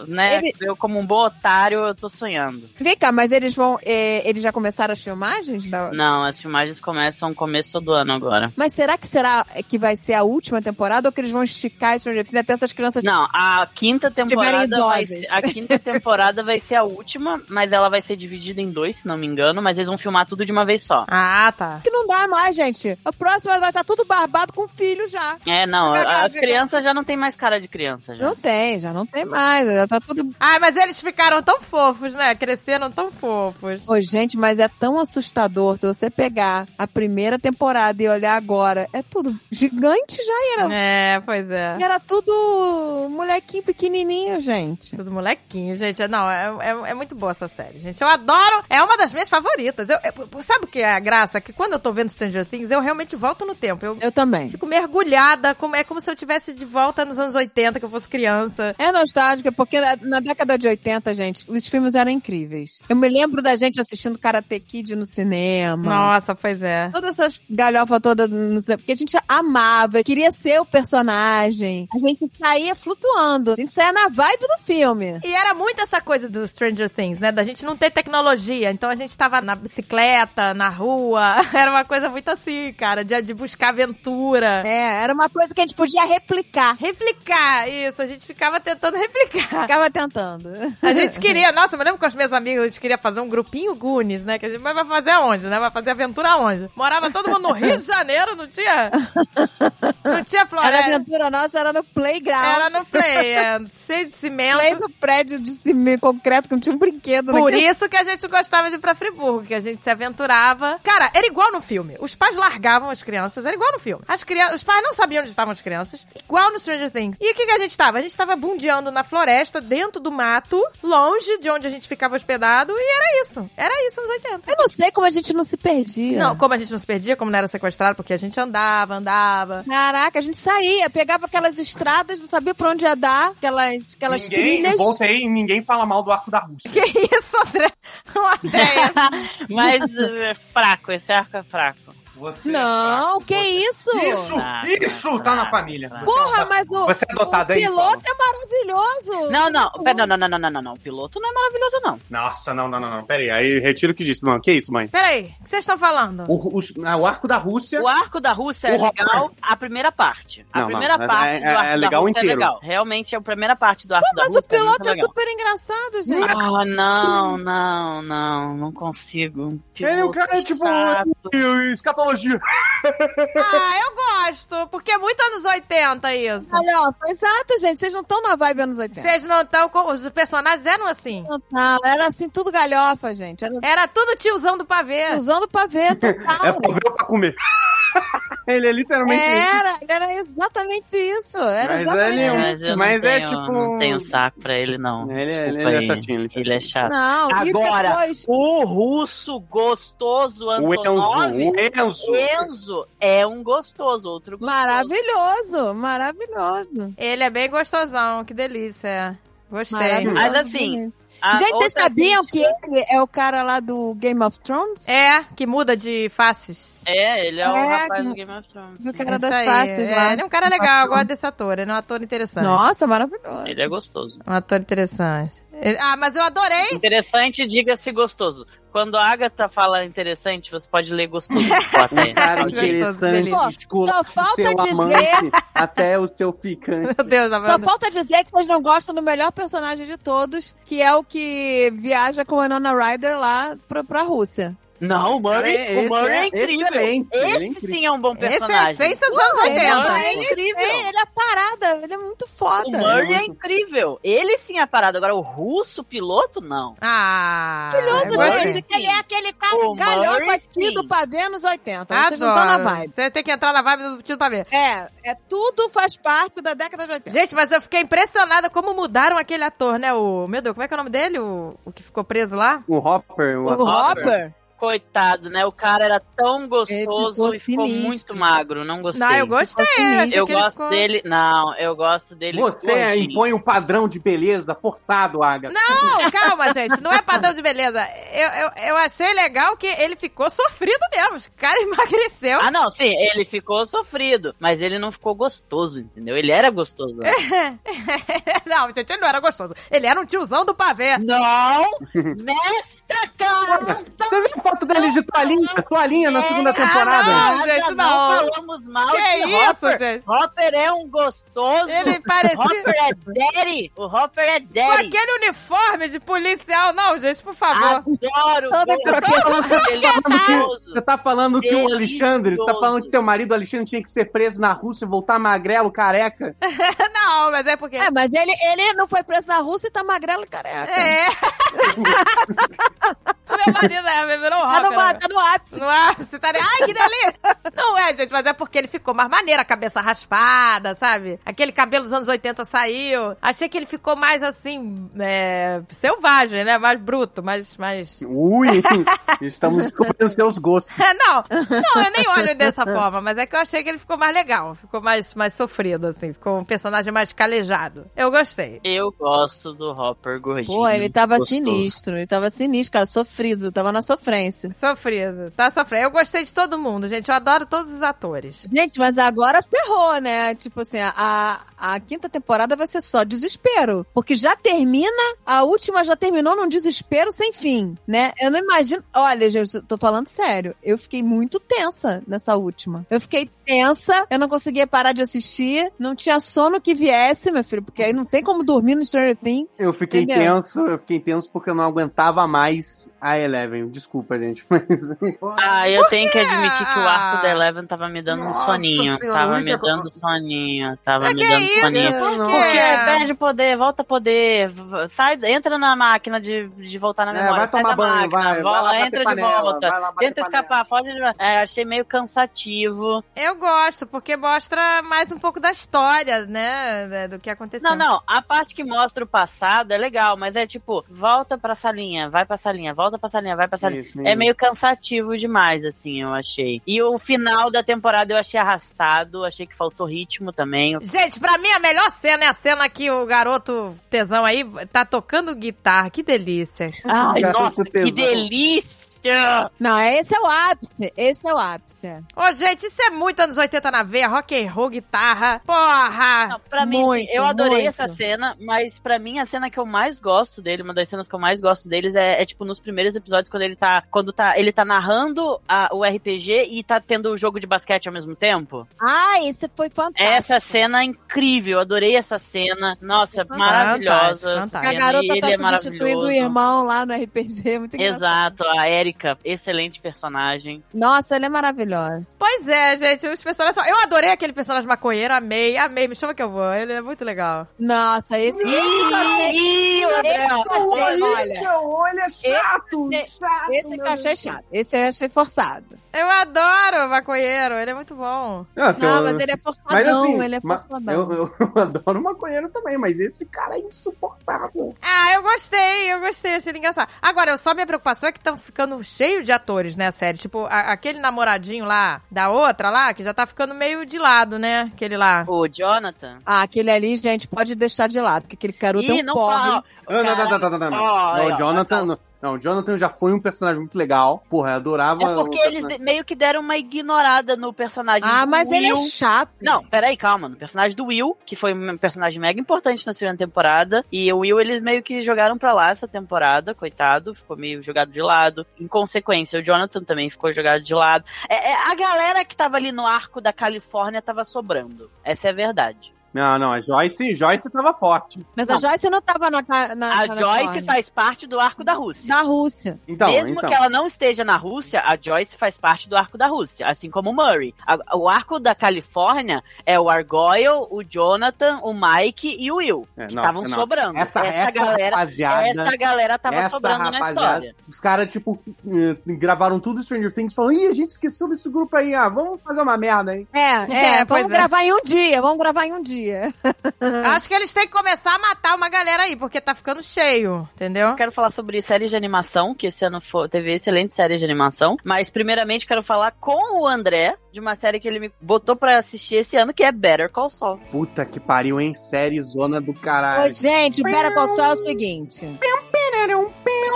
né? Ele- Eu, como um bom otário, eu tô sonhando. Vem cá, mas eles vão. eh, eles já começaram as filmagens? da- Não, as filmagens começam no começo do ano agora. Mas será que será que vai ser a última temporada ou que eles vão esticar Stranger Things até essas crianças? Não, a quinta tiverem temporada vai idosas. ser, a quinta temporada vai ser a última, mas ela vai ser dividida em dois, se não me engano, mas eles vão filmar tudo de uma vez só. Ah, tá. Que não dá mais, gente. A próxima vai estar tudo barbado com filho já. É, não, Caraca. as crianças já não tem mais cara de criança já. Não tem, já não tem mais. Já tá tudo. Ah, mas eles ficaram tão fofos, né? Cresceram tão fofos. Ô, gente, mas é tão assustador. Se você pegar a primeira temporada e olhar agora, é tudo gigante já. É, pois é. E Era tudo molequinho pequenininho, gente. Tudo molequinho, gente. Não, é, é, é muito boa essa série, gente. Eu adoro. É uma das minhas favoritas. Eu, eu- sabe o que é a graça? Que quando eu tô vendo Stranger Things, eu realmente volto no tempo. Eu Eu também. fico mergulhada. Como, é como se eu tivesse de volta nos anos 80, que eu fosse criança. É nostálgica, porque na, na década de 80, gente, os filmes eram incríveis. Eu me lembro da gente assistindo Karate Kid no cinema. Nossa, pois é. Todas essas galhofa toda no cinema, porque a gente amava, queria ser o personagem. A gente saía flutuando. A gente saía na vibe do filme. E era muito essa coisa do Stranger Things, né? Da gente não ter tecnologia. Então a gente tava na bicicleta, na rua. <laughs> Era uma coisa muito assim, cara, de, de buscar aventura. É, era uma coisa que a gente podia replicar. Replicar isso, a gente ficava tentando replicar. Ficava tentando. A gente queria, nossa, eu me lembro com as minhas amigas, a gente queria fazer um grupinho Gunis, né? Que a gente mas vai fazer aonde, né? Vai fazer aventura aonde? Morava todo mundo no Rio de Janeiro, não <laughs> tinha. Não tinha <laughs> Era a floresta. aventura nossa, era no playground. Era no play, é, cheio de Além cimento. do prédio de cimento concreto, que não tinha um brinquedo Por naquele- isso que a gente gostava de ir pra Friburgo, que a gente se aventurava. Cara, era igual no filme. Os pais largavam as crianças, era igual no filme. As crianças, os pais não sabiam onde estavam as crianças, igual no Stranger Things. E o que, que a gente tava? A gente tava bundeando na floresta, dentro do mato, longe de onde a gente ficava hospedado, e era isso. Era isso nos 80. Eu não sei como a gente não se perdia. Não, como a gente não se perdia, como não era sequestrado, porque a gente andava, andava. Caraca, a gente saía, pegava aquelas estradas, não sabia pra onde ia dar, aquelas, aquelas Ninguém, trilhas. voltei, ninguém fala mal do arco da Rússia. Que isso, André? Ô, <laughs> Andréia. Mas é fraco, esse arco é fraco. Você tá- Não, que é isso? Isso, Ah, isso tá, tá tá, na família. tá. Porra, mas o, Você é adotada o aí, piloto é maravilhoso. Não, não, pera, não, não, não, não, não, não. O piloto não é maravilhoso, não. Nossa, não, não, não, não. Pera aí, aí retiro o que disse. Não, que isso, mãe? Peraí, o que vocês estão falando? O, os- ah, o arco da Rússia. O arco da Rússia é O Rock- legal, a primeira parte. A Não, primeira não, é- parte é- do arco é da legal Rússia é inteiro. legal. Realmente, a primeira parte do arco da Mas Rússia o piloto é, é, muito legal. super engraçado, gente. Ah, não, não, não, não consigo. Um Ele, o cara é tipo. chato. Escatologia. Ah, eu gosto, porque é muito anos 80 isso. Galhofa, exato, gente. Vocês não estão na vibe anos 80. Vocês não estão com. Os personagens eram assim. é Não, não, era assim, tudo galhofa, gente. Era Era tudo tiozão do pavê. usando <laughs> pavê É total. pra ver ou pra comer? <laughs> Ele é literalmente. Era, era exatamente isso. Era Mas é exatamente ele- isso. Mas eu Mas não é tenho, tipo- não tenho saco pra ele, não. Ele é- Desculpa ele é aí. chatinho, ele é chatinho. Ele é chato. Não, Agora, e depois, O russo gostoso O Antonov, Enzo, o Enzo. Enzo é um gostoso, outro gostoso. maravilhoso, maravilhoso. Ele é bem gostosão, que delícia. Gostei. maravilhoso. Mas assim, gente, A vocês outra sabiam crítica- que ele é o cara lá do Game of Thrones? É, que muda de faces. É, ele é, o É, rapaz que- do Game of Thrones. Do cara Isso das aí, faces é, lá. Ele é um cara legal, eu gosto desse ator. Ele é um ator interessante. Nossa, maravilhoso. Ele é gostoso. Um ator interessante. Ele- Ah, mas eu É. adorei <laughs> Interessante, diga-se gostoso. Quando a Agatha fala interessante, você pode ler gostoso. <laughs> Plateia. Cara interessante, Pô, Só falta dizer, até o seu picante. Meu Deus, tá só vendo? falta dizer que vocês não gostam do melhor personagem de todos, que é o que viaja com a Nona Ryder lá pra, pra Rússia. Não, Ah, o Murray, Esse o Murray é, é incrível. excelente, ele é Esse incrível. sim é um bom Esse é a personagem. essência dos anos 80. Murray é incrível. É, ele é parada, ele é muito O foda. Murray é incrível. Ele sim é parado. Agora, o russo piloto, não. Ah. Maravilhoso, Murray, gente. Que ele é aquele cara O galhofa Murray, tido sim. pra ver nos 80. Vocês não estão na Adoro. vibe. Você tem que entrar na vibe do tiro pra ver. É, é tudo faz parte da década de 80. Gente, mas eu fiquei impressionada como mudaram aquele ator, né? O. Meu Deus, como é que é o nome dele? O, o que ficou preso lá? O Hopper, o Hopper? Coitado, né? O cara era tão Ele gostoso ficou e ficou sinistro. muito magro. Não gostei. Não, eu gostei. achei Tipo assim, Eu que ele gosto ficou- dele. Não, eu gosto dele. Você gordinho. impõe um padrão de beleza forçado, Agatha. Não, calma, gente. Não é padrão de beleza. Eu, eu, eu achei legal que ele ficou sofrido mesmo. O cara emagreceu. Ah, não, sim, ele ficou sofrido, mas ele não ficou gostoso, entendeu? Ele era gostoso. <laughs> É. não, gente, ele não era gostoso. Ele era um tiozão do pavê. <laughs> não! Nesta casa! Você viu a foto dele de toalhinha? Toalhinha na segunda Ah, temporada? não, gente, não. falamos mal Que de isso, Hopper. gente? Hopper é um gostoso. Ele O Hopper parecia. é daddy. O Hopper é Com daddy. aquele uniforme de policial, não, gente, por favor. Adoro. Toda gosto croqueta. dele, gostoso. tá Você tá falando que o Alexandre, você tá falando que teu marido Alexandre tinha que ser preso na Rússia e voltar magrelo, careca. Ah. <laughs> não, mas é porque. É, mas ele, ele não foi preso na Rússia e tá magrelo e careca. É. <laughs> Meu marido é, virou Tá Ah, Hopper. no, né? tá no ápice. No ápice, tá ali. Ai, que delícia! Não é, gente, mas é porque ele ficou mais maneiro, a cabeça raspada, sabe? Aquele cabelo dos anos 80 saiu. Achei que ele ficou mais assim, é, selvagem, né? Mais bruto, mais. mais... <laughs> Ui, estamos descobrindo seus gostos. não, não, eu nem olho dessa forma, mas é que eu achei que ele ficou mais legal, ficou mais, mais sofrido, assim, ficou um personagem mais calejado. Eu gostei. Eu gosto do Hopper gordinho. Pô, ele tava gostoso. sinistro, ele tava sinistro, cara, sofrido, tava na sofrência. Sofrido, tá sofrendo. Eu gostei de todo mundo, gente. Eu adoro todos os atores. Gente, mas agora ferrou, né? Tipo assim, a, a quinta temporada vai ser só desespero. Porque já termina, a última já terminou num desespero sem fim, né? Eu não imagino. Olha, gente, eu tô falando sério. Eu fiquei muito tensa nessa última. Eu fiquei tensa, eu não conseguia parar de assistir, não tinha sono que viesse, meu filho, porque aí não tem como dormir no Stranger Things. Eu fiquei Entendeu? tenso, eu fiquei tenso porque eu não aguentava mais a Eleven. Desculpa, gente, <laughs> mas... Ah, eu tenho que admitir que o arco Ah. da Eleven tava me dando Nossa um soninho. Senhora, É tava olha me que dando soninho. Tava Mas me que dando isso? soninho. Por Não, quê? Porque É. perde poder, volta poder, v- sai, entra na máquina de, de voltar na É, memória, vai sai tomar da banho, máquina, vai, vai volta, lá bater entra panela, de volta, vai lá bater tenta escapar, foge de... É, achei meio cansativo. Eu gosto, porque mostra mais um pouco da história, né? da- Do que aconteceu. Não, não, a parte que mostra o passado é legal, mas é tipo, volta pra salinha, vai pra salinha, volta pra salinha, vai pra salinha. Isso, É meio cansativo demais, assim, eu achei. E o final da temporada eu achei arrastado, achei que faltou ritmo também. Gente, pra mim a melhor cena é a cena que o garoto tesão aí tá tocando guitarra. Que delícia. Ai, Garoto nossa, que tesão. delícia! Não, esse é o ápice, esse é o ápice. Ô, gente, isso é muito anos 80 na veia. Rock and roll, guitarra. Porra! Não, pra mim, Ah, Muito, sim, eu adorei muito. essa cena, mas pra mim a cena que eu mais gosto dele, uma das cenas que eu mais gosto deles é, é, tipo nos primeiros episódios quando ele tá, quando tá, ele tá narrando a- o RPG e tá tendo o jogo de basquete ao mesmo tempo. Ah, esse foi fantástico. Essa cena é incrível, eu adorei essa cena. Nossa, É Fantástico, maravilhosa. essa fantástico. a cena, garota e tá ele é substituindo o maravilhoso. irmão lá no RPG, é muito engraçado. Exato, a Erika, excelente personagem. Nossa, ela é maravilhosa. Pois é, gente, os personagens. são- Eu adorei aquele personagem maconheiro, amei, amei. Me chama que eu vou. Ele é muito legal. Nossa, esse. esse cachê- Ih, o Gabriel, cachê, olha, Olha, é chato, Esse- chato. esse cachê é chato. Esse eu achei forçado. Eu adoro o maconheiro, ele é muito bom. Não, mas ele é forçadão, Então, Mas assim, ele é mas forçadão. eu, <laughs> eu adoro maconheiro também, mas esse cara é insuportável. Ah, eu gostei, eu gostei, achei ele engraçado. Agora, eu só minha preocupação é que estão ficando cheio de atores, né, série? Tipo, a- aquele namoradinho lá da outra lá, que já tá ficando meio de lado, né? Aquele lá. o Jonathan. Ah, aquele ali, gente, pode deixar de lado, porque aquele garoto é Ih, um não pobre. fala. Não, não, não, não, não, não. Ó, é, Não, aí, o ó, Jonathan. Não, Não, o Jonathan já foi um personagem muito legal. Porra, eu adorava. É porque o eles personagem. de- meio que deram uma ignorada no personagem Ah, do mas ele é Will. chato. Não, peraí, calma. No personagem do Will, que foi um personagem mega importante na segunda temporada. E o Will, eles meio que jogaram pra lá essa temporada, coitado. Ficou meio jogado de lado. Em consequência, o Jonathan também ficou jogado de lado. É, é, a galera que tava ali no arco da Califórnia tava sobrando. Essa é a verdade. Não, não, a Joyce, Joyce tava forte. Mas a Joyce não tava na. ca- na A na Joyce Califórnia. faz parte do arco da Rússia. Da Rússia. Então, Mesmo então. que ela não esteja na Rússia, a Joyce faz parte do arco da Rússia, assim como o Murray. A- o arco da Califórnia é o Argyle, o Jonathan, o Mike e o Will. É, que não, estavam não. um sobrando. Essa, Essa essa galera- rapaziada. Essa galera tava essa sobrando na rapaziada- história. Os caras, tipo, eh, gravaram tudo Stranger Things falando, ih, a gente esqueceu desse grupo aí, ah, vamos fazer uma merda <laughs> aí. É, é, É, pois vamos é. gravar em um dia, vamos gravar em um dia. Acho que eles têm que começar a matar uma galera aí, porque tá ficando cheio, entendeu? Eu Quero falar sobre séries de animação, que esse ano fo- teve excelente série de animação. Mas, primeiramente, quero falar com o André de uma série que ele me botou pra assistir esse ano, que é Better Call Saul. Puta que pariu, hein? Série zona do Ô, caralho. gente, o Better Call Saul é o seguinte.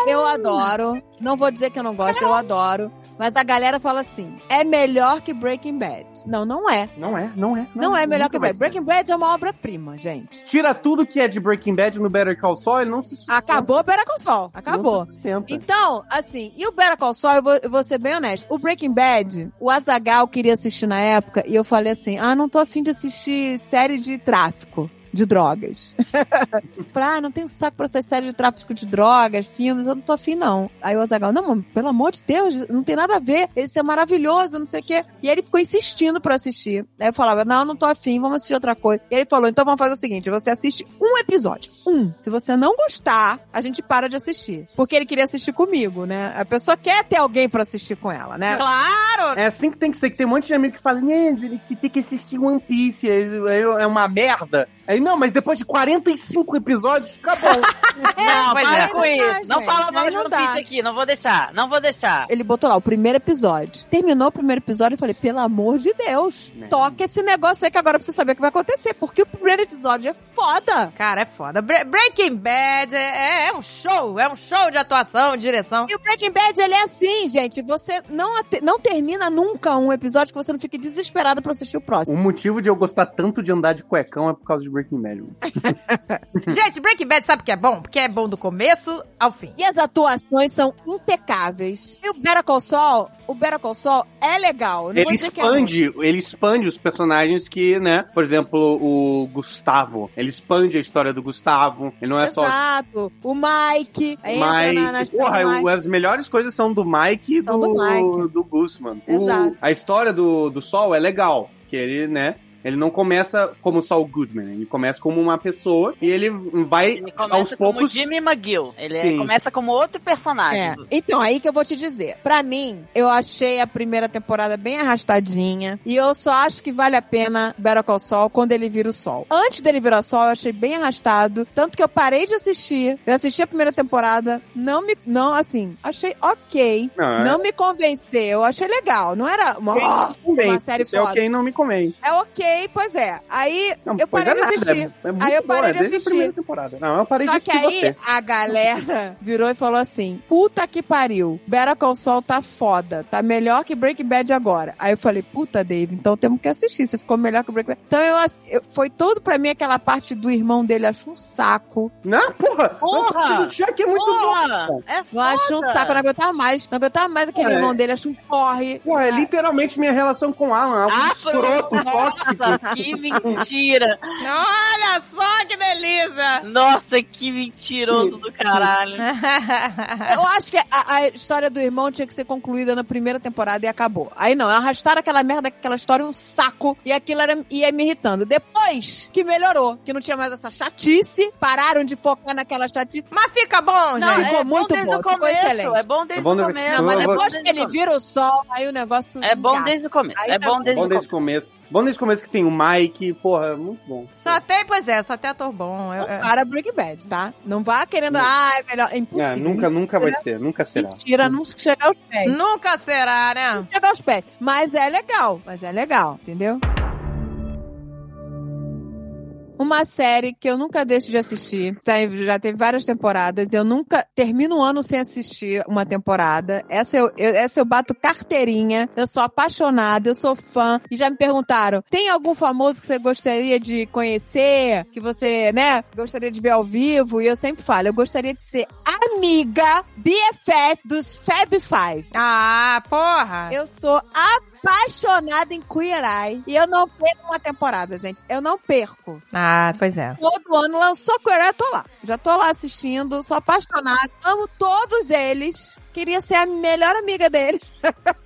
Eu adoro. Não vou dizer que eu não gosto, eu adoro. Mas a galera fala assim: é melhor que Breaking Bad. Não, não é. Não é, não é. Não, é melhor que nunca vai Breaking Bad. Breaking Bad é uma obra-prima, gente. ser. Tira tudo que é de Breaking Bad no Better Call Saul, ele não se sustenta. Acabou Better Call Saul. Acabou. Não se sustenta. Então, assim, e o Better Call Saul, eu vou, eu vou ser bem honesto. O Breaking Bad, o Azagal queria assistir na época e eu falei assim: ah, não tô afim de assistir série de tráfico. De drogas. falei, ah, não tenho saco pra essas séries de tráfico de drogas, filmes, eu não tô afim, não. Aí o Azagal, não, mano, pelo amor de Deus, não tem nada a ver, esse é maravilhoso, não sei o quê. E aí ele ficou insistindo pra assistir. Aí eu falava, não, não tô afim, vamos assistir outra coisa. E ele falou, então vamos fazer o seguinte: você assiste um episódio. Um. Se você não gostar, a gente para de assistir. Porque ele queria assistir comigo, né? A pessoa quer ter alguém pra assistir com ela, <laughs> né? Claro! É assim que tem que ser, que tem um monte de amigo que fala, né, você tem que assistir One Piece, é, é uma merda. Aí, não, mas depois de 45 episódios, acabou. não, pois para é. com Não isso. dá, não gente. fala mal Aí de não One dá. Piece aqui. Não vou deixar. Não vou deixar. Ele botou lá o primeiro episódio. Terminou o primeiro episódio, eu falei, pelo amor de Deus, Né? toca esse negócio aí que agora eu preciso saber o que vai acontecer. Porque o primeiro episódio é foda. Cara, é foda. Bre- Breaking Bad é, é- é um show, é um show de atuação, de <laughs> direção. E o Breaking Bad, ele é assim, gente. Você não, ate- não termina nunca um episódio que você não fique desesperado pra assistir o próximo. o motivo de eu gostar tanto de andar de cuecão é por causa de Breaking Bad. mano. Gente, Breaking Bad sabe o que é bom? Porque é bom do começo ao fim. E as atuações são impecáveis. E o Better Call Saul, o Better Call Saul é legal. Eu Não vou Ele dizer que é ruim. expande, ele expande os personagens que, né? Por exemplo, o Gustavo. Ele expande a história do Gustavo. Ele não é só Exato. O Mike. aí entra na- na Mas, história porra, do Mike. o- as melhores coisas são do Mike e São do do, Mike. do Gus, mano. O- Exato. a história do, do Sol é legal, que ele, né, ele não começa como só o Goodman, né? ele começa como uma pessoa e ele vai Ele aos começa como poucos... Jimmy McGill. Ele é- Sim. começa como outro personagem. É. Então, aí que eu vou te dizer. Pra mim, eu achei a primeira temporada bem arrastadinha. E eu só acho que vale a pena Better Call Sol quando ele vira o sol. Antes dele virar o sol, eu achei bem arrastado. Tanto que eu parei de assistir. Eu assisti a primeira temporada. Não me. Não, assim. Achei ok. Não, Não me convenceu. Achei legal. Não era uma, uma convence. série Isso é o foda. quem não me convence. É ok, pois é. Aí Não, eu pois parei de é nada, assistir. É, é muito Aí eu boa, parei é de desde assistir. a primeira temporada. Não, eu parei Só de que assistir aí você. a galera virou e falou assim: puta que pariu, Better Call Saul tá foda, tá melhor que Breaking Bad agora. Aí eu falei: puta, Dave, então temos que assistir, você ficou melhor que Breaking Bad. Então eu, ass- eu- foi todo pra mim aquela parte do irmão dele, eu acho um saco. Não, porra! Não, Porra! preciso tirar que é muito bom. Porra! É Eu acho um foda. saco, eu não aguentava mais, não aguentava mais aquele É. irmão dele, eu acho um corre. Porra, é literalmente minha relação com o um Alan. Algo Ah, foi- escroto, tóxico. Nossa, que mentira! Olha só que delícia! Nossa, que mentiroso do caralho! Eu acho que a, a história do irmão tinha que ser concluída na primeira temporada e acabou. Aí não, arrastaram aquela merda, aquela história um saco e aquilo era, ia me irritando. Depois que melhorou, que não tinha mais essa chatice, pararam de focar naquela chatice. <laughs> Mas fica bom, Não, gente. Ficou é muito bom desde bom, o ficou começo. excelente. É bom desde É bom o de- começo. Não, mas Eu vou- depois que ele vira o sol, aí o negócio. É bom engata. desde o começo. Aí É tá bom bom. desde Bom o desde o começo. começo. Bom desde o começo que tem o Mike, porra, é muito bom. Só tem, pois é, só tem ator bom. Eu- Não eu- para Breaking Bad, tá? Não vá querendo, Não. ah, é melhor. É Ah, impossível. nunca, nunca É. vai ser, nunca será. Mentira, não chegar aos pés. Nunca será, né? Chegar aos pés. Mas é legal, mas é legal, entendeu? Uma série que eu nunca deixo de assistir. tá? Já teve várias temporadas. Eu nunca termino um ano sem assistir uma temporada. Essa eu, eu- essa eu bato carteirinha. Eu sou apaixonada, eu sou fã. E já me perguntaram: tem algum famoso que você gostaria de conhecer? Que você, né, gostaria de ver ao vivo? E eu sempre falo: eu gostaria de ser amiga BFF dos Fab Five. Ah, porra! Eu sou apaixonada em Queer Eye e eu não perco uma temporada, gente. Eu não perco. Ah, pois é. Todo ano lançou Queer Eye, eu tô lá. Já tô lá assistindo, sou apaixonada, amo todos eles. Queria ser a melhor amiga deles. <laughs>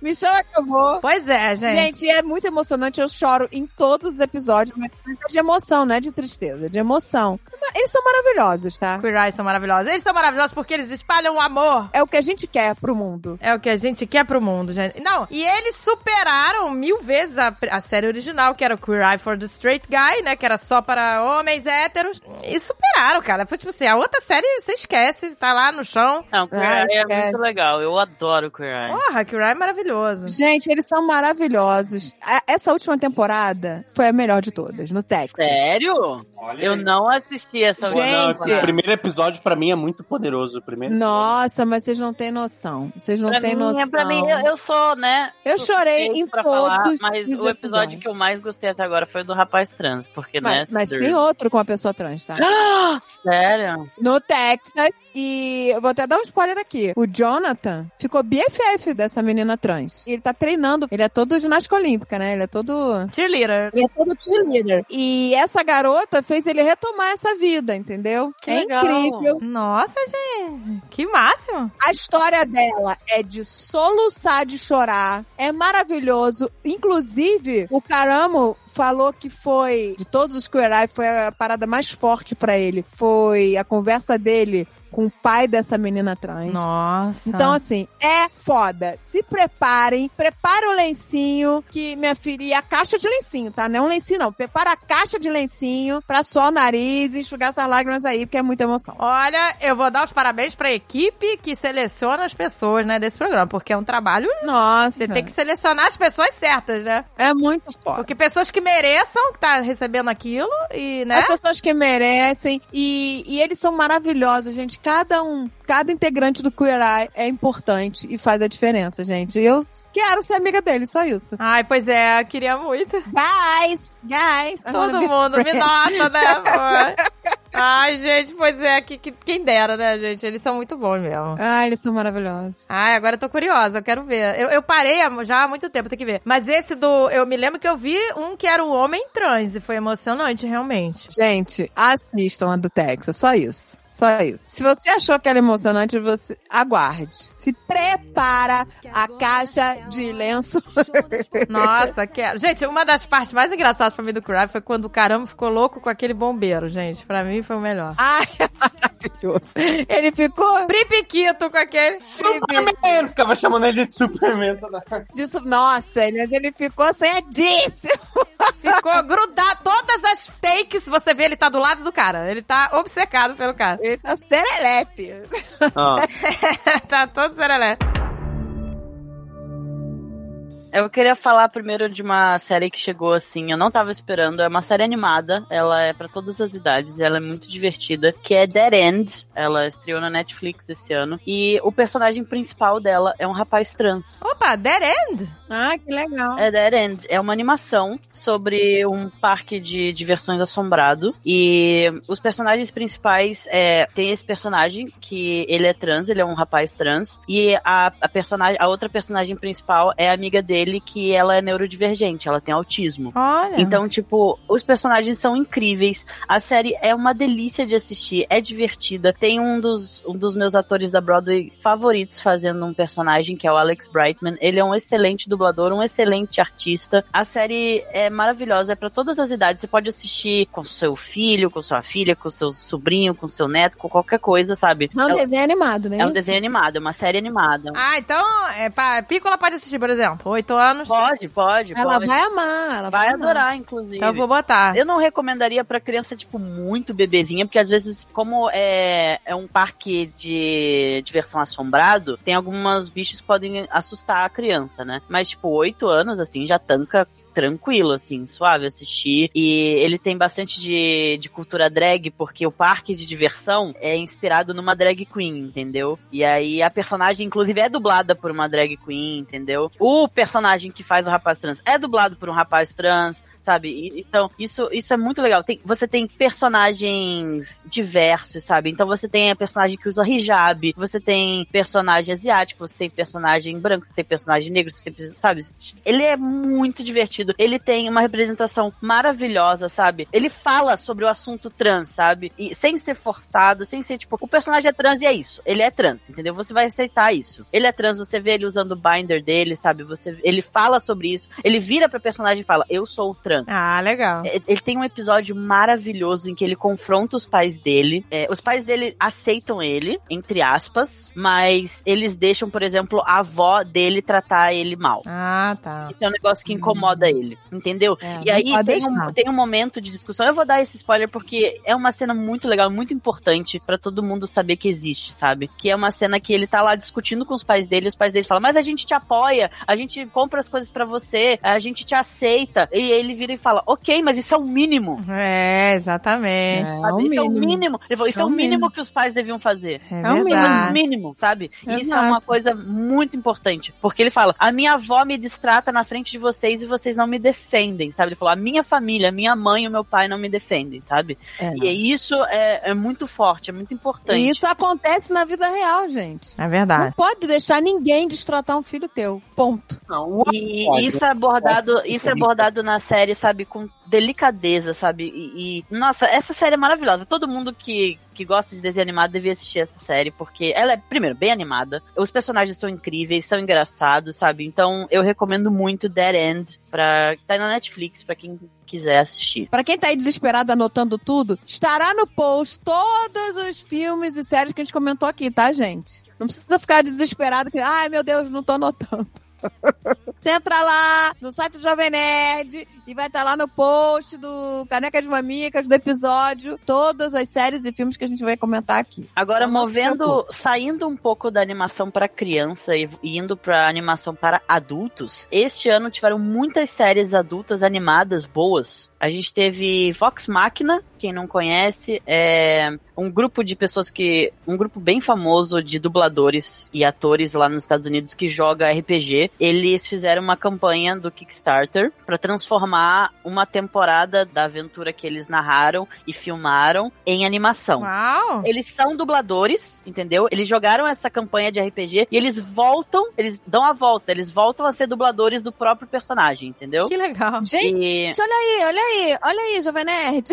Me chama que eu vou. Pois é, gente. Gente, é muito emocionante. Eu choro em todos os episódios, mas é de emoção, não é de tristeza, é de emoção. Eles são maravilhosos, tá? Queer Eyes são maravilhosos. Eles são maravilhosos porque eles espalham o amor. É o que a gente quer pro mundo. É o que a gente quer pro mundo, gente. Não, e eles superaram mil vezes a, a série original, que era o Queer Eye for the Straight Guy, né? Que era só para homens héteros. E superaram, cara. Foi tipo assim, a outra série você esquece, tá lá no chão. Não, Queer Ah, Eye é, é. muito legal. Eu adoro Queer Eye. Porra, Queer Eye é maravilhoso. Gente, eles são maravilhosos. A- Essa última temporada foi a melhor de todas, no Texas. Sério? Olha Eu aí. não assisti essa Gente, Não, temporada. o primeiro episódio pra mim é muito poderoso. O primeiro Nossa, mas vocês não têm noção. Vocês não Pra têm mim, noção. é pra mim, eu, eu sou, né? Eu chorei em suspeito pra todos falar, os Mas o episódio episódios. que eu mais gostei até agora foi do rapaz trans, porque, né? Mas, mas Dur- tem outro com a pessoa trans, <laughs> tá? Ah, <gasps> Sério? No Texas. E eu vou até dar um spoiler aqui. O Jonathan ficou BFF dessa menina trans. Ele tá treinando. Ele é todo ginástica olímpica, né? Ele é todo Cheerleader. Ele é todo cheerleader. E essa garota fez ele retomar essa vida, entendeu? Que é legal. incrível. Nossa, gente. Que máximo. A história dela é de soluçar, de chorar. É maravilhoso. Inclusive, o Caramo falou que foi, de todos os Queer Eye, foi a parada mais forte pra ele. Foi a conversa dele com o pai dessa menina trans. Nossa. Então, assim, é foda. Se preparem, prepara o lencinho, que minha filha. E a caixa de lencinho, tá? Não é um lencinho, não. Prepara a caixa de lencinho pra suar o nariz e enxugar essas lágrimas aí, porque é muita emoção. Olha, eu vou dar os parabéns pra equipe que seleciona as pessoas, né, desse programa, porque é um trabalho. Nossa, Você tem que selecionar as pessoas certas, né? é muito foda. Porque pessoas que mereçam que tá recebendo aquilo e, né? As pessoas que merecem. E, e eles são maravilhosos, gente. Cada um, cada integrante do Queer Eye é importante e faz a diferença, gente. E eu quero ser amiga deles, só isso. Ai, pois é, eu queria muito. Guys, guys. I wanna Todo be mundo me friends. nota, né? pô? Ai, gente, pois é, que, que- quem dera, né, gente? Eles são muito bons mesmo. Ai, Ah, eles são maravilhosos. Ai, agora eu tô curiosa, eu quero ver. Eu, eu parei há- já há muito tempo, tem que ver. Mas esse do. Eu me lembro que eu vi um que era o homem trans e foi emocionante, <laughs> realmente. Gente, assistam a do Texas, só isso. Só isso. Se você achou que era emocionante, você aguarde. Se prepara a caixa de lenço. Nossa, quero. Gente, uma das partes mais engraçadas pra mim do Cry foi quando o caramba ficou louco com aquele bombeiro, gente. Pra mim foi o melhor. <laughs> Ai, é maravilhoso. Ele ficou Pripiquito com aquele. Superman! Eu ficava chamando ele de Superman. toda hora. disso. Nossa, mas ele ficou sanhadíssimo. <laughs> Ficou grudado. Todas as takes, você vê, ele tá do lado do cara. Ele tá obcecado pelo cara. <laughs> Ele tá serelepe. Ah, tá todo serelé. Eu queria falar primeiro de uma série que chegou assim, eu não tava esperando. É uma série animada, ela é pra todas as idades, ela é muito divertida, que é Dead End. Ela estreou na Netflix esse ano. E o personagem principal dela é um rapaz trans. Opa, Dead End? Ah, que legal. É Dead End. É uma animação sobre um parque de diversões assombrado. E os personagens principais é, tem esse personagem que ele é trans, ele é um rapaz trans. E a, a personagem, a outra personagem principal é a amiga dele que ela é neurodivergente, ela tem autismo. É. Olha. Então, tipo, os personagens são incríveis. A série é uma delícia de assistir, é divertida. Tem um dos, um dos meus atores da Broadway favoritos fazendo um personagem, que é o Alex Brightman. Ele é um excelente dublador, um excelente artista. A série é maravilhosa, é pra todas as idades. Você pode assistir com seu filho, com sua filha, com seu sobrinho, com seu neto, com qualquer coisa, sabe? É um É, desenho animado, né? é um desenho animado, é uma série animada. Ah, então, é, pá, Pícola pode assistir, por exemplo. Oito anos. Pode, pode, Ela pode. vai amar, ela vai, Vai amar. adorar, inclusive. Então eu vou botar. Eu não recomendaria pra criança, tipo, muito bebezinha, porque às vezes, como é, é um parque de diversão assombrado, tem algumas bichos que podem assustar a criança, né? Mas, tipo, oito anos, assim, já tanca tranquilo, assim, suave assistir. E ele tem bastante de, de cultura drag, porque o parque de diversão é inspirado numa drag queen, entendeu? E aí a personagem, inclusive, é dublada por uma drag queen, entendeu? O personagem que faz o rapaz trans é dublado por um rapaz trans sabe? E- Então, isso, isso é muito legal. Tem, você tem personagens diversos, sabe? Então você tem a personagem que usa hijab, você tem personagem asiático, você tem personagem branco, você tem personagem negro, você tem, pe- sabe? Ele é muito divertido. Ele tem uma representação maravilhosa, sabe? Ele fala sobre o assunto trans, sabe? E sem ser forçado, sem ser tipo, o personagem é trans e é isso. Ele é trans, entendeu? Você vai aceitar isso. Ele é trans, você vê ele usando o binder dele, sabe? Você, ele fala sobre isso. Ele vira pra personagem e fala: "Eu sou o trans". Ah, legal. É, Ele tem um episódio maravilhoso em que ele confronta os pais dele. É, os pais dele aceitam ele, entre aspas, mas eles deixam, por exemplo, a avó dele tratar ele mal. Ah, tá. Isso é um negócio que incomoda ele, entendeu? É, E aí pode tem um, deixar. tem um momento de discussão. Eu vou dar esse spoiler porque é uma cena muito legal, muito importante pra todo mundo saber que existe, sabe? Que é uma cena que ele tá lá discutindo com os pais dele, os pais dele falam: "Mas a gente te apoia, a gente compra as coisas pra você, a gente te aceita". E ele vira e fala: "OK, mas isso é o mínimo". É, exatamente. É, sabe? o isso é o mínimo. mínimo. Ele falou, isso é, o mínimo, que os pais deviam fazer. É, É o mínimo, O verdade. mínimo, sabe? E Isso é Exato. uma coisa muito importante. Porque ele fala: a minha avó me distrata na frente de vocês e vocês não me defendem, sabe? Ele falou: a minha família, a minha mãe e o meu pai não me defendem, sabe? É. E isso é, é muito forte, é muito importante. E isso acontece na vida real, gente. É Não verdade. pode deixar ninguém destratar um filho teu. Ponto. Não, E isso é abordado, isso é abordado na série, sabe, com delicadeza, sabe? E, e- nossa, essa série é maravilhosa. Todo mundo que, que gosta de desenho animado devia assistir essa série, porque ela é, primeiro, bem animada. Os personagens são incríveis, são engraçados, sabe? Então eu recomendo muito Dead End pra. Tá na Netflix, pra quem quiser assistir. Pra quem tá aí desesperado anotando tudo, estará no post todos os filmes e séries que a gente comentou aqui, tá, gente? Não precisa ficar desesperado que, ai meu Deus, não tô anotando. <laughs> Você entra lá no site do Jovem Nerd e vai estar lá no post do Caneca de Mamicas, do episódio, todas as séries e filmes que a gente vai comentar aqui. Agora, Então, não se movendo, preocupe. saindo um pouco da animação para criança e e indo para animação para adultos, este ano tiveram muitas séries adultas animadas boas. A gente teve Vox Machina, quem não conhece, é um grupo de pessoas que. um grupo bem famoso de dubladores e atores lá nos Estados Unidos que joga RPG. Eles fizeram uma campanha do Kickstarter para transformar uma temporada da aventura que eles narraram e filmaram em animação. Uau! Eles são dubladores, entendeu? Eles jogaram essa campanha de RPG e eles voltam, eles dão a volta, eles voltam a ser dubladores do próprio personagem, entendeu? Que legal. Gente, E, olha aí, olha aí, olha aí, Jovem Nerd.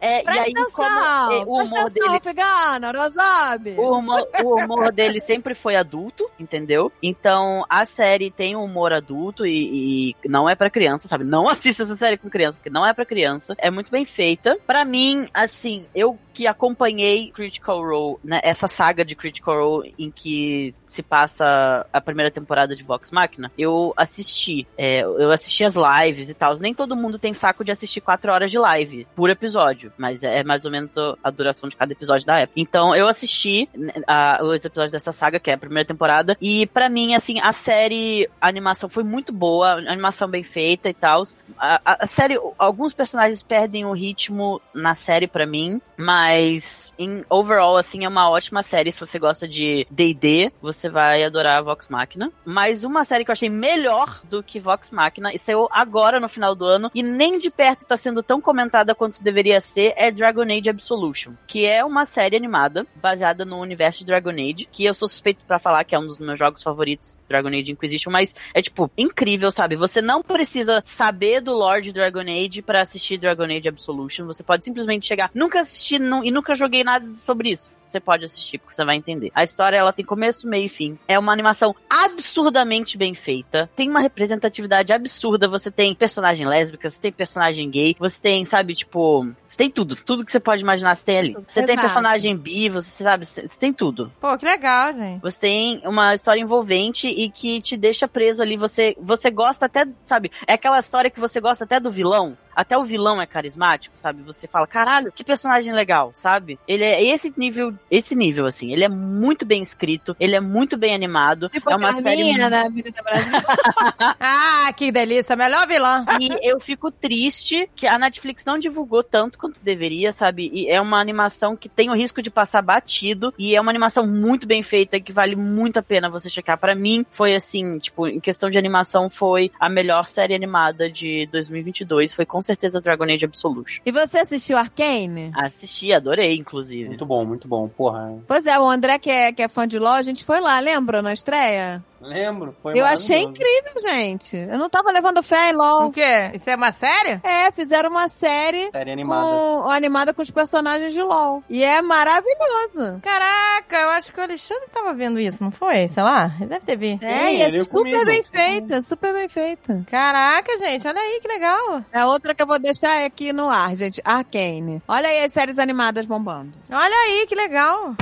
é, e Presta aí, atenção, como é, o presta humor atenção, deles. Figana, Rosabe. O humor, o humor dele sempre foi adulto, entendeu? Então a série tem um humor adulto e, e não é pra criança, sabe? Não <laughs> assista essa série com criança, porque não é pra criança. É muito bem feita. Pra mim, assim, eu que acompanhei Critical Role, né, essa saga de Critical Role em que se passa a primeira temporada de Vox Machina, eu assisti. É, eu assisti as lives e tal. Nem todo mundo tem saco de assistir quatro horas de live por episódio, mas é mais ou menos o- a duração de cada episódio da época. Então eu assisti né, a- os episódios dessa saga, que é a primeira temporada, e pra mim, assim, a série, a animação foi muito boa, a animação bem feita e tal. A, a- a série, alguns personagens perdem o ritmo na série pra mim, mas em overall, assim, é uma ótima série. Se você gosta de D&D, você vai adorar Vox Machina. Mas uma série que eu achei melhor do que Vox Machina, e saiu agora no final do ano, e nem de perto tá sendo tão comentada quanto deveria ser, é Dragon Age Absolution, que é uma série animada baseada no universo de Dragon Age, que eu sou suspeito pra falar que é um dos meus jogos favoritos, Dragon Age Inquisition, mas é tipo, incrível, sabe? Você não precisa saber do Lord Dragon Age pra assistir Dragon Age Absolution. Você pode simplesmente chegar, nunca assisti nu- e nunca joguei nada sobre isso. Você pode assistir, porque você vai entender. A história, ela tem começo, meio e fim. É uma animação absurdamente bem feita. Tem uma representatividade absurda. Você tem personagem lésbica, você tem personagem gay, você tem, sabe, tipo... Você tem tudo. Tudo que você pode imaginar, você tem ali. Você tem Exato. personagem bi, você sabe, você você tem tudo. Pô, que legal, gente. Você tem uma história envolvente e que te deixa preso ali. Você, você gosta até, sabe? É aquela história que você gosta até do vilão. Até o vilão é carismático, sabe? Você fala, caralho, que personagem legal, sabe? Ele é esse nível, esse nível, assim. Ele é muito bem escrito, ele é muito bem animado. Tipo é a uma série Carminha na vida do Brasil. Ah, que delícia. Melhor vilã. E eu fico triste que a Netflix não divulgou tanto quanto deveria, sabe? E é uma animação que tem o risco de passar batido. E é uma animação muito bem feita que vale muito a pena você checar. Pra mim, foi assim, tipo, em questão de animação, foi a melhor série animada de 2022. Foi com certeza Dragon Age Absolution. E você assistiu Arcane? Assisti, adorei, inclusive. Muito bom, muito bom. Porra. Pois é, o André, que é, que é fã de LOL, a gente foi lá, lembra, na estreia? Lembro, foi Eu achei maravilhoso. incrível, gente. Eu não tava levando fé em LOL. O quê? Isso é uma série? É, fizeram uma série Série animada. com, animada com os personagens de LOL. E é maravilhoso. Caraca, eu acho que o Alexandre tava vendo isso, não foi? Sei lá, ele deve ter visto. É, e é ele super comigo. bem feita, super bem feita. Caraca, gente, olha aí que legal. A outra que eu vou deixar é aqui no ar, gente. Arcane. Olha aí as séries animadas bombando. Olha aí que legal.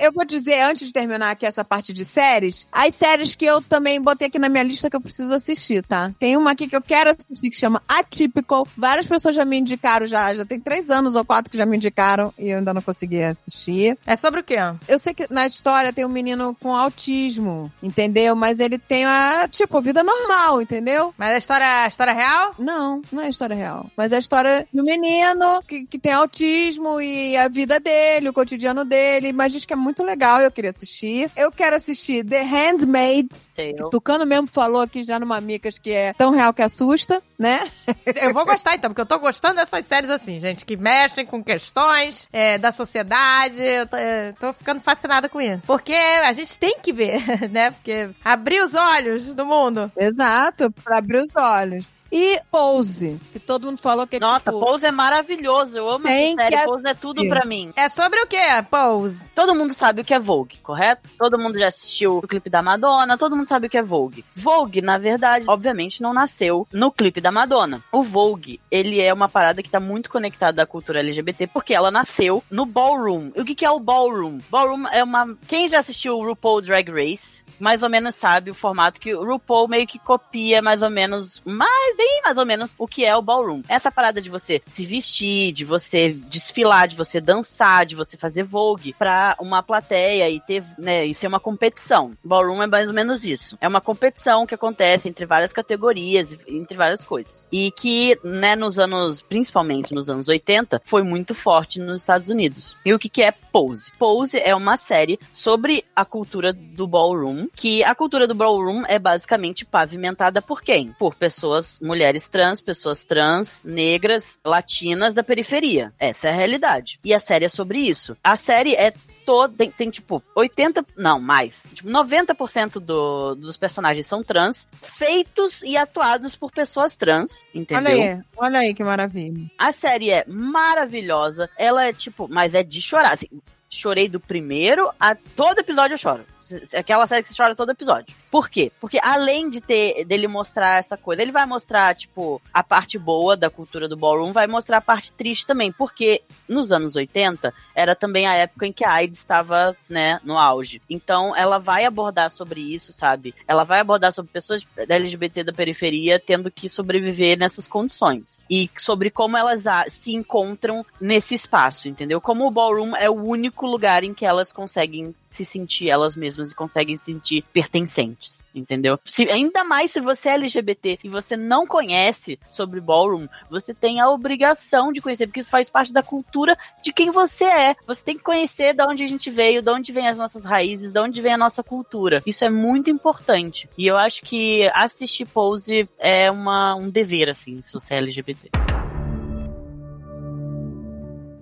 Eu vou dizer, antes de terminar aqui essa parte de séries, as séries que eu também botei aqui na minha lista que eu preciso assistir, tá? Tem uma aqui que eu quero assistir que chama Atypical. Várias pessoas já me indicaram, já, já tem três anos ou quatro que já me indicaram e eu ainda não consegui assistir. É sobre o quê? Eu sei que na história tem um menino com autismo, entendeu? Mas ele tem a, tipo, vida normal, entendeu? Mas a história, a história real? Não, não é a história real. Mas é a história de um menino que, que tem autismo e a vida dele, o cotidiano dele. Mas diz que é muito legal, eu queria assistir. Eu quero assistir The Handmaids. Eu- Tucano mesmo falou aqui já no Mamicas que é tão real que assusta, né? Eu vou gostar então, porque eu tô gostando dessas séries assim, gente, que mexem com questões é, da sociedade. Eu tô, é, tô ficando fascinada com isso. Porque a gente tem que ver, <laughs> né? Porque abrir os olhos do mundo. Exato, pra abrir os olhos. E Pose, que todo mundo falou que é Nota, tipo... Pose é maravilhoso. Eu amo Tem essa série. que Pose é tudo assistir. pra mim. É sobre o quê? Pose. Todo mundo sabe o que é Vogue, correto? Todo mundo já assistiu o clipe da Madonna, todo mundo sabe o que é Vogue. Vogue, na verdade, obviamente não nasceu no clipe da Madonna. O Vogue, ele é uma parada que tá muito conectada à cultura LGBT, porque ela nasceu no ballroom. E o que que é o ballroom? Ballroom é uma... Quem já assistiu o RuPaul Drag Race, mais ou menos sabe o formato que o RuPaul meio que copia mais ou menos, mais bem mais ou menos o que é o ballroom. Essa parada de você se vestir, de você desfilar, de você dançar, de você fazer vogue pra uma plateia e ter, né, e ser uma competição. Ballroom é mais ou menos isso. É uma competição que acontece entre várias categorias, e- entre várias coisas. E que, né, nos anos, principalmente nos anos 80, foi muito forte nos Estados Unidos. E o que que é Pose? Pose é uma série sobre a cultura do ballroom, que a cultura do ballroom é basicamente pavimentada por quem? Por pessoas, mulheres trans, pessoas trans, negras, latinas da periferia. Essa é a realidade. E a série é sobre isso. A série é toda. Tem, tem, tipo 80. Não, mais. Tipo, 90% do, dos personagens são trans, feitos e atuados por pessoas trans. Entendeu? Olha aí, olha aí que maravilha. A série é maravilhosa. Ela é tipo, mas é de chorar. assim. chorei do primeiro a todo episódio eu choro. S- s- Aquela série que você chora todo episódio. Por quê? Porque além de ter dele mostrar essa coisa, ele vai mostrar, tipo, a parte boa da cultura do ballroom, vai mostrar a parte triste também. Porque nos anos 80 era também a época em que a AIDS estava, né, no auge. Então ela vai abordar sobre isso, sabe? Ela vai abordar sobre pessoas da LGBT da periferia tendo que sobreviver nessas condições. E sobre como elas a- se encontram nesse espaço, entendeu? Como o ballroom é o único lugar em que elas conseguem se sentir elas mesmas e conseguem se sentir pertencentes, entendeu? Se- ainda mais se você é LGBT e você não conhece sobre ballroom, você tem a obrigação de conhecer, porque isso faz parte da cultura de quem você é. Você tem que conhecer de onde a gente veio, de onde vem as nossas raízes, de onde vem a nossa cultura. Isso é muito importante. E eu acho que assistir Pose é uma, um dever, assim, se você é LGBT.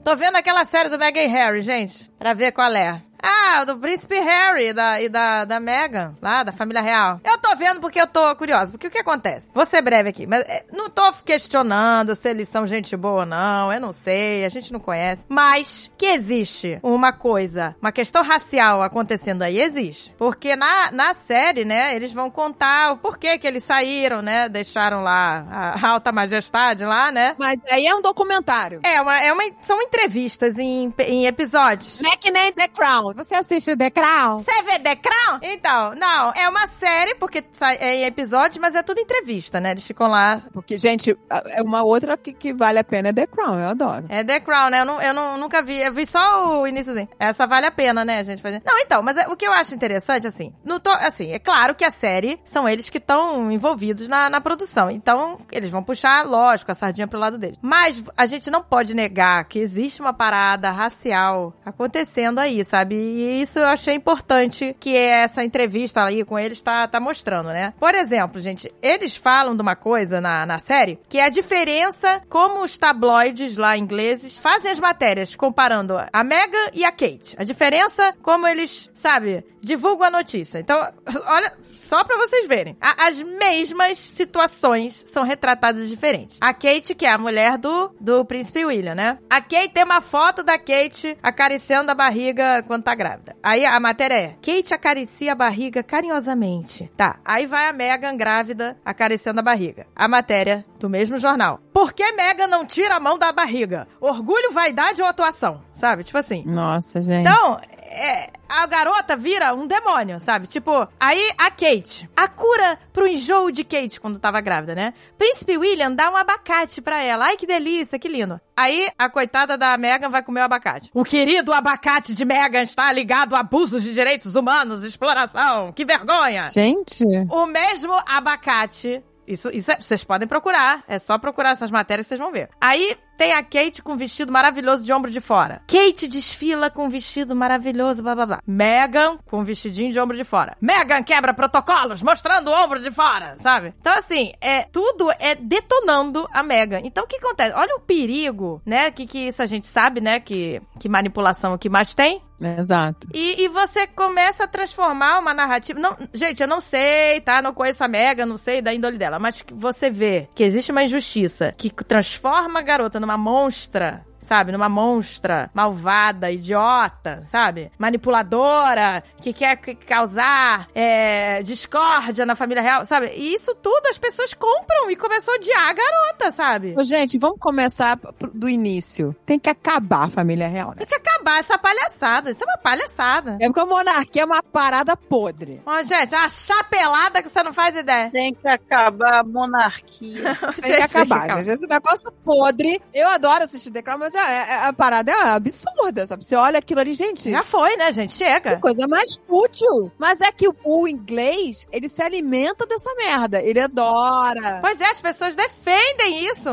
Tô vendo aquela série do Meghan e Harry, gente, pra ver qual é. Ah, do príncipe Harry e da, e da, da Meghan, lá da família real. Eu tô vendo porque eu tô curiosa. Porque o que acontece? Vou ser breve aqui, mas é, não tô questionando se eles são gente boa ou não, eu não sei, a gente não conhece. Mas que existe uma coisa, uma questão racial acontecendo aí, existe. Porque na, na série, né, eles vão contar o porquê que eles saíram, né, deixaram lá a alta majestade lá, né. Mas aí é um documentário. É, uma, é uma, são entrevistas em, em episódios. Não é que nem The Crown, Crown? Você assistiu The Crown? Você vê The Crown? Então, não, é uma série, porque sai- é em episódios, mas é tudo entrevista, né? Eles ficam lá. Porque, gente, é uma outra que, que vale a pena é The Crown, eu adoro. É The Crown, né? Eu, não, eu não- nunca vi, eu vi só o iníciozinho. Essa vale a pena, né, gente? Pra gente- Não, então, mas é- o que eu acho interessante, assim, no to- assim, é claro que a série são eles que estão envolvidos na, na produção. Então, eles vão puxar, lógico, a sardinha pro lado deles. Mas a gente não pode negar que existe uma parada racial acontecendo aí, sabe? E isso eu achei importante que essa entrevista aí com eles tá, tá mostrando, né? Por exemplo, gente, eles falam de uma coisa na, na série que é a diferença como os tabloides lá ingleses fazem as matérias comparando a Meghan e a Kate. A diferença como eles, sabe, divulgam a notícia. Então, <laughs> olha, só pra vocês verem. A- as mesmas situações são retratadas diferentes. A Kate, que é a mulher do, do príncipe William, né? A Kate tem uma foto da Kate acariciando a barriga quando tá grávida. Aí a matéria é: Kate acaricia a barriga carinhosamente. Tá, aí vai a Megan grávida acariciando a barriga. A matéria do mesmo jornal. Por que Megan não tira a mão da barriga? Orgulho, vaidade ou atuação? Sabe? Tipo assim. Nossa, gente. Então, é, a garota vira um demônio, sabe? Tipo, aí a Kate. A cura pro enjoo de Kate quando tava grávida, né? Príncipe William dá um abacate pra ela. Ai, que delícia, que lindo. Aí a coitada da Megan vai comer o abacate. O querido abacate de Megan está ligado a abusos de direitos humanos, exploração. Que vergonha! é. Gente, O mesmo abacate. Isso, isso é- vocês podem procurar. É só procurar essas matérias que vocês vão ver. Aí tem a Kate com um vestido maravilhoso de ombro de fora. Kate desfila com um vestido maravilhoso, blá blá blá. Megan com um vestidinho de ombro de fora. Megan quebra protocolos mostrando o ombro de fora, sabe? Então, assim, é tudo é detonando a Megan. Então, o que acontece? Olha o perigo, né? Que, que isso a gente sabe, né? Que, que manipulação é o que mais tem. exato. E, e você começa a transformar uma narrativa. Não, gente, eu não sei, tá? Não conheço a Mega, não sei da índole dela. Mas que você vê que existe uma injustiça que transforma a garota numa monstra. Sabe, numa monstra malvada, idiota, sabe? Manipuladora, que quer c- causar é, discórdia na família real, sabe? E isso tudo as pessoas compram e começam a odiar a garota, sabe? Ô, gente, vamos começar pro- do início. Tem que acabar a família real, né? Tem que acabar essa palhaçada. Isso é uma palhaçada. É porque a monarquia é uma parada podre. Ó, gente, é uma chapelada que você não faz ideia. Tem que acabar a monarquia. Tem que <laughs> acabar. né? Gente. Esse negócio podre. Eu adoro assistir The Crown, mas é- é- a parada é absurda, sabe? Você olha aquilo ali, gente. Já foi, né, gente? Que Chega. coisa mais fútil. Mas é que o, o inglês, ele se alimenta dessa merda. Ele adora. Pois é, as pessoas defendem isso.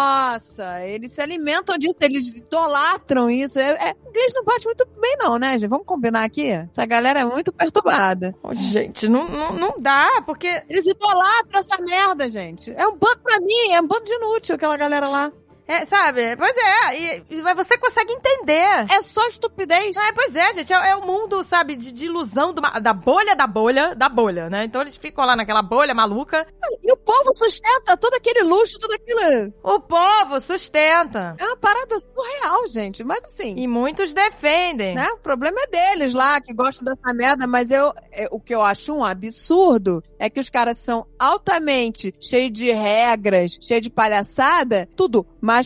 Nossa, eles se alimentam disso, eles idolatram isso. É, é, o inglês não bate muito bem, não, né, gente? Vamos combinar aqui? Essa galera é muito perturbada. Ô, gente, não, não, não dá, porque. Eles idolatram essa merda, gente. É um bando pra mim, é um bando de inútil aquela galera lá. É, sabe? Pois é, e, e você consegue entender. É só estupidez. Ah, pois é, gente, é, é o mundo, sabe, de, de ilusão do ma- da bolha, da bolha, da bolha, né? Então eles ficam lá naquela bolha maluca. E o povo sustenta todo aquele luxo, tudo aquilo. É O povo sustenta. uma parada surreal, gente. Mas assim. E muitos defendem. né? O problema é deles lá, que gostam dessa merda, mas eu, é, o que eu acho um absurdo é que os caras são altamente cheios de regras, cheios de palhaçada, tudo machista.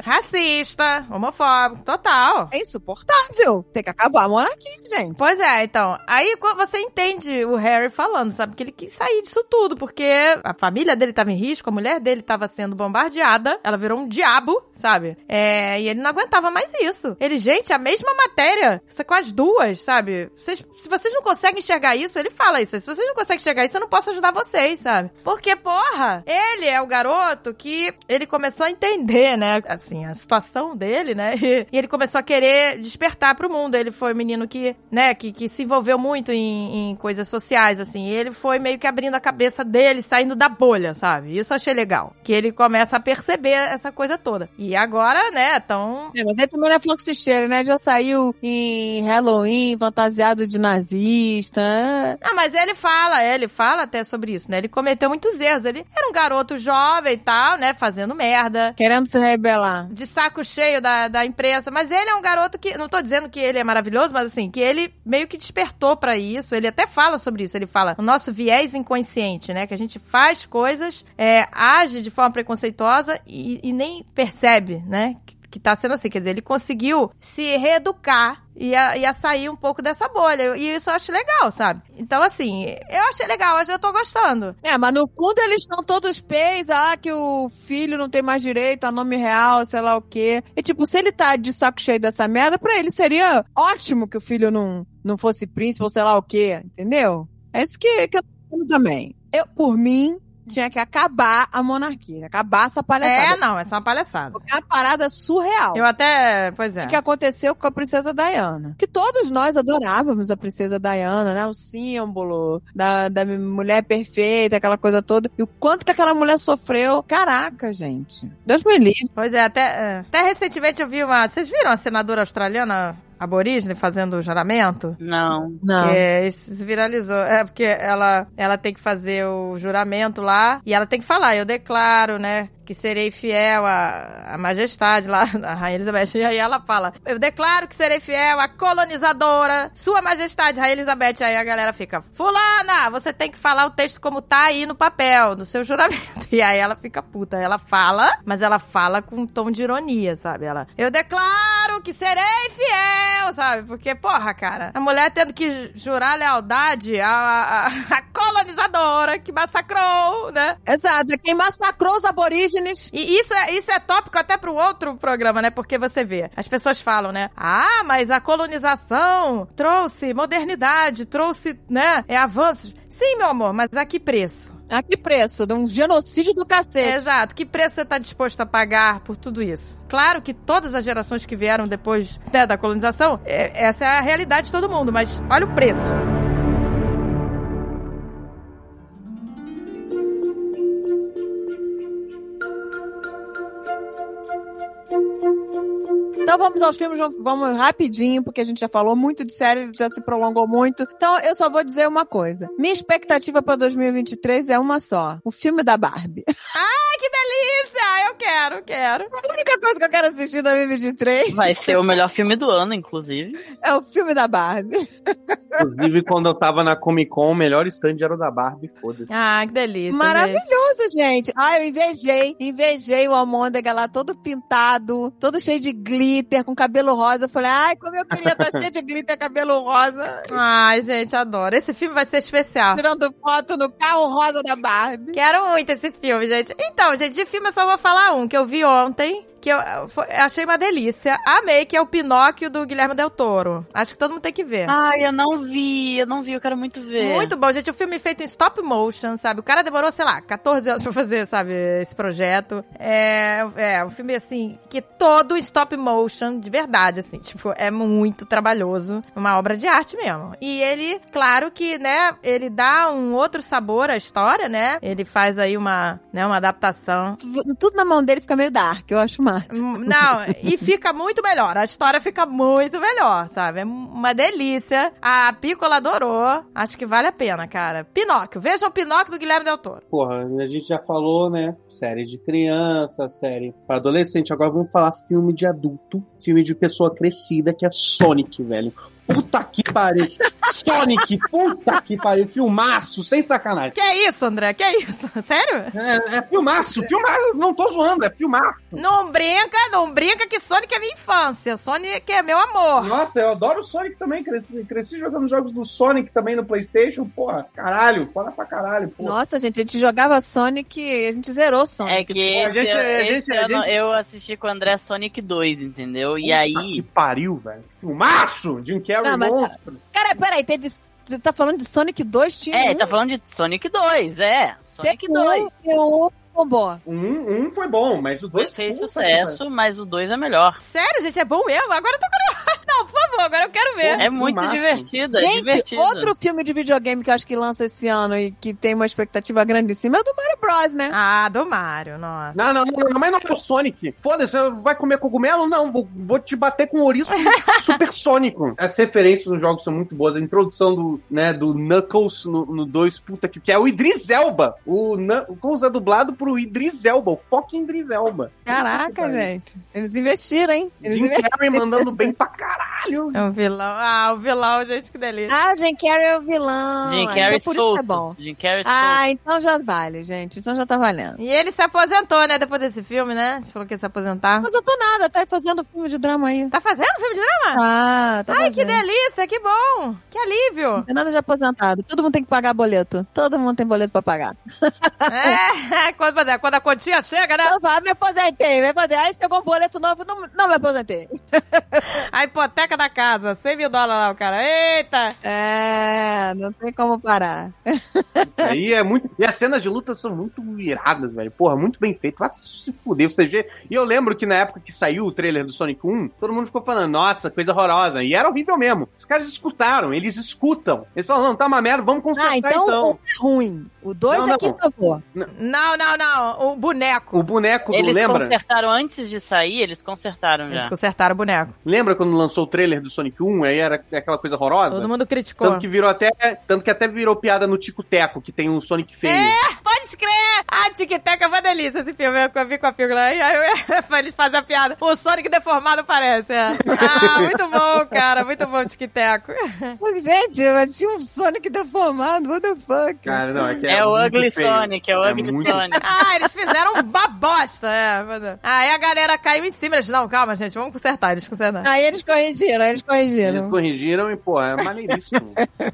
Racista, homofóbico, total. É insuportável. Tem que acabar a monarquia, gente. Pois é, então. Aí co- você entende o Harry falando, sabe? Que ele quis sair disso tudo, porque a família dele tava em risco, a mulher dele tava sendo bombardeada, ela virou um diabo, sabe? É, e ele não aguentava mais isso. Ele, gente, a mesma matéria, só com as duas, sabe? Vocês- se vocês não conseguem enxergar isso, ele fala isso. Se vocês não conseguem enxergar isso, eu não posso ajudar vocês, sabe? Porque, porra, ele é o garoto que ele começou a entender, né? Assim, a situação dele, né? E, e ele começou a querer despertar pro mundo. Ele foi um menino que, né, que, que se envolveu muito em, em coisas sociais, assim. E ele foi meio que abrindo a cabeça dele, saindo da bolha, sabe? Isso eu achei legal. Que ele começa a perceber essa coisa toda. E agora, né, tão. É, mas ele também não é fluxicheiro, né? Já saiu em Halloween, fantasiado de nazista. Ah, mas ele fala, ele fala até sobre isso, né? Ele cometeu muitos erros. Ele era um garoto jovem e tal, né? Fazendo merda. Querendo se rebelar. de saco cheio da, da imprensa. Mas ele é um garoto que. Não tô dizendo que ele é maravilhoso, mas assim, que ele meio que despertou pra isso. Ele até fala sobre isso. Ele fala o nosso viés inconsciente, né? Que a gente faz coisas, é, age de forma preconceituosa e, e nem percebe, né? que- que tá sendo assim. Quer dizer, ele conseguiu se reeducar e a, e a sair um pouco dessa bolha. E isso eu acho legal, sabe? Então, assim, eu achei legal, eu tô gostando. É, mas no fundo eles estão todos pés, ah, que o filho não tem mais direito a nome real, sei lá o quê. E tipo, se ele tá de saco cheio dessa merda, pra ele seria ótimo que o filho não, não fosse príncipe ou sei lá o quê, entendeu? É isso que, que eu tô falando também. Eu, por mim, tinha que acabar a monarquia, acabar essa É, palhaçada. não, é só uma palhaçada. É uma parada surreal. Eu até. Pois é. O que aconteceu com a princesa Diana. Que todos nós adorávamos a princesa Diana, né? O símbolo da, da mulher perfeita, aquela coisa toda. E o quanto que aquela mulher sofreu. Caraca, gente. Deus me livre. Pois é, até, é. até recentemente eu vi uma. Vocês viram a senadora australiana aborígene fazendo o juramento? <laughs> Não. Não. É, isso se viralizou. É porque ela, ela tem que fazer o juramento lá e ela tem que falar, eu declaro, né? Que serei fiel à, à majestade lá, <laughs> a Rainha Elizabeth. E aí ela fala: Eu declaro que serei fiel à colonizadora, Sua Majestade, Rainha Elizabeth. Aí a galera fica: Fulana, você tem que falar o texto como tá aí no papel, no seu juramento. <laughs> E aí ela fica puta. Ela fala, mas ela fala com um tom de ironia, sabe? Ela: Eu declaro que serei É fiel, sabe? Porque, porra, cara, a mulher tendo que jurar lealdade à, à- à colonizadora que massacrou, né? Exato. É Quem massacrou os aborígenes. E isso é, isso é tópico até pro outro programa, né? Porque você vê, as pessoas falam, né? Ah, mas a colonização trouxe modernidade, trouxe, né? É avanços. Sim, meu amor, mas a que preço? A que preço? De um genocídio do cacete. Exato. Que preço você tá disposto a pagar por tudo isso? Claro que todas as gerações que vieram depois né, da colonização, é- essa é a realidade de todo mundo, mas olha o preço. Então vamos aos filmes, vamos- vamos rapidinho, porque a gente já falou muito de série, já se prolongou muito. Então eu só vou dizer uma coisa. Minha expectativa pra 2023 é uma só. O filme da Barbie. <laughs> Ah, eu quero, quero. A única coisa que eu quero assistir em 2023 Vai ser o melhor filme do ano, inclusive. é o filme da Barbie. Inclusive, quando eu tava na Comic Con, o melhor stand era o da Barbie, foda-se. Ah, que delícia. Maravilhoso, gente. gente. Ah, eu invejei. Invejei o Almôndega lá todo pintado, todo cheio de glitter, com cabelo rosa. Eu falei, ai, como eu queria estar cheio de glitter, cabelo rosa. Ai, gente, adoro. Esse filme vai ser especial. Tirando foto no carro rosa da Barbie. Quero muito esse filme, gente. Então, gente, de filme eu só vou falar um que eu vi ontem. Que eu eu fo- achei uma delícia. Amei, que é o Pinóquio do Guilherme Del Toro. Acho que todo mundo tem que ver. Ai, eu não vi, eu não vi, eu quero muito ver. É. Muito bom, gente. O filme é feito em stop motion, sabe? O cara demorou, sei lá, 14 anos pra fazer, sabe, esse projeto. É, é um filme, assim, que é todo em stop motion, de verdade, assim. Tipo, é muito trabalhoso. É Uma obra de arte mesmo. E ele, claro que, né, ele dá um outro sabor à história, né? Ele faz aí uma, né, uma adaptação Tudo na mão dele fica meio dark, eu acho massa. Hum, Não, e fica muito melhor. A história fica muito melhor, sabe? É uma delícia. A Piccola adorou. Acho que vale a pena, cara. Pinóquio. Vejam o Pinóquio do Guilherme Del Toro. Porra, a gente já falou, né? Série de criança, série pra adolescente. Agora vamos falar filme de adulto, filme de pessoa crescida, que é Sonic, velho. Puta que pariu. Sonic, puta que pariu. Filmaço, sem sacanagem. Que é isso, André? Que isso? <laughs> Sério? É, é filmaço, filmaço. Não tô zoando, é filmaço. Não brinca, não brinca que Sonic é minha infância. Sonic é meu amor. Nossa, eu adoro o Sonic também. Cresci, cresci jogando jogos do Sonic também no PlayStation. Porra, caralho, foda pra caralho. Porra. Nossa, gente, a gente jogava Sonic, a gente zerou Sonic. É que esse, gente- ano- a gente- esse a ano gente- eu assisti com o André Sonic 2, entendeu? E aí. Que pariu, velho. Filmaço! Jim Carrey, um Não, mas- tá- monstro. Cara, peraí, teve. Você tá falando de Sonic 2? Tinha É, um, ele tá falando de Sonic 2, é. Sonic teve um 2. e o outro bombou. Um, um foi bom, mas o dois... Fez puta que sucesso, mas o 2 é melhor. Sério, gente, é bom mesmo? Agora eu tô curiosa. <laughs> Não, por favor, agora eu quero ver. É muito máximo. divertido, é Gente, divertido. outro filme de videogame que eu acho que lança esse ano e que tem uma expectativa grandíssima é o do Mario Bros, né? Ah, do Mário, nossa. Não, não, não, não, mas não é o Sonic. Foda-se, vai comer cogumelo? Não, vou, vou te bater com o <laughs> ouriço supersônico. As referências nos jogos são muito boas. A introdução do, né, do Knuckles no 2, puta que... Que é o Idris Elba. O Knu- o Knuckles é dublado pro Idris Elba, o fucking Idris Elba. Caraca, gente. Eles investiram, hein? Eles Jim investiram. Carrey mandando bem pra caralho. caralho. É um vilão. Ah, o vilão, gente, que delícia. Ah, o Jim Carrey é o vilão. Jim Ah, Carrey então por isso solto. que é bom. Jim Carrey solto. Ah, então já vale, gente. Então já tá valendo. E ele se aposentou, né, depois desse filme, né? Você falou que ia se aposentar. Mas eu tô nada, tá fazendo filme de drama aí. Tá fazendo filme de drama? Ah, tá Ai, que fazendo. delícia, que bom. Que alívio. <laughs> Não tem nada de aposentado. Todo mundo tem que pagar boleto. Todo mundo tem boleto pra pagar. Tá. É, quando, quando a quantia chega, né? Eu falo, Então me aposentei, me aposentei. Aí chegou um boleto novo, não, não me aposentei. A hipoteca da casa, 100 mil dólares lá, o cara. Eita! É, não tem como parar. Aí é muito. E as cenas de luta são muito viradas, velho. Porra, muito bem feito. Vai se fuder, você vê. E eu lembro que na época que saiu o trailer do Sonic 1, todo mundo ficou falando, nossa, coisa horrorosa. E era horrível mesmo. Os caras escutaram, eles escutam. Eles falam, não, tá uma merda, vamos consertar Ah, então, o é ruim. O dois é Não, não. é aqui salvou. Não, não, não. O boneco. O boneco, Eles lembra? consertaram antes de sair, eles consertaram Eles já. consertaram o boneco. Lembra quando lançou o trailer do Sonic 1? Aí era aquela coisa horrorosa? Todo mundo criticou. Tanto Então, que virou até. Tanto que até virou piada no Tico Teco, que tem um Sonic feio. É! Pode crer! A Tic Tac é uma delícia esse filme. Eu vi com a figura aí, aí eu, <laughs> pra eles fazerem a piada. O Sonic deformado parece, é. Ah, muito bom, cara. Muito bom, Tic Tac. Mas, Gente, eu tinha um Sonic deformado, what the fuck? Cara, não, é que É, o muito Ugly feio. Sonic, é o É Ugly muito- Sonic. Ah, eles fizeram uma bosta, é. mas é. Aí a galera caiu em cima. Eles, não, calma, gente, vamos consertar. Eles consertaram. Aí eles corrigiram, aí eles Eles corrigiram. corrigiram e, pô, é maneiríssimo.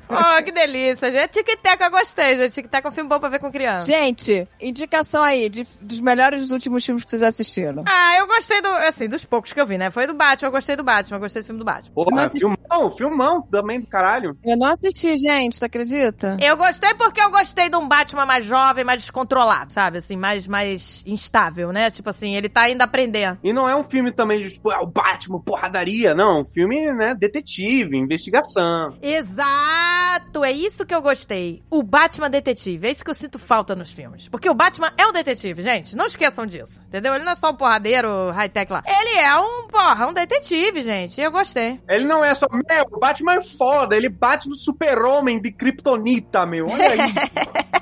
Oh, que delícia, gente. Tic Tac eu gostei, gente. Tic Tac é um filme bom pra ver com criança. Gente, indicação aí de- dos melhores últimos filmes que vocês assistiram. Ah, eu gostei do. Assim, dos poucos que eu vi, né? Foi do Batman, eu gostei do Batman, eu gostei do filme do Batman. Porra, Mas- filmão, é um filmão também do caralho. Eu não assisti, gente, tu acredita? Eu gostei porque eu gostei de um Batman mais jovem, mais descontrolado, sabe? Assim, mais, mais instável, né? Tipo assim, ele tá ainda aprendendo. E não é um filme também de tipo, ah, o Batman, porradaria. Não, é um filme, né, detetive, investigação. Exato! É isso que eu gostei. O Batman detetive. É isso que eu sinto falta nos filmes. Porque o Batman é um detetive, gente. Não esqueçam disso. Entendeu? Ele não é só um porradeiro high-tech lá. Ele é um, porra, um detetive, gente. E eu gostei. Ele não é só. Meu, o Batman é foda, ele bate no super-homem de Kryptonita, meu. <laughs> Olha aí.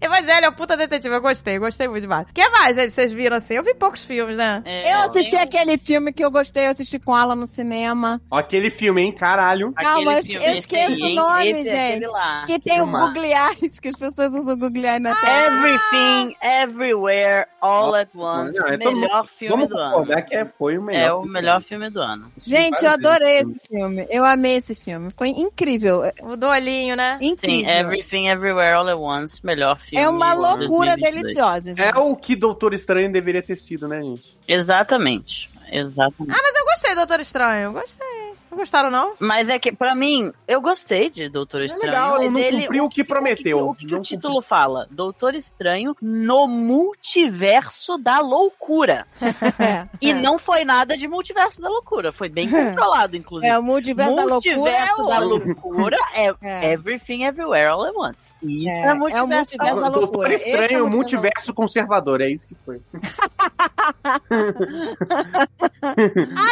Evangelho é um puta detetive. Eu gostei. Gostei muito mais. O que mais, gente? Vocês viram assim? Eu vi poucos filmes, né? É, Eu assisti aquele filme que eu gostei, eu assisti com ela no cinema. Ó, Aquele filme, hein, caralho. aquele Calma, eu filme, esque- eu esse esqueço aí, o hein? nome, Esse é aquele gente. lá. Que tem o filmar. Google Eyes, que as pessoas usam Google Eyes na Ah! tela. Everything, Everywhere, All at Once. Não, é todo melhor filme Vamos do ano. concordar que é- foi o melhor. É o filme. melhor filme do ano. Gente, eu Várias vezes adorei filme. esse filme. Eu amei esse filme. Foi incrível. é- O do olhinho, né? Incrível. Sim, Everything, Everywhere, All at Once. Melhor filme. é um uma do loucura 2022. deliciosa, gente. É o que Doutor Estranho deveria ter sido, né, gente? Exatamente. Ah, Exatamente. Mas eu gostei do Doutor Estranho. Eu gostei. Não gostaram, não? Mas é que, pra mim, eu gostei de Doutor É Estranho. legal, mas não ele- cumpriu o que prometeu. O que, que Não o título fala? Doutor Estranho no multiverso da loucura. É. E não foi nada de multiverso da loucura. Foi <laughs> bem controlado, inclusive. É, o multiverso, da multiverso loucura. da é o- loucura é, <laughs> É. Everything Everywhere All at Once. Isso É, é, é o multiverso. multiverso da loucura. Doutor Esse é o Estranho, multiverso da multiverso conservador, é isso que foi.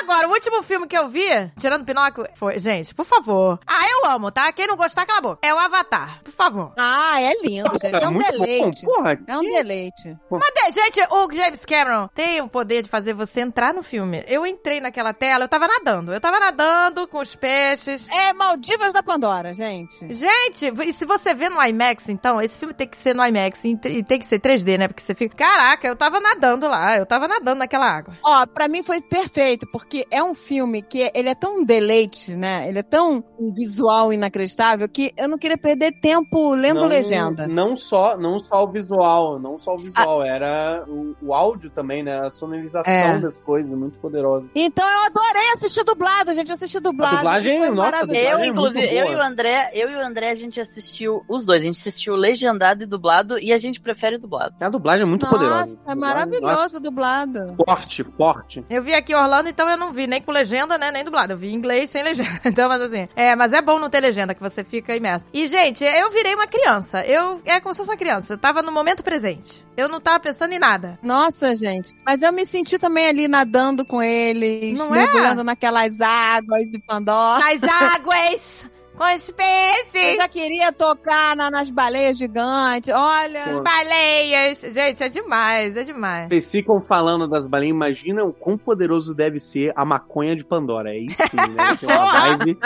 Agora, o último filme que eu vi, tirando Pinóquio, foi. Gente, por favor. Ah, eu amo, tá? Quem não gostar, cala a boca. É o Avatar, por favor. Ah, é lindo, gente. É um muito deleite. bom. Porra, É um deleite. Cadê? Gente, o James Cameron tem o poder de fazer você entrar no filme. Eu entrei naquela tela, eu tava nadando. Eu tava nadando com os peixes. É Maldivas da Pandora, gente. Gente, e se você vê no IMAX, então, esse filme tem que ser no IMAX e tre- e tem que ser 3D, né? Porque você fica. Caraca, eu tava nadando lá, eu tava nadando naquela água. Ó, pra mim foi perfeito, porque é um filme que ele é tão deleite, né? Ele é tão visual inacreditável que eu não queria perder tempo lendo não, legenda. Ah. Não só, não só o visual, não só o visual, era o, o áudio também, né? A sonorização É. das coisas, muito poderosa. Então eu adorei assistir dublado, gente. Eu assisti dublado. A dublagem, foi nossa, a maravilhoso. dublagem Eu, é muito inclusive, eu boa. e o André, eu e o André, a gente assistiu os dois. A gente assistiu legendado e dublado e a gente prefere dublado. A dublagem é muito Nossa, poderosa. é A dublagem, maravilhoso dublado. nossa, forte, forte. Eu vi aqui Orlando, então eu não vi nem com legenda, né? Nem dublado. Eu vi em inglês sem legenda. <laughs> Então, mas assim. É, mas é bom não ter legenda, que você fica imerso. E, gente, eu virei uma criança. Eu. É como se fosse uma criança. Eu tava no momento presente. Eu não tava pensando em nada. Nossa, gente. Mas eu me senti também ali nadando com eles, Não é? mergulhando naquelas águas de Pandora. Nas águas! Com espécies, Eu já queria tocar na- nas baleias gigantes. Olha, baleias. Gente, é demais, é demais. Vocês ficam falando das balinhas, imagina o quão poderoso deve ser a maconha de Pandora. É isso, né? Essa é <laughs> uma vibe.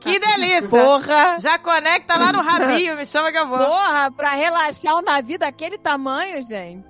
Que delícia. porra. Já conecta lá no rabinho, me chama que eu vou. Porra, pra relaxar o navio daquele tamanho, gente.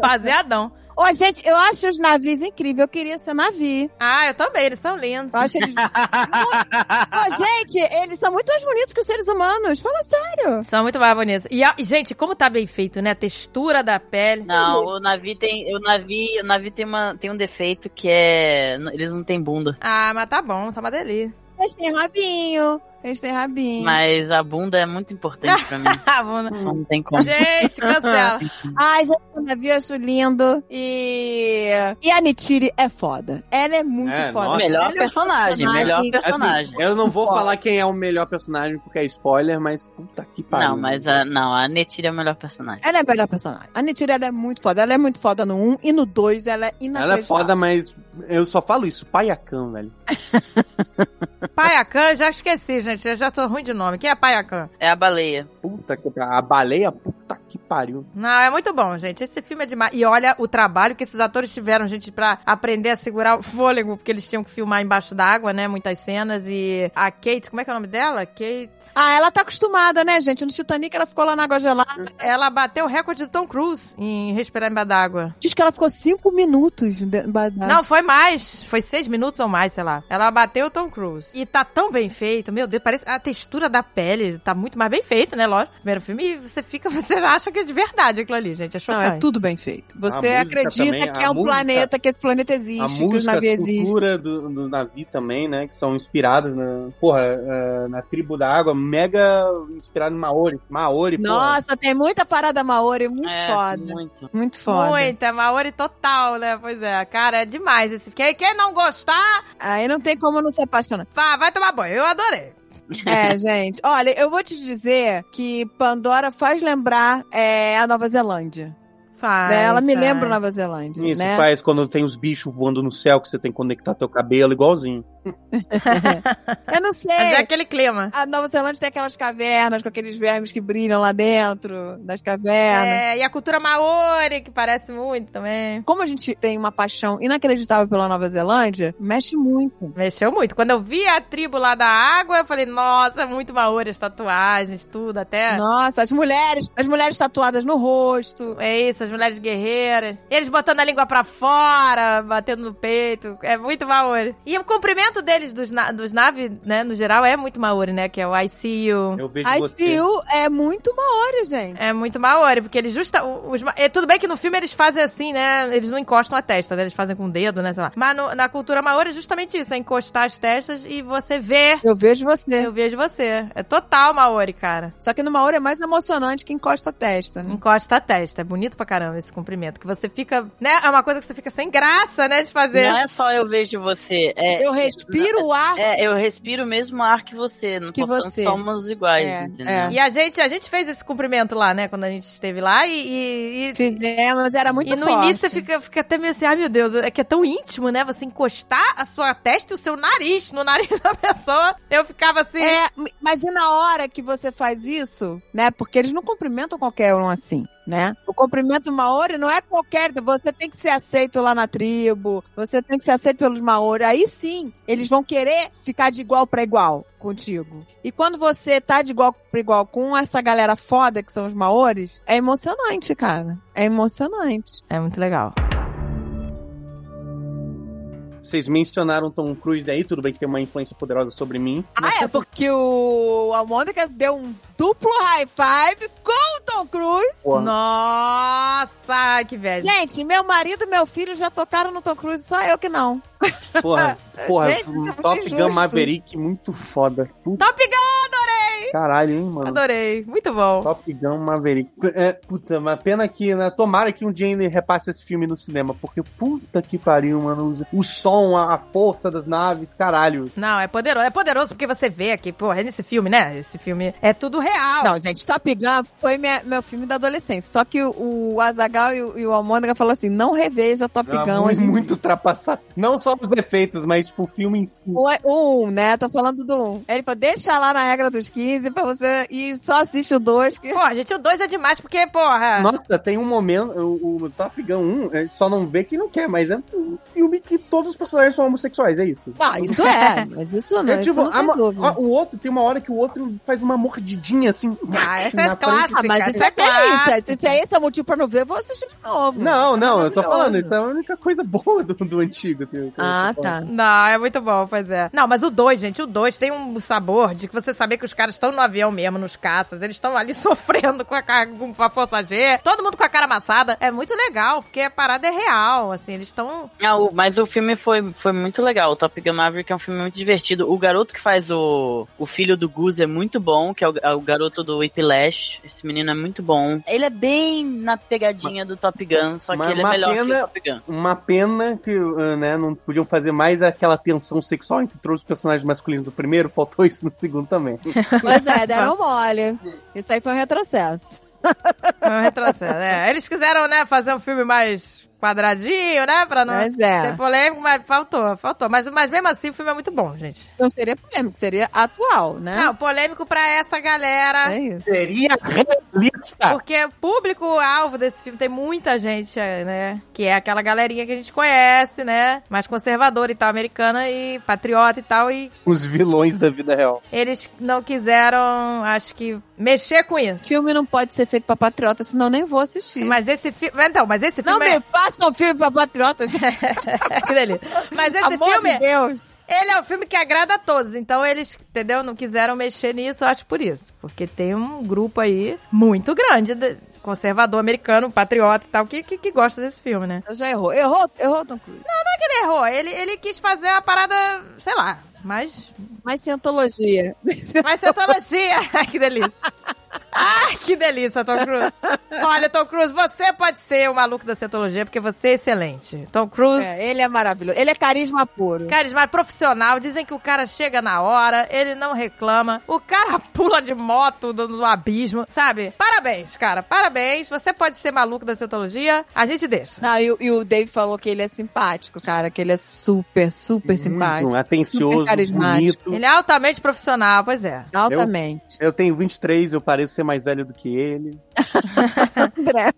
Baseadão. Ô, gente, eu acho os navios incríveis. Eu queria ser navio. Ah, eu também, eles são lindos. Eu acho eles... <laughs> Ô, gente, eles são muito mais bonitos que os seres humanos. Fala sério. São muito mais bonitos. E, a- e, gente, como tá bem feito, né? A textura da pele. <laughs> Não, o navio tem. O navio, o navio tem, uma, tem um defeito que é. n- Eles não têm bunda. Ah, mas tá bom, tá uma delícia. Eles têm rabinho. Eles têm rabinho. Mas a bunda é muito importante <laughs> pra mim. Tá bom, né? Não tem como. é Gente, cancela. Ai, gente, o navio eu acho lindo. E... E a Nitiri é foda. Ela é muito É, foda. nossa. Melhor Ela é um personagem, melhor personagem. Assim, eu não vou Foda. falar quem é o melhor personagem porque é spoiler, mas puta que pariu. Não, mas ah, a, não, a Netira é o melhor personagem. Ela é a melhor personagem. A Nitiri, ela é muito foda. Ela é muito foda no 1 e no 2 ela é inacreditável. Ela é foda, mas eu só falo isso, paiacan, velho. Paiacan, já esqueci, gente. Eu já tô ruim de nome. Quem é Paiacan? É a baleia. Puta que pariu. A baleia, puta que pariu. Não, é muito bom, gente. Esse filme é demais. E olha o trabalho que esses atores tiveram, gente, pra aprender a segurar o fôlego, porque eles tinham que filmar embaixo d'água, né? Muitas cenas. E a Kate, como é que é o nome dela? Kate. Ah, ela tá acostumada, né, gente? No Titanic ela ficou lá na água gelada. Ela bateu o recorde do Tom Cruise em respirar embaixo d'água. Diz que ela ficou cinco minutos. de- ba- Não, foi mais. Foi seis minutos ou mais, sei lá. Ela bateu o Tom Cruise. E tá tão bem feito, meu Deus, parece. A textura da pele tá muito mais bem feito, né? Lógico. Primeiro filme, e você fica, <laughs> você acha que é de verdade aquilo ali, gente. É Não, chocante. é tudo bem feito. Você música acredita também, que a é um música- planeta, que esse planeta existe, a que os música, a navios existem. cultura do, do navio também, né? Que são inspirados na, porra, eh, na tribo da água, mega inspirado em Maori. Maori, porra. Nossa, tem muita parada maori, muito é, foda. Muito. Muito foda. Muita, é Maori total, né? Pois é, cara, é demais esse. Quem, quem não gostar, Aí não tem como não se apaixonar. vá, vai tomar banho. Eu adorei. É, <laughs> gente. Olha, eu vou te dizer que Pandora faz lembrar é, a Nova Zelândia. Faz, é. né? Ela me faz. lembra a Nova Zelândia. Isso né? faz quando tem os bichos voando no céu que você tem que conectar teu cabelo igualzinho. Eu não sei. Mas é aquele clima. A Nova Zelândia tem aquelas cavernas com aqueles vermes que brilham lá dentro das cavernas. É, e a cultura Maori, que parece muito também. Como a gente tem uma paixão inacreditável pela Nova Zelândia, mexe muito. Mexeu muito. Quando eu vi a tribo lá da água, eu falei, nossa, muito Maori, as tatuagens, tudo, até. Nossa, as mulheres, as mulheres tatuadas no rosto. É isso, as mulheres guerreiras. Eles botando a língua pra fora, batendo no peito. É muito Maori. E o cumprimento deles, dos, na dos naves, né, no geral, é muito Maori, né? Que é o I see you. Eu vejo A você. Steel é muito maori, gente. É muito Maori, porque eles justa. Os, ma- é, tudo bem que no filme eles fazem assim, né? Eles não encostam a testa, né? Eles fazem com o dedo, né? Sei lá. Mas no- na cultura Maori é justamente isso: é encostar as testas e você vê. Eu vejo você. Eu vejo você. É total Maori, cara. Só que no maori é mais emocionante que encosta a testa, né? Encosta a testa. É bonito pra caramba esse cumprimento. Que você fica. Né? É uma coisa que você fica sem graça, né? De fazer. Não é só eu vejo você. É, Eu respiro o ar. é, eu respiro o mesmo ar que você. Não Que portanto, você. somos iguais, É, entendeu? é. E a gente, a gente fez esse cumprimento lá, né? Quando a gente esteve lá e- e- e Fizemos, era muito e no forte. início você fica, fica até meio assim, ai meu Deus, é que é tão íntimo, né? Você encostar a sua testa e o seu nariz no nariz <laughs> da pessoa. Eu ficava assim. É, mas e na hora que você faz isso, né? Porque eles não cumprimentam qualquer um assim, né? O cumprimento maori não é qualquer, você tem que ser aceito lá na tribo, você tem que ser aceito pelos maori. Aí sim, eles vão querer ficar de igual pra igual contigo. E quando você tá de igual pra igual com essa galera foda que são os maores, é emocionante, cara. É emocionante. É muito legal. Vocês mencionaram Tom Cruise aí, tudo bem que tem uma influência poderosa sobre mim. Ah, é porque o Almôndega deu um duplo high five com o Tom Cruise. Porra. Nossa, que velho. Gente, meu marido e meu filho já tocaram no Tom Cruise, só eu que não. Porra, porra Gente, isso é muito Top Gun injusto. Maverick, muito foda. Puta Top Gun, adorei! Adorei, Caralho, hein, mano. adorei. Muito bom. Top Gun Maverick. É, puta, mas pena que, né? Tomara que um dia ele repasse esse filme no cinema, porque puta que pariu, mano. O som, a, a força das naves, caralho. Não, é poderoso. É poderoso porque você vê aqui, pô, é nesse filme, né? Esse filme é tudo real. Não, gente, Top Gun foi minha- meu filme da adolescência. Só que o, o Azagal e o, e o Almôndega falaram assim: não reveja Top Ah, Gun muito, hoje. em dia. muito ultrapassado. Não só os defeitos, mas tipo, o filme em si. O o um, né? Tô falando do um. Ele falou: deixa lá na regra dos 15 pra você e só assiste o dois. <laughs> Que... Pô, gente, o 2 é demais porque, porra. Nossa, tem um momento. O, o Top Gun 1 é, só não vê quem não quer, mas é um filme que todos os personagens são homossexuais, é isso. Não, isso é, mas isso não, É, tipo, isso não a tem mo- dúvida. ó, o outro tem uma hora que o outro faz uma mordidinha assim. <laughs> Ah, essa na é frente. clássica. Ah, mas essa isso é delícia. Se é esse é o motivo pra não ver, eu vou assistir de novo. Não, não, eu tô Maravilhoso. falando, isso é a única coisa boa do, do antigo. que- que eu Ah, tô tá. falando. Não, é muito bom, pois é. Não, mas o 2, gente, o 2 tem um sabor de que você saber que os caras estão no avião mesmo, nos caças, eles estão ali <laughs> sofrendo com a, carga, com a força G, todo mundo com a cara amassada. É muito legal, porque a parada é real, assim, eles estão. Ah, o- mas o filme foi, foi muito legal. O Top Gun Maverick é um filme muito divertido. O garoto que faz o, o filho do Goose é muito bom, que é o, é o garoto do Whiplash. Esse menino é muito bom. Ele é bem na pegadinha do Top Gun, só que mas ele é uma melhor que pena- o Top Gun. Uma pena que ah, né, não podiam fazer mais aquela tensão sexual entre todos os personagens masculinos do primeiro, faltou isso no segundo também. Pois é, deram <laughs> mole. Isso aí foi um retrocesso. É um retrocesso, né? Eles quiseram, né, fazer um filme mais quadradinho, né? Pra não Mas é. ser polêmico, mas faltou, faltou. Mas, mas mesmo assim o filme é muito bom, gente. Não Então seria polêmico, seria atual, né? Não, polêmico pra essa galera. É isso. Seria realista! Porque o público-alvo desse filme tem muita gente, né? Que é aquela galerinha que a gente conhece, né? Mais conservadora e tal, americana e patriota e tal. E Os vilões da vida real. eles não quiseram, acho que, mexer com isso. Filme não pode ser feito pra patriota, senão nem vou assistir. Mas esse filme. Então, mas esse não filme. me façam um filme pra patriota, gente. é... <laughs> que delícia. Mas esse Amor filme. de Deus. Ele é um filme que agrada a todos. Então eles, entendeu? Não quiseram mexer nisso, eu acho por isso. Porque tem um grupo aí muito grande. de- Conservador americano, patriota e tal, que, que, que gosta desse filme, né? Eu já errou. Errou, errou, Tom Cruise. ele errou. Ele, ele quis fazer a parada, sei lá, mais, Mas cientologia. mais cientologia. <laughs> Ai, que delícia. Ai, que delícia, Tom Cruise. Olha, Tom Cruise, você pode ser o maluco da cientologia, porque você é excelente. Tom Cruise, É, ele é maravilhoso. Ele é carisma puro. carisma profissional. Dizem que o cara chega na hora, ele não reclama. O cara <laughs> pula de moto do, do abismo, sabe? Parabéns, cara, parabéns. Você pode ser maluco da cientologia, a gente deixa. Não, e, o- e o Dave falou que ele é simpático, cara. Que ele é super, super simpático. Muito atencioso, Super carismático. bonito. Ele é altamente profissional, pois é. Altamente. Eu tenho 23, eu pareço ser mais velho do que ele. André,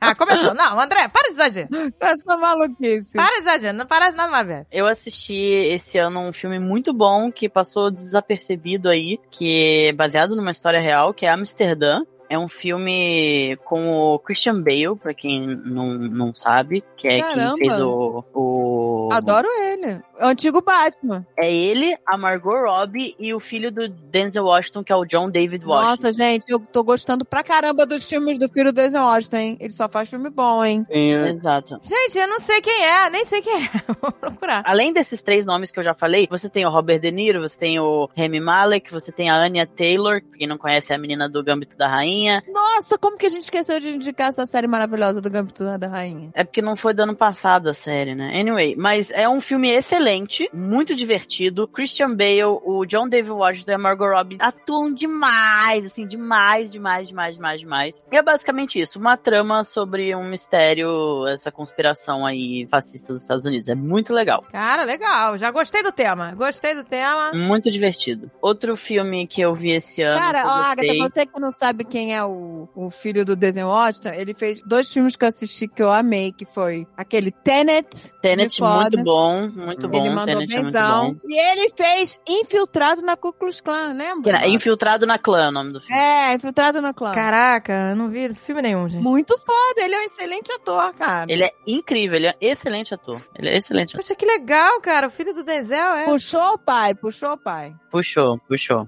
Ah, começou. Não, André, para de exagerar. com essa maluquice. Para de exagerar, não parece nada mais velho. Eu assisti esse ano um filme muito bom que passou desapercebido aí, que é baseado numa história real, que é Amsterdã. É um filme com o Christian Bale, pra quem não, não sabe, que é Caramba. quem fez o. o... Adoro ele. O antigo Batman. É ele, a Margot Robbie e o filho do Denzel Washington, que é o John David Washington. Nossa, gente, eu tô gostando pra caramba dos filmes do filho do Denzel Washington, hein? Ele só faz filme bom, hein? Tem, Exato. Gente, eu não sei quem é, nem sei quem é. <laughs> Vou procurar. Além desses três nomes que eu já falei, você tem o Robert De Niro, você tem o Remy Malek, você tem a Anya Taylor, que quem não conhece é a menina do Gambito da Rainha. Nossa, como que a gente esqueceu de indicar essa série maravilhosa do Gambito da Rainha? É porque não foi do ano passado a série, né? Anyway, mas é um filme excelente, muito divertido. Christian Bale, o John David Washington e a Margot Robbie atuam demais, assim, demais, demais, demais, demais, demais. E é basicamente isso, uma trama sobre um mistério, essa conspiração aí fascista dos Estados Unidos. É muito legal. Cara, legal. Já gostei do tema. Gostei do tema. Muito divertido. Outro filme que eu vi esse ano. Cara, que eu ó, Agatha, gostei. você que não sabe quem é o, o filho do Denzel Washington, ele fez dois filmes que eu assisti que eu amei, que foi aquele Tenet, Tenet, me é foda. muito bom, muito Tá bom. ele mandou Tenet é muito benzão, bom. e ele fez Infiltrado na Ku Klux Klan, lembra? É Infiltrado na Clã, o nome do filme. É, Infiltrado na Klan. Caraca, eu não vi filme nenhum, gente. Muito foda, ele é um excelente ator, cara. Ele é incrível, ele é excelente ator. Ele é excelente ator. Poxa, que legal, cara. O filho do Denzel é. Puxou o pai, puxou o pai. Puxou, puxou.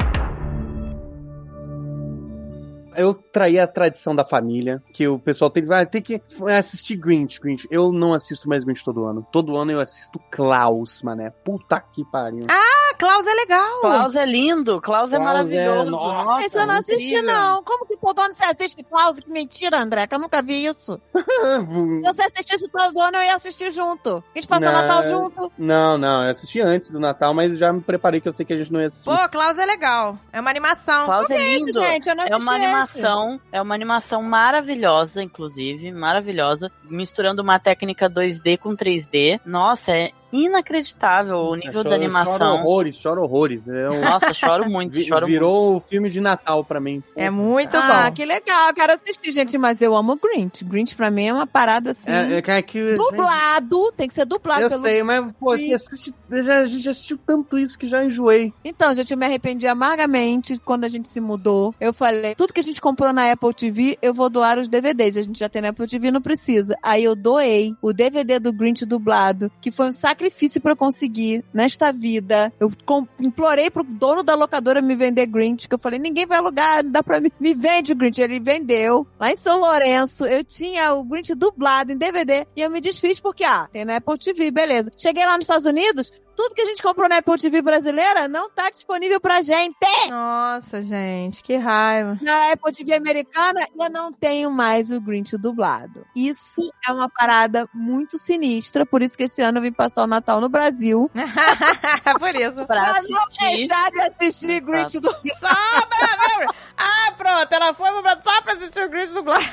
Eu traí a tradição da família, que o pessoal tem, ah, tem que assistir Grinch, Grinch. Eu não assisto mais Grinch todo ano. Todo ano eu assisto Klaus, mané. Puta que pariu. Ah, Klaus é legal. Klaus é lindo, Klaus, é Klaus é- maravilhoso. nossa, Nossa, Mas eu não assisti, incrível. não. Como que todo ano você assiste Klaus? Que mentira, André, que eu nunca vi isso. Se você assistisse todo ano, eu ia assistir junto. A gente passa Não. Natal junto. Não, não, eu assisti antes do Natal, mas já me preparei que eu sei que a gente não ia assistir. Pô, Klaus é legal. É uma animação. Klaus é Isso, lindo. gente, eu não É assisti uma animação, é uma animação maravilhosa, inclusive, maravilhosa, misturando uma técnica 2D com 3D. Nossa, é inacreditável o nível Eu choro- da Choro animação. horrores, choro horrores. É um- Nossa, choro muito, vi- choro virou o filme de Natal pra mim. É muito ah, bom. que legal, eu quero assistir, gente, mas eu amo Grinch. Grinch pra mim é uma parada assim. É, é, cara, que- Dublado, tem que ser dublado Eu pelo. sei, mas pô, assim, assiste- já- a gente já assistiu tanto isso que já enjoei. Então, gente, eu me arrependi amargamente quando a gente se mudou. Eu falei, tudo que a gente comprou na Apple TV, eu vou doar os DVDs. A gente já tem na Apple TV, não precisa. Aí eu doei o DVD do Grinch dublado, que foi um sacrifício pra eu conseguir nesta vida. Eu com- implorei pro dono da locadora me vender Grinch, que eu falei, ninguém vai alugar, não dá pra mim. Me vende o Grinch. Ele vendeu. Lá em São Lourenço, eu tinha o Grinch dublado em DVD e eu me desfiz porque, ah, tem na Apple TV, beleza. Cheguei lá nos Estados Unidos, tudo que a gente comprou na Apple TV brasileira não tá disponível pra gente. Nossa, gente, que raiva. <laughs> Na Apple TV americana, eu não tenho mais o Grinch dublado. Isso é uma parada muito sinistra, por isso que esse ano eu vim passar o Natal no Brasil. Ah, Por <laughs> isso. pra Mas não assistir. deixar de assistir Grinch do Só pra... Ah, pronto. Ela foi pra... só pra assistir o Grinch dublado.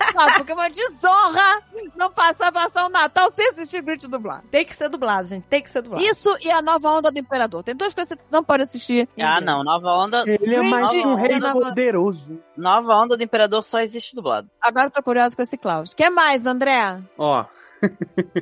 Natal, porque é uma desonra não passar, passar o Natal sem assistir Grinch dublado. Tem que ser dublado, gente. Tem que ser dublado. Isso e a nova onda do Imperador. Tem duas coisas que você não pode assistir. Ah, não, Nova Onda, Ele é mais Grinch, que um rei Dona Wanda. poderoso. Nova Onda do Imperador só existe dublado. Agora eu tô curiosa com esse Klaus. Quer mais, André? Ó. <laughs>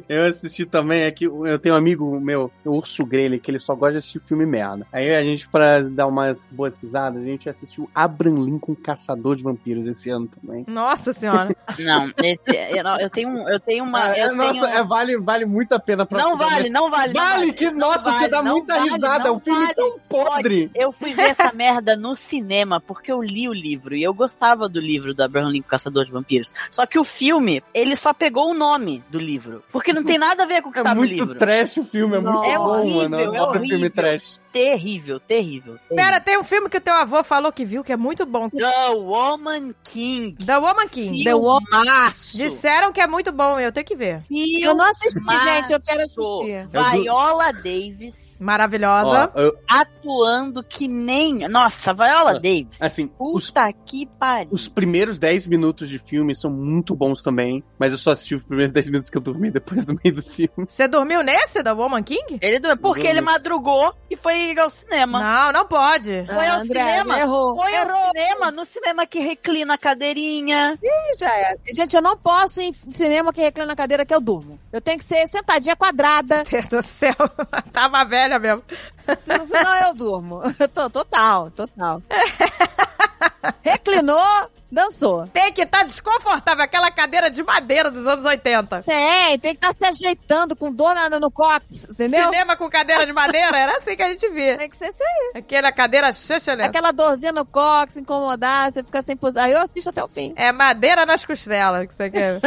Eu assisti também aqui, eu tenho um amigo meu, o Urso Grelha, que ele só gosta de assistir filme merda. Aí a gente, pra dar umas boas risadas, a gente assistiu Abraham Lincoln Caçador de Vampiros esse ano também. Nossa senhora. Não, esse, eu, não- eu tenho, um- eu tenho uma, Ah, é, eu nossa, tenho- é, vale, vale muito a pena pra não, você dar vale, não vale, uma- não Vale, vale. que, nossa, vale, você dá não muita vale, risada. É não um filme vale, tão podre. Eu fui ver essa merda no cinema porque eu li o livro e eu gostava do livro do Abraham Lincoln Caçador de Vampiros. Só que o filme, ele só pegou o nome do livro, porque não tem nada a ver com o que É tá no muito livro. trash o filme, é muito É bom, horrível, mano. é Eu adoro filme horrível. trash. Terrível, terrível. terrível. Pera, tem um filme que o teu avô falou que viu que é muito bom. The Woman King. The Woman King. The Woman- Filmaço. Disseram que é muito bom, eu tenho que ver. Eu não assisti, Filmaço. gente. Eu quero assistir. Eu du- Viola Davis Maravilhosa. Ó, eu- atuando que nem. Nossa, Viola Ah, Davis. assim, os- puta que pariu. Os primeiros 10 minutos de filme são muito bons também, mas eu só assisti os primeiros 10 minutos que eu dormi depois do meio do filme. Você dormiu nesse da Woman King? Ele doeu porque ele madrugou e foi ao cinema. Não, não pode. Foi ao cinema? Ah, Errou. Foi ao errou. cinema, no cinema que reclina a cadeirinha. Já é. Gente, eu não posso ir em cinema que reclina na cadeira que eu durmo. Eu tenho que ser sentadinha quadrada, Deus do céu, <laughs> tava velha mesmo. senão- senão eu durmo. <laughs> Eu tô total, <laughs> total. Reclinou, dançou. Tem que estar desconfortável, aquela cadeira de madeira dos anos 80. Tem, tem que estar se ajeitando com dor na- no cóccix, entendeu? Cinema com cadeira de madeira, era assim que a gente <laughs> via. Tem que ser assim. Aquela cadeira né? chechelenta. Aquela dorzinha no cóccix, incomodar, você fica sem posição. Aí eu assisto até o fim. É madeira nas costelas, que você quer.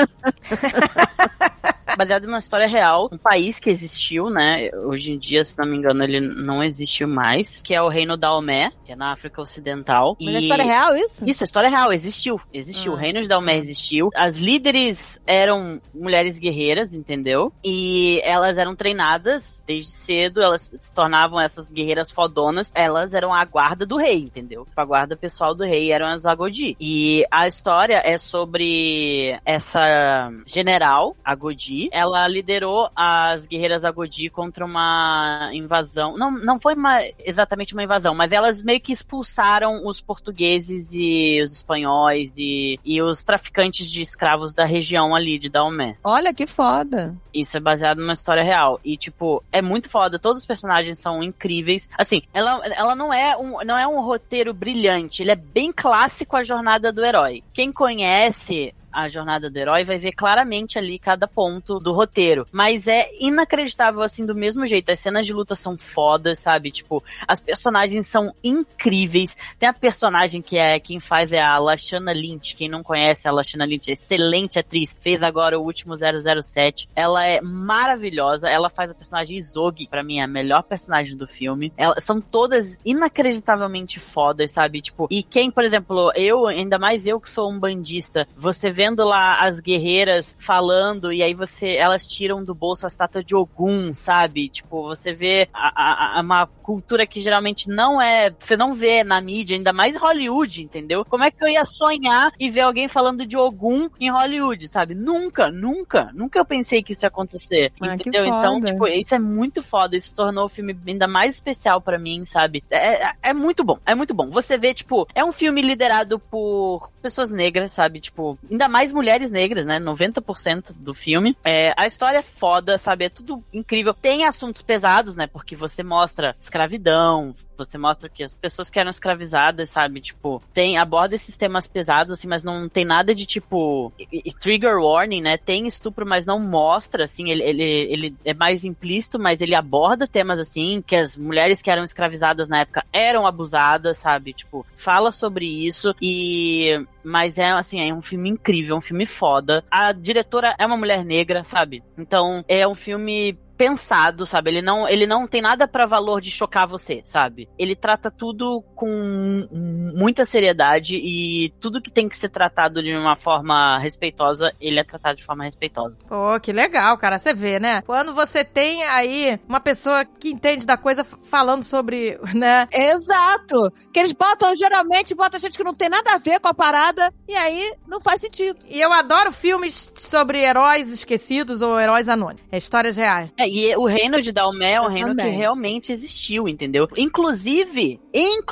Baseado numa história real, um país que existiu, né? Hoje em dia, se não me engano, ele não existiu mais, que é o Reino da Omé, que é na África Ocidental. Mas E- a história é real, isso? Isso, a história é real, existiu. Existiu. Ah. O Reino de Dalmé existiu. As líderes eram mulheres guerreiras, entendeu? E elas eram treinadas desde cedo, elas se tornavam essas guerreiras fodonas. Elas eram a guarda do rei, entendeu? Tipo, A guarda pessoal do rei eram as Agodi. E a história é sobre essa general, Agodi. Ela liderou as guerreiras Agodi contra uma invasão. Não, não foi uma, exatamente uma invasão, mas elas meio que expulsaram os portugueses e os espanhóis e, e os traficantes de escravos da região ali de Daomé. Olha que foda. Isso é baseado numa história real. E, tipo, é muito foda. Todos os personagens são incríveis. Assim, ela, ela não, é um, não é um roteiro brilhante. Ele é bem clássico a jornada do herói. Quem conhece a jornada do herói vai ver claramente ali cada ponto do roteiro. Mas é inacreditável, assim, do mesmo jeito. As cenas de luta são fodas, sabe? Tipo, as personagens são incríveis. Tem a personagem que é quem faz é a Lashana Lynch. Quem não conhece a Lashana Lynch, é excelente atriz. Fez agora o último 007. Ela é maravilhosa. Ela faz a personagem Izog, pra mim, é a melhor personagem do filme. Ela, são todas inacreditavelmente fodas, sabe? Tipo, e quem, por exemplo, eu, ainda mais eu que sou um bandista, você vendo lá as guerreiras falando e aí você, elas tiram do bolso a estátua de Ogum, sabe? Tipo, você vê a, a- a- uma cultura que geralmente não é, você não vê na mídia, ainda mais Hollywood, entendeu? Como é que eu ia sonhar e ver alguém falando de Ogum em Hollywood, sabe? Nunca, nunca, nunca eu pensei que isso ia acontecer, Ah, que entendeu? Então, foda. tipo, isso é muito foda, isso tornou o filme ainda mais especial pra mim, sabe? É, é- é muito bom, é muito bom. Você vê, tipo, é um filme liderado por pessoas negras, sabe? Tipo, ainda mais mulheres negras, né? 90% do filme. É, a história é foda, sabe? É tudo incrível. Tem assuntos pesados, né? Porque você mostra escravidão, você mostra que as pessoas que eram escravizadas, sabe? Tipo, tem, aborda esses temas pesados, assim, mas não tem nada de tipo. e- e trigger warning, né? Tem estupro, mas não mostra, assim. Ele, ele, ele é mais implícito, mas ele aborda temas, assim, que as mulheres que eram escravizadas na época eram abusadas, sabe? Tipo, fala sobre isso e mas é assim, é um filme incrível, é um filme foda. A diretora é uma mulher negra, sabe? Então, é um filme pensado, sabe? Ele não, ele não tem nada pra valor de chocar você, sabe? Ele trata tudo com muita seriedade e tudo que tem que ser tratado de uma forma respeitosa, ele é tratado de forma respeitosa. Pô, que legal, cara. Você vê, né? Quando você tem aí uma pessoa que entende da coisa f- falando sobre, <laughs> né? Exato. Que eles botam, geralmente, botam gente que não tem nada a ver com a parada e aí não faz sentido. E eu adoro filmes sobre heróis esquecidos ou heróis anônimos. É histórias reais. É, e o reino de Dalmé é um Eu reino que também. realmente existiu, entendeu? Inclusive,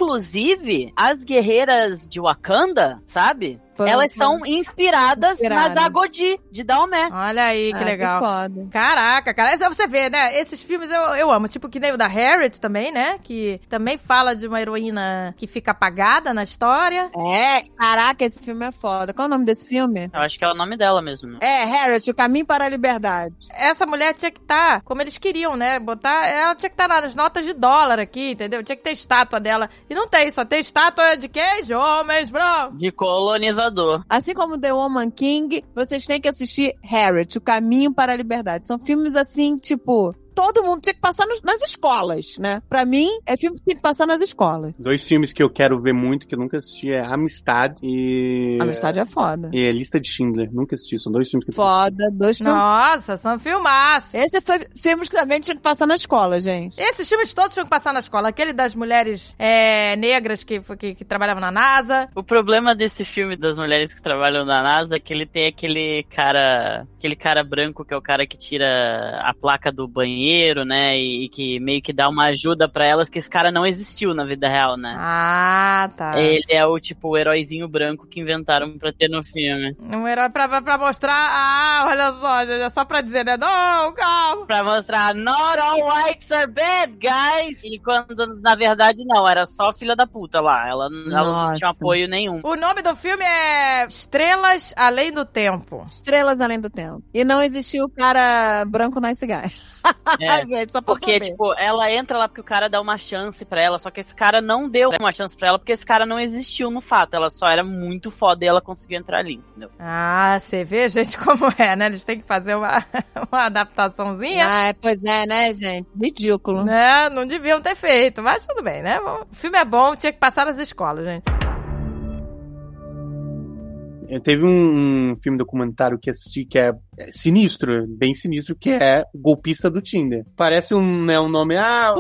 inclusive, as guerreiras de Wakanda, sabe? Elas são inspiradas nas Inspiraram. Agodi de Dalmé. Olha aí, que Ah, legal. foda. Caraca, cara, é só você ver, né? Esses filmes eu, eu amo. Tipo, que nem o da Harriet também, né? Que também fala de uma heroína que fica apagada na história. É, caraca, esse filme é foda. Qual é o nome desse filme? Eu acho que é o nome dela mesmo. É, Harriet, O Caminho para a Liberdade. Essa mulher tinha que estar, como eles queriam, né? Botar. Ela tinha que estar nas notas de dólar aqui, entendeu? Tinha que ter estátua dela. E não tem, só tem estátua de quem? De homens, bro! De colonizador. Assim como The Woman King, vocês têm que assistir Harriet, O Caminho para a Liberdade. São filmes assim, tipo, todo mundo tinha que passar nos- nas escolas, né? Pra mim, é filme que tem que passar nas escolas. Dois filmes que eu quero ver muito, que eu nunca assisti, é Amistad e. Amistade é foda. E é Lista de Schindler. Nunca assisti, são dois filmes que Foda, dois filmes. Nossa, são filmaços. Esse foi filmes que também tinha que passar na escola, gente. Esses filmes todos tinham que passar na escola. Aquele das mulheres é, negras que, que, que trabalhavam na NASA. O problema desse filme das mulheres que trabalham na NASA é que ele tem aquele cara. aquele cara branco que é o cara que tira a placa do banheiro, né? E, e que meio que dá uma ajuda pra elas, que esse cara não existiu na vida real, né? Ah, tá. Ele é o tipo o heróizinho branco que inventaram pra ter no filme. Um herói pra, pra- pra mostrar. Ah, olha só, gente, é só pra dizer, né? Não, calma. Pra mostrar, not all whites are bad, guys! E quando, na verdade, não, era só filha da puta lá. Ela, ela não Nossa. tinha apoio <laughs> nenhum. O nome do filme é Estrelas Além do Tempo. Estrelas Além do Tempo. E não existiu o cara branco nas cigarras. <laughs> É. gente, só pra Porque, saber. tipo, ela entra lá porque o cara dá uma chance pra ela, só que esse cara não deu uma chance pra ela porque esse cara não existiu no fato. Ela só era muito foda e ela conseguiu entrar ali, entendeu? Ah, você vê, <laughs> gente, como é, né? Eles têm que fazer uma, <laughs> uma adaptaçãozinha. Ah, pois é, né, gente? Ridículo. Né? Não deviam ter feito, mas tudo bem, né? Bom, O filme é bom, tinha que passar nas escolas, gente. Eu- Teve um, um filme documentário que assisti que é é sinistro, bem sinistro, que é O Golpista do Tinder. Parece um, né, um nome. Ah,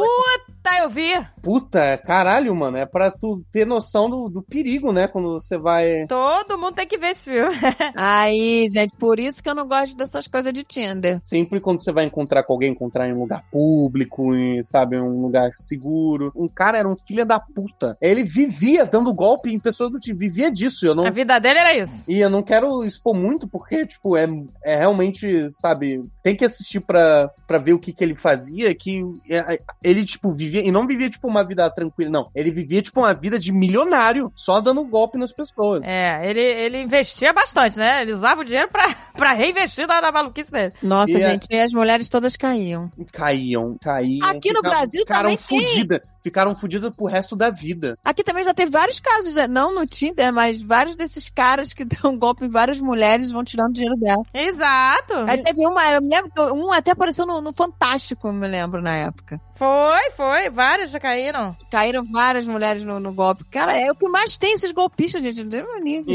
Tá, eu vi. puta, caralho, mano. É pra tu ter noção do, do perigo, né? Quando você vai. Todo mundo tem que ver esse filme. Aí, gente, por isso que eu não gosto dessas coisas de Tinder. Sempre quando você vai encontrar com alguém, encontrar em um lugar público, em, sabe, um lugar seguro. Um cara era um filho da puta. Ele vivia dando golpe em pessoas do Tinder. Vivia disso. Eu não, A vida dele era isso. E eu não quero expor muito, porque, tipo, é, é realmente, sabe, tem que assistir pra, pra ver o que, que ele fazia, que é, ele, é, tipo, vivia, e não vivia, tipo, uma vida tranquila, não. Ele vivia, tipo, uma vida de milionário, só dando golpe nas pessoas. É, ele, ele investia bastante, né? Ele usava o dinheiro pra, <laughs> pra reinvestir na, na maluquice dele. Nossa, E a- gente, e as mulheres todas caíam. Caíam, caíam. Aqui no Brasil ficaram também tem. fudidas. Ficaram fudidas pro resto da vida. Aqui também já teve vários casos, né? não no Tinder, mas vários desses caras que <laughs> dão golpe em várias mulheres vão tirando dinheiro dela. Exato. Aí teve uma, eu me lembro, que um até apareceu no, no Fantástico, eu me lembro, na época. Foi, foi. Várias já caíram. Caíram várias mulheres no, no golpe. Cara, é o que mais tem esses golpistas, gente. Deus me livre.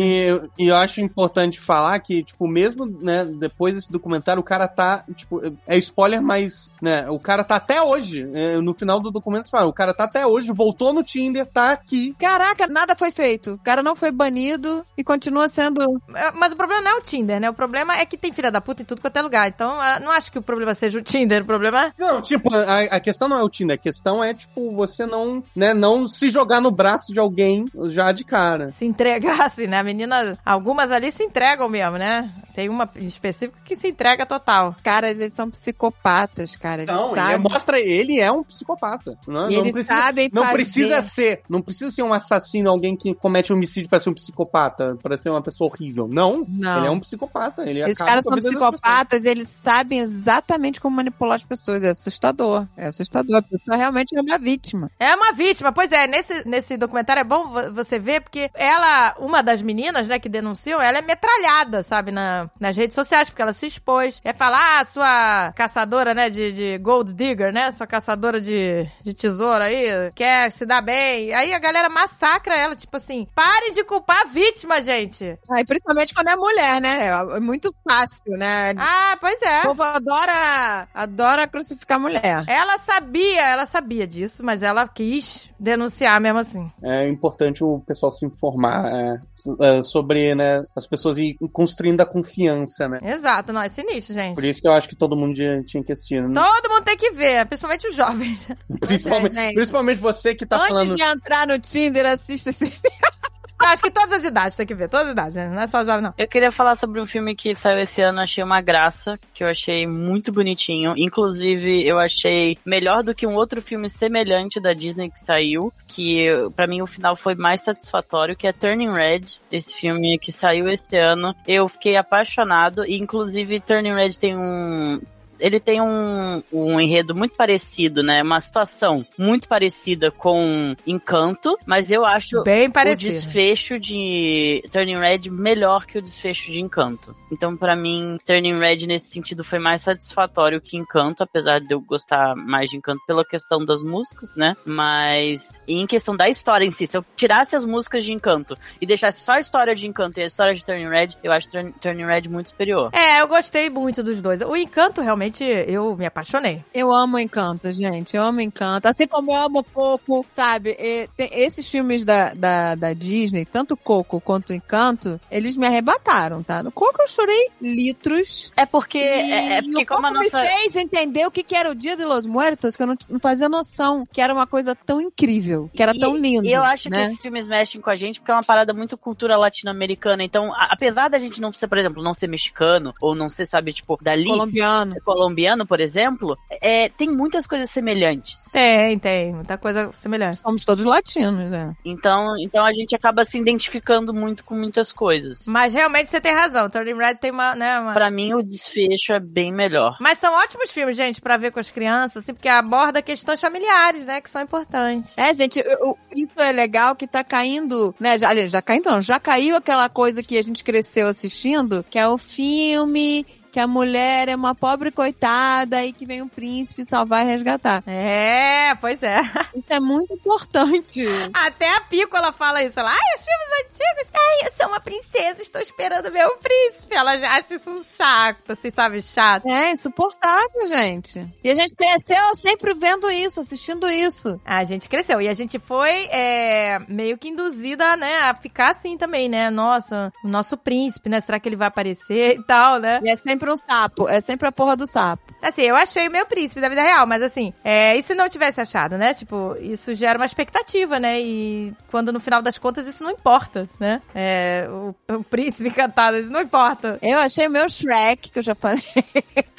E, e eu acho importante falar que, tipo, mesmo, né, depois desse documentário, o cara tá, tipo, é spoiler, mas, né, o cara tá até hoje, é, no final do documento fala, o cara tá até hoje, voltou no Tinder, tá aqui. Caraca, nada foi feito. O cara não foi banido e continua sendo. É, Mas o problema não é o Tinder, né? O problema é que tem filha da puta em tudo quanto é lugar. Então, ah, não acho que o problema seja o Tinder. O problema Não, tipo, a, a questão não é o Tinder, a questão é, tipo, você não, né, não se jogar no braço de alguém já de cara. é se entregasse, né? A menina, algumas ali se entregam mesmo, né? Tem uma em específico que se entrega total. Caras, eles são psicopatas, cara. Eles Então, ele é- sabem. mostra, ele é um psicopata. Não, E não eles precisa, sabem não fazer. precisa ser, não precisa ser um assassino, alguém que comete homicídio pra ser um psicopata, pra ser uma pessoa horrível. Não, Não. é ele é um psicopata. Ele Esses acaba caras com a são vida das pessoas. psicopatas, eles sabem exatamente como manipular as pessoas. É assustador. É assustador. A pessoa realmente é uma vítima. É uma vítima. Pois é, nesse, nesse documentário é bom vo- você ver, porque ela, uma das meninas, né, que denunciam, ela é metralhada, sabe, na, nas redes sociais, porque ela se expôs. É falar, ah, sua caçadora, né, de, de gold digger, né, sua caçadora de, de tesouro aí, quer se dar bem. Aí a galera massacra ela, tipo assim, parem de culpar a vítima, gente. Ah, e principalmente quando é mulher, né? É muito fácil, né? Ah, pois é. O povo adora, adora crucificar mulher. Ela sabia, ela sabia disso, mas ela quis denunciar mesmo assim. É importante o pessoal se informar é, so- é, sobre né, as pessoas ir construindo a confiança, né? Exato, não, é sinistro, gente. Por isso que eu acho que todo mundo tinha tinha que assistir. né? Então, Todo mundo tem que ver, principalmente os jovens. Principalmente, é, gente. principalmente você que tá Antes falando. de entrar no Tinder, assista esse. Eu acho que todas as idades tem que ver, todas as idades, né? Não é só jovem, não. Eu queria falar sobre um filme que saiu esse ano, achei uma graça, que eu achei muito bonitinho. Inclusive, eu achei melhor do que um outro filme semelhante da Disney que saiu, que pra mim o final foi mais satisfatório, que é Turning Red, esse filme que saiu esse ano. Eu fiquei apaixonado, e inclusive Turning Red tem um ele tem um, um enredo muito parecido, né? Uma situação muito parecida com Encanto, mas eu acho Bem o parecido. desfecho de Turning Red melhor que o desfecho de Encanto. Então, pra mim, Turning Red nesse sentido foi mais satisfatório que Encanto, apesar de eu gostar mais de Encanto pela questão das músicas, né? Mas e em questão da história em si, se eu tirasse as músicas de Encanto e deixasse só a história de Encanto e a história de Turning Red, eu acho Turn- Turning Red muito superior. É, eu gostei muito dos dois. O Encanto, realmente, eu me apaixonei. Eu amo Encanto, gente. Eu amo Encanto. Assim como eu amo Coco, sabe? E tem- esses filmes da, da, da Disney, tanto Coco quanto Encanto, eles me arrebataram, tá? No Coco eu chorei litros. É porque é, é E porque o Coco como a nossa me fez entender o que, que era o Dia de los Muertos, que eu não, não fazia noção que era uma coisa tão incrível, que era E- tão lindo. E eu acho que né? esses filmes mexem com a gente porque é uma parada muito cultura latino-americana. Então, a- apesar da gente não ser, por exemplo, não ser mexicano ou não ser, sabe, tipo, dali, colombiano. colombiano, por exemplo, é, tem muitas coisas semelhantes. Tem, tem. Muita coisa semelhante. Somos todos latinos, né? Então, então a gente acaba se identificando muito com muitas coisas. Mas realmente você tem razão. Turning Red tem uma, né, uma- Pra mim, o desfecho é bem melhor. Mas são ótimos filmes, gente, pra ver com as crianças, assim, porque aborda questões familiares, né, que são importantes. É, gente, eu- eu- isso é legal que tá caindo, né? Já, aliás, já caindo não, já caiu aquela coisa que a gente cresceu assistindo, que é o filme que a mulher é uma pobre coitada e que vem um príncipe salvar e resgatar. É, pois é. Isso é muito importante. Até a Pico ela fala isso. Ela, ai, os filmes antigos. Ai, eu sou uma princesa, estou esperando meu príncipe. Ela já acha isso um chato, assim, sabe? Chato. É insuportável, gente. E a gente cresceu sempre vendo isso, assistindo isso. A gente cresceu e a gente foi é, meio que induzida, né, a ficar assim também, né? Nossa, o nosso príncipe, né? Será que ele vai aparecer e tal, né? E é sempre um sapo, é sempre a porra do sapo. Assim, eu achei o meu príncipe da vida real, mas assim, é, e se não tivesse achado, né? Tipo, isso gera uma expectativa, né? E quando no final das contas isso não importa, né? É, o, o príncipe cantado, isso não importa. Eu achei o meu Shrek, que eu já falei.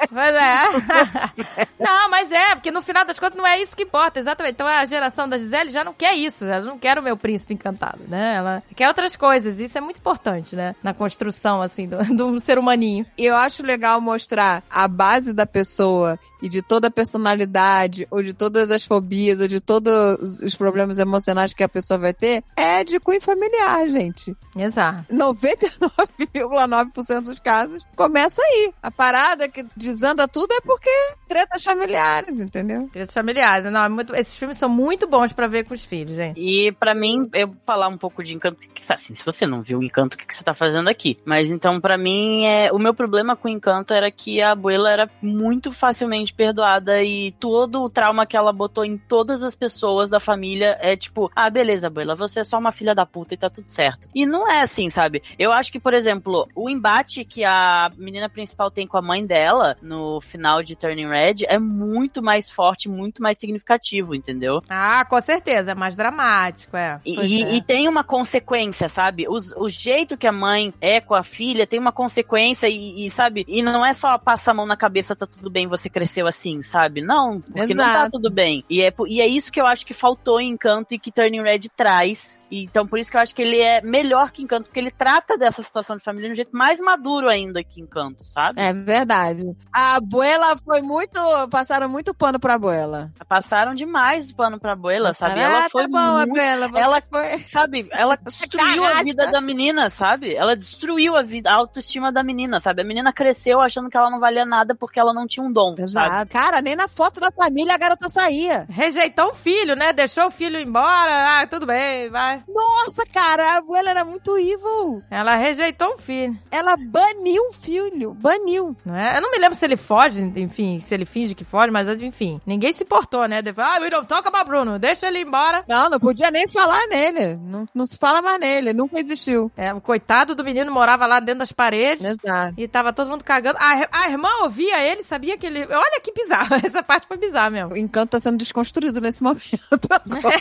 Mas é. <laughs> não, mas é, porque no final das contas não é isso que importa, exatamente. Então a geração da Gisele já não quer isso, ela não quer o meu príncipe encantado, né? Ela quer outras coisas, isso é muito importante, né? Na construção, assim, do, <laughs> do ser humaninho. E eu acho legal mostrar a base da pessoa e de toda a personalidade, ou de todas as fobias, ou de todos os problemas emocionais que a pessoa vai ter, é de cunho familiar, gente. Exato. 99,9% dos casos começa aí. A parada que desanda tudo é porque tretas familiares, entendeu? Crianças familiares. Não, é muito- esses filmes são muito bons pra ver com os filhos, gente. E pra mim, eu vou falar um pouco de encanto, que, que, assim, se você não viu o encanto, o que, que você tá fazendo aqui? Mas então, pra mim, é, o meu problema com o encanto era que a abuela era muito facilmente perdoada e todo o trauma que ela botou em todas as pessoas da família é tipo, ah, beleza, abuela, você é só uma filha da puta e tá tudo certo. E não é assim, sabe? Eu acho que, por exemplo, o embate que a menina principal tem com a mãe dela no final de Turning Red é muito mais forte, muito mais significativo, entendeu? Ah, com certeza, é mais dramático, é. E, Pois e- é. e tem uma consequência, sabe? Os- O, jeito que a mãe é com a filha tem uma consequência e, e, sabe? E não é só passa a mão na cabeça, tá tudo bem, você cresceu assim, sabe? Não, porque não tá Exato. tudo bem. E é, po- e é isso que eu acho que faltou em Encanto e que Turning Red traz. E Então, por isso que eu acho que ele é melhor que Encanto, porque ele trata dessa situação de família de um jeito mais maduro ainda que Encanto, sabe? É verdade. A abuela foi muito. Passaram muito pano pra abuela. Passaram demais o pano pra Abuela, sabe? Passaram, Ela "Ah, foi tá bom, a muito abuela. você ela- foi. Sabe, ela destruiu a Caraca. vida da menina, sabe? Ela destruiu a vida, a autoestima da menina, sabe? A menina cresceu achando que ela não valia nada porque ela não tinha um dom, sabe? Exato. Cara, nem na foto da família a garota saía. Rejeitou o filho, né? Deixou o filho embora. Ah, tudo bem, vai. Nossa, cara, a abuela era muito evil. Ela rejeitou o filho, Ela baniu o filho. Baniu. não é? Eu não me lembro se ele foge, enfim, se ele finge que foge, mas enfim, ninguém se importou, né? Depois, ah, não toca pra Bruno, deixa ele embora. Não, não podia nem falar nele. Não, não se fala mais nele. Nunca existiu. É, o coitado do menino morava lá dentro das paredes. Né? Exato. E tava todo mundo cagando. A, a irmã ouvia ele, sabia que ele. Olha que bizarro. <laughs> Essa parte foi bizarra mesmo. O encanto tá sendo desconstruído nesse <laughs> momento <laughs> agora.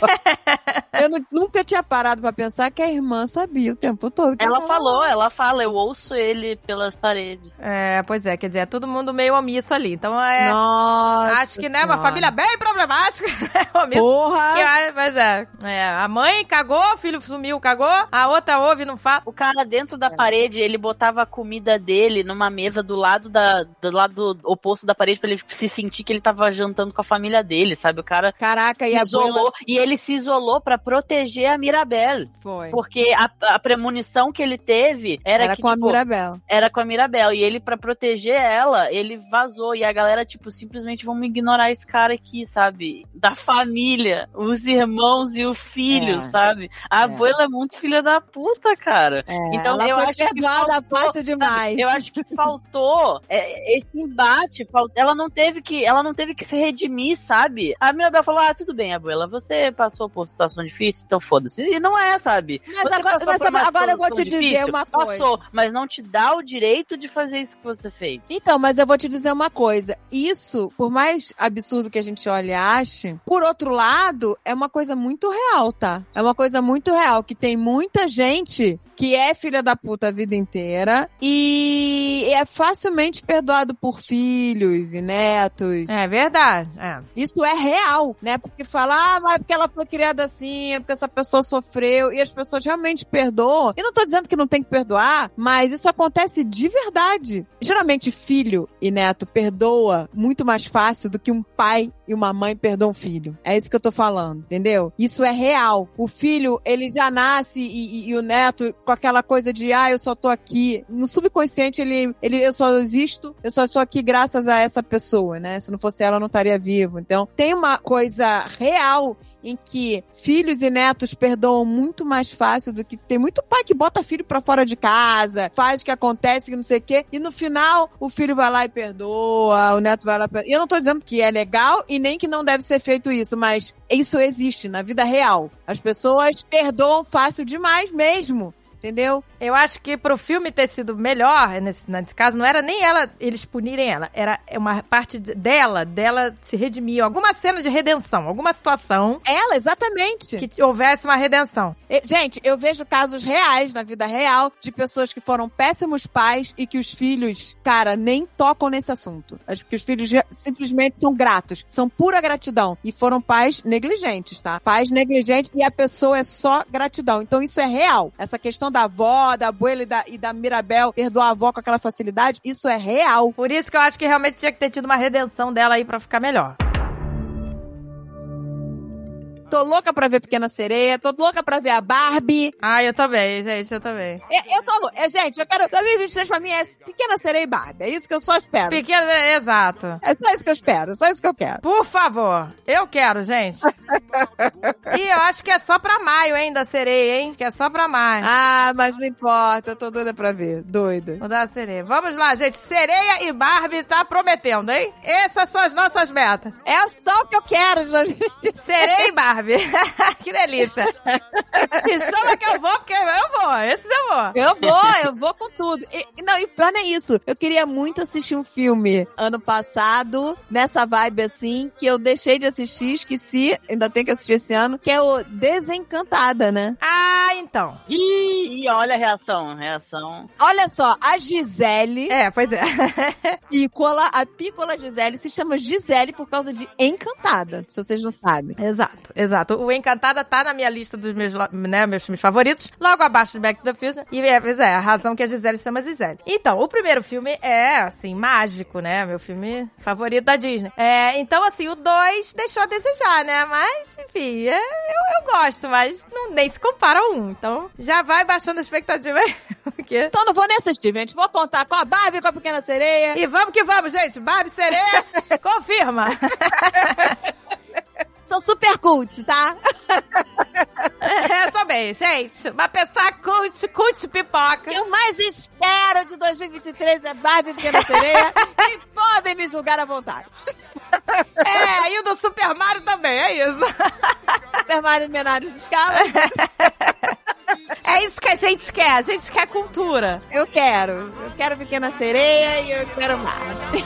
Eu nu- nunca tinha parado pra pensar que a irmã sabia o tempo todo. Ela falou, ela fala, eu ouço ele pelas paredes. É, pois é, quer dizer, é todo mundo meio omisso ali. Então é. Nossa. acho que, né, uma Senhora. família bem problemática. <laughs> né, omisso. Porra! Que, ah, mas é, é, a mãe cagou, o filho sumiu, cagou, a outra ouve e não fala. O cara dentro É. da parede, ele botava a comida dele numa mesa do lado da do lado oposto da parede pra ele se sentir que ele tava jantando com a família dele, sabe? O cara Caraca, e a abuela isolou e ele se isolou pra proteger a Mirabelle, foi. porque a, a premonição que ele teve era, Era que com a tipo, Mirabel. era com a Mirabel. E ele, pra proteger ela, ele vazou. E a galera, tipo, simplesmente vamos ignorar esse cara aqui, sabe? Da família, os irmãos e o filho, É. sabe? A abuela é muito filha da puta, cara. É, Então, ela eu foi acho que perdoada faltou, fácil demais. Eu acho que faltou é, esse embate. fal- Ela não teve que, ela não teve que se redimir, sabe? A Mirabel falou: Ah, tudo bem, abuela, você passou por situação difícil, então foda-se. E não é, sabe? Mas Você agora- passou mas por uma agora eu vou te situação dizer uma coisa. Passou, mas não te dá o direito de fazer isso que você fez. Então, mas eu vou te dizer uma coisa. Isso, por mais absurdo que a gente olhe e ache, por outro lado, é uma coisa muito real, tá? É uma coisa muito real, que tem muita gente que é filha da puta a vida inteira e é facilmente perdoado por filhos e netos. É verdade. É. Isso é real, né? Porque fala, ah, mas é porque ela foi criada assim, é porque essa pessoa sofreu, e as pessoas realmente perdoam. Eu não tô dizendo que não tem que perdoar, mas isso acontece de verdade. Geralmente, filho e neto perdoa muito mais fácil do que um pai e uma mãe perdoam um filho. É isso que eu tô falando, entendeu? Isso é real. O filho, ele já nasce e, e- e o neto com aquela coisa de, ah, eu só tô aqui. No subconsciente, ele, ele, eu só existo, eu só tô aqui graças a essa pessoa, né? Se não fosse ela, eu não estaria vivo. Então, tem uma coisa real em que filhos e netos perdoam muito mais fácil do que tem muito pai que bota filho pra fora de casa, faz o que acontece, que não sei o quê, e no final o filho vai lá e perdoa, o neto vai lá e perdoa. E eu não tô dizendo que é legal e nem que não deve ser feito isso, mas isso existe na vida real. As pessoas perdoam fácil demais mesmo. entendeu? Eu acho que pro filme ter sido melhor, nesse, nesse caso, não era nem ela, eles punirem ela, era uma parte de- dela, dela se redimir, alguma cena de redenção, alguma situação Ela, exatamente. que houvesse uma redenção. E, Gente, eu vejo casos reais na vida real de pessoas que foram péssimos pais e que os filhos, cara, nem tocam nesse assunto. Acho que os filhos re- simplesmente são gratos, são pura gratidão. E foram pais negligentes, tá? Pais negligentes e a pessoa é só gratidão. Então isso é real. Essa questão da avó, da abuela e da, e da Mirabel perdoar a avó com aquela facilidade, isso é real. Por isso que eu acho que realmente tinha que ter tido uma redenção dela aí pra ficar melhor. Tô louca pra ver Pequena Sereia, tô louca pra ver a Barbie. Ah, eu também, gente, eu também. Eu, eu tô louca. É, Gente, eu quero. 2023 pra mim é Pequena Sereia e Barbie. É isso que eu só espero. Pequeno, né? exato. É só isso que eu espero, só isso que eu quero. Por favor, eu quero, gente. e eu acho que é só pra maio, hein, da sereia, hein? Que é só pra maio. Ah, mas não importa, eu tô doida pra ver. Doida. Vou dar a sereia. Vamos lá, gente. Sereia e Barbie tá prometendo, hein? Essas são as nossas metas. É só o que eu quero, Jorge. Sereia e Barbie. <laughs> que delícia. Te chama que eu vou, porque eu vou. Esses eu vou. Eu vou, eu vou com tudo. E- e não, e pior não é isso. Eu queria muito assistir um filme ano passado, nessa vibe assim, que eu deixei de assistir, esqueci, ainda tenho que assistir esse ano, que é o Desencantada, né? Ah, então. Ih, e olha a reação, reação. Olha só, a Gisele É, pois é. Pícola, a Pícola Gisele se chama Gisele por causa de Encantada, se vocês não sabem. exato, exato. O Encantada tá na minha lista dos meus, lo- né, meus filmes favoritos, logo abaixo de Back to the Future. E é, pois é, a razão que a Gisele se chama Gisele. Então, o primeiro filme é, assim, mágico, né? Meu filme favorito da Disney. É, então, assim, o dois deixou a desejar, né? Mas, enfim, é, eu, eu gosto, mas não, nem se compara ao um. Então, já vai baixando a expectativa aí, <laughs> porque... Então não vou nem assistir, gente. Vou contar com a Barbie, com a Pequena Sereia. E vamos que vamos, gente! Barbie Sereia, confirma! <laughs> Sou super cult, tá? É, também, gente. Mas pensar cult, cult pipoca. O que eu mais espero de 2023 é Barbie, Pequena Sereia. e podem me julgar à vontade. É, e o do Super Mario também, é isso. Super Mario Menários Escala, É isso que a gente quer, a gente quer cultura. eu quero. Eu quero Pequena Sereia e eu quero Barbie.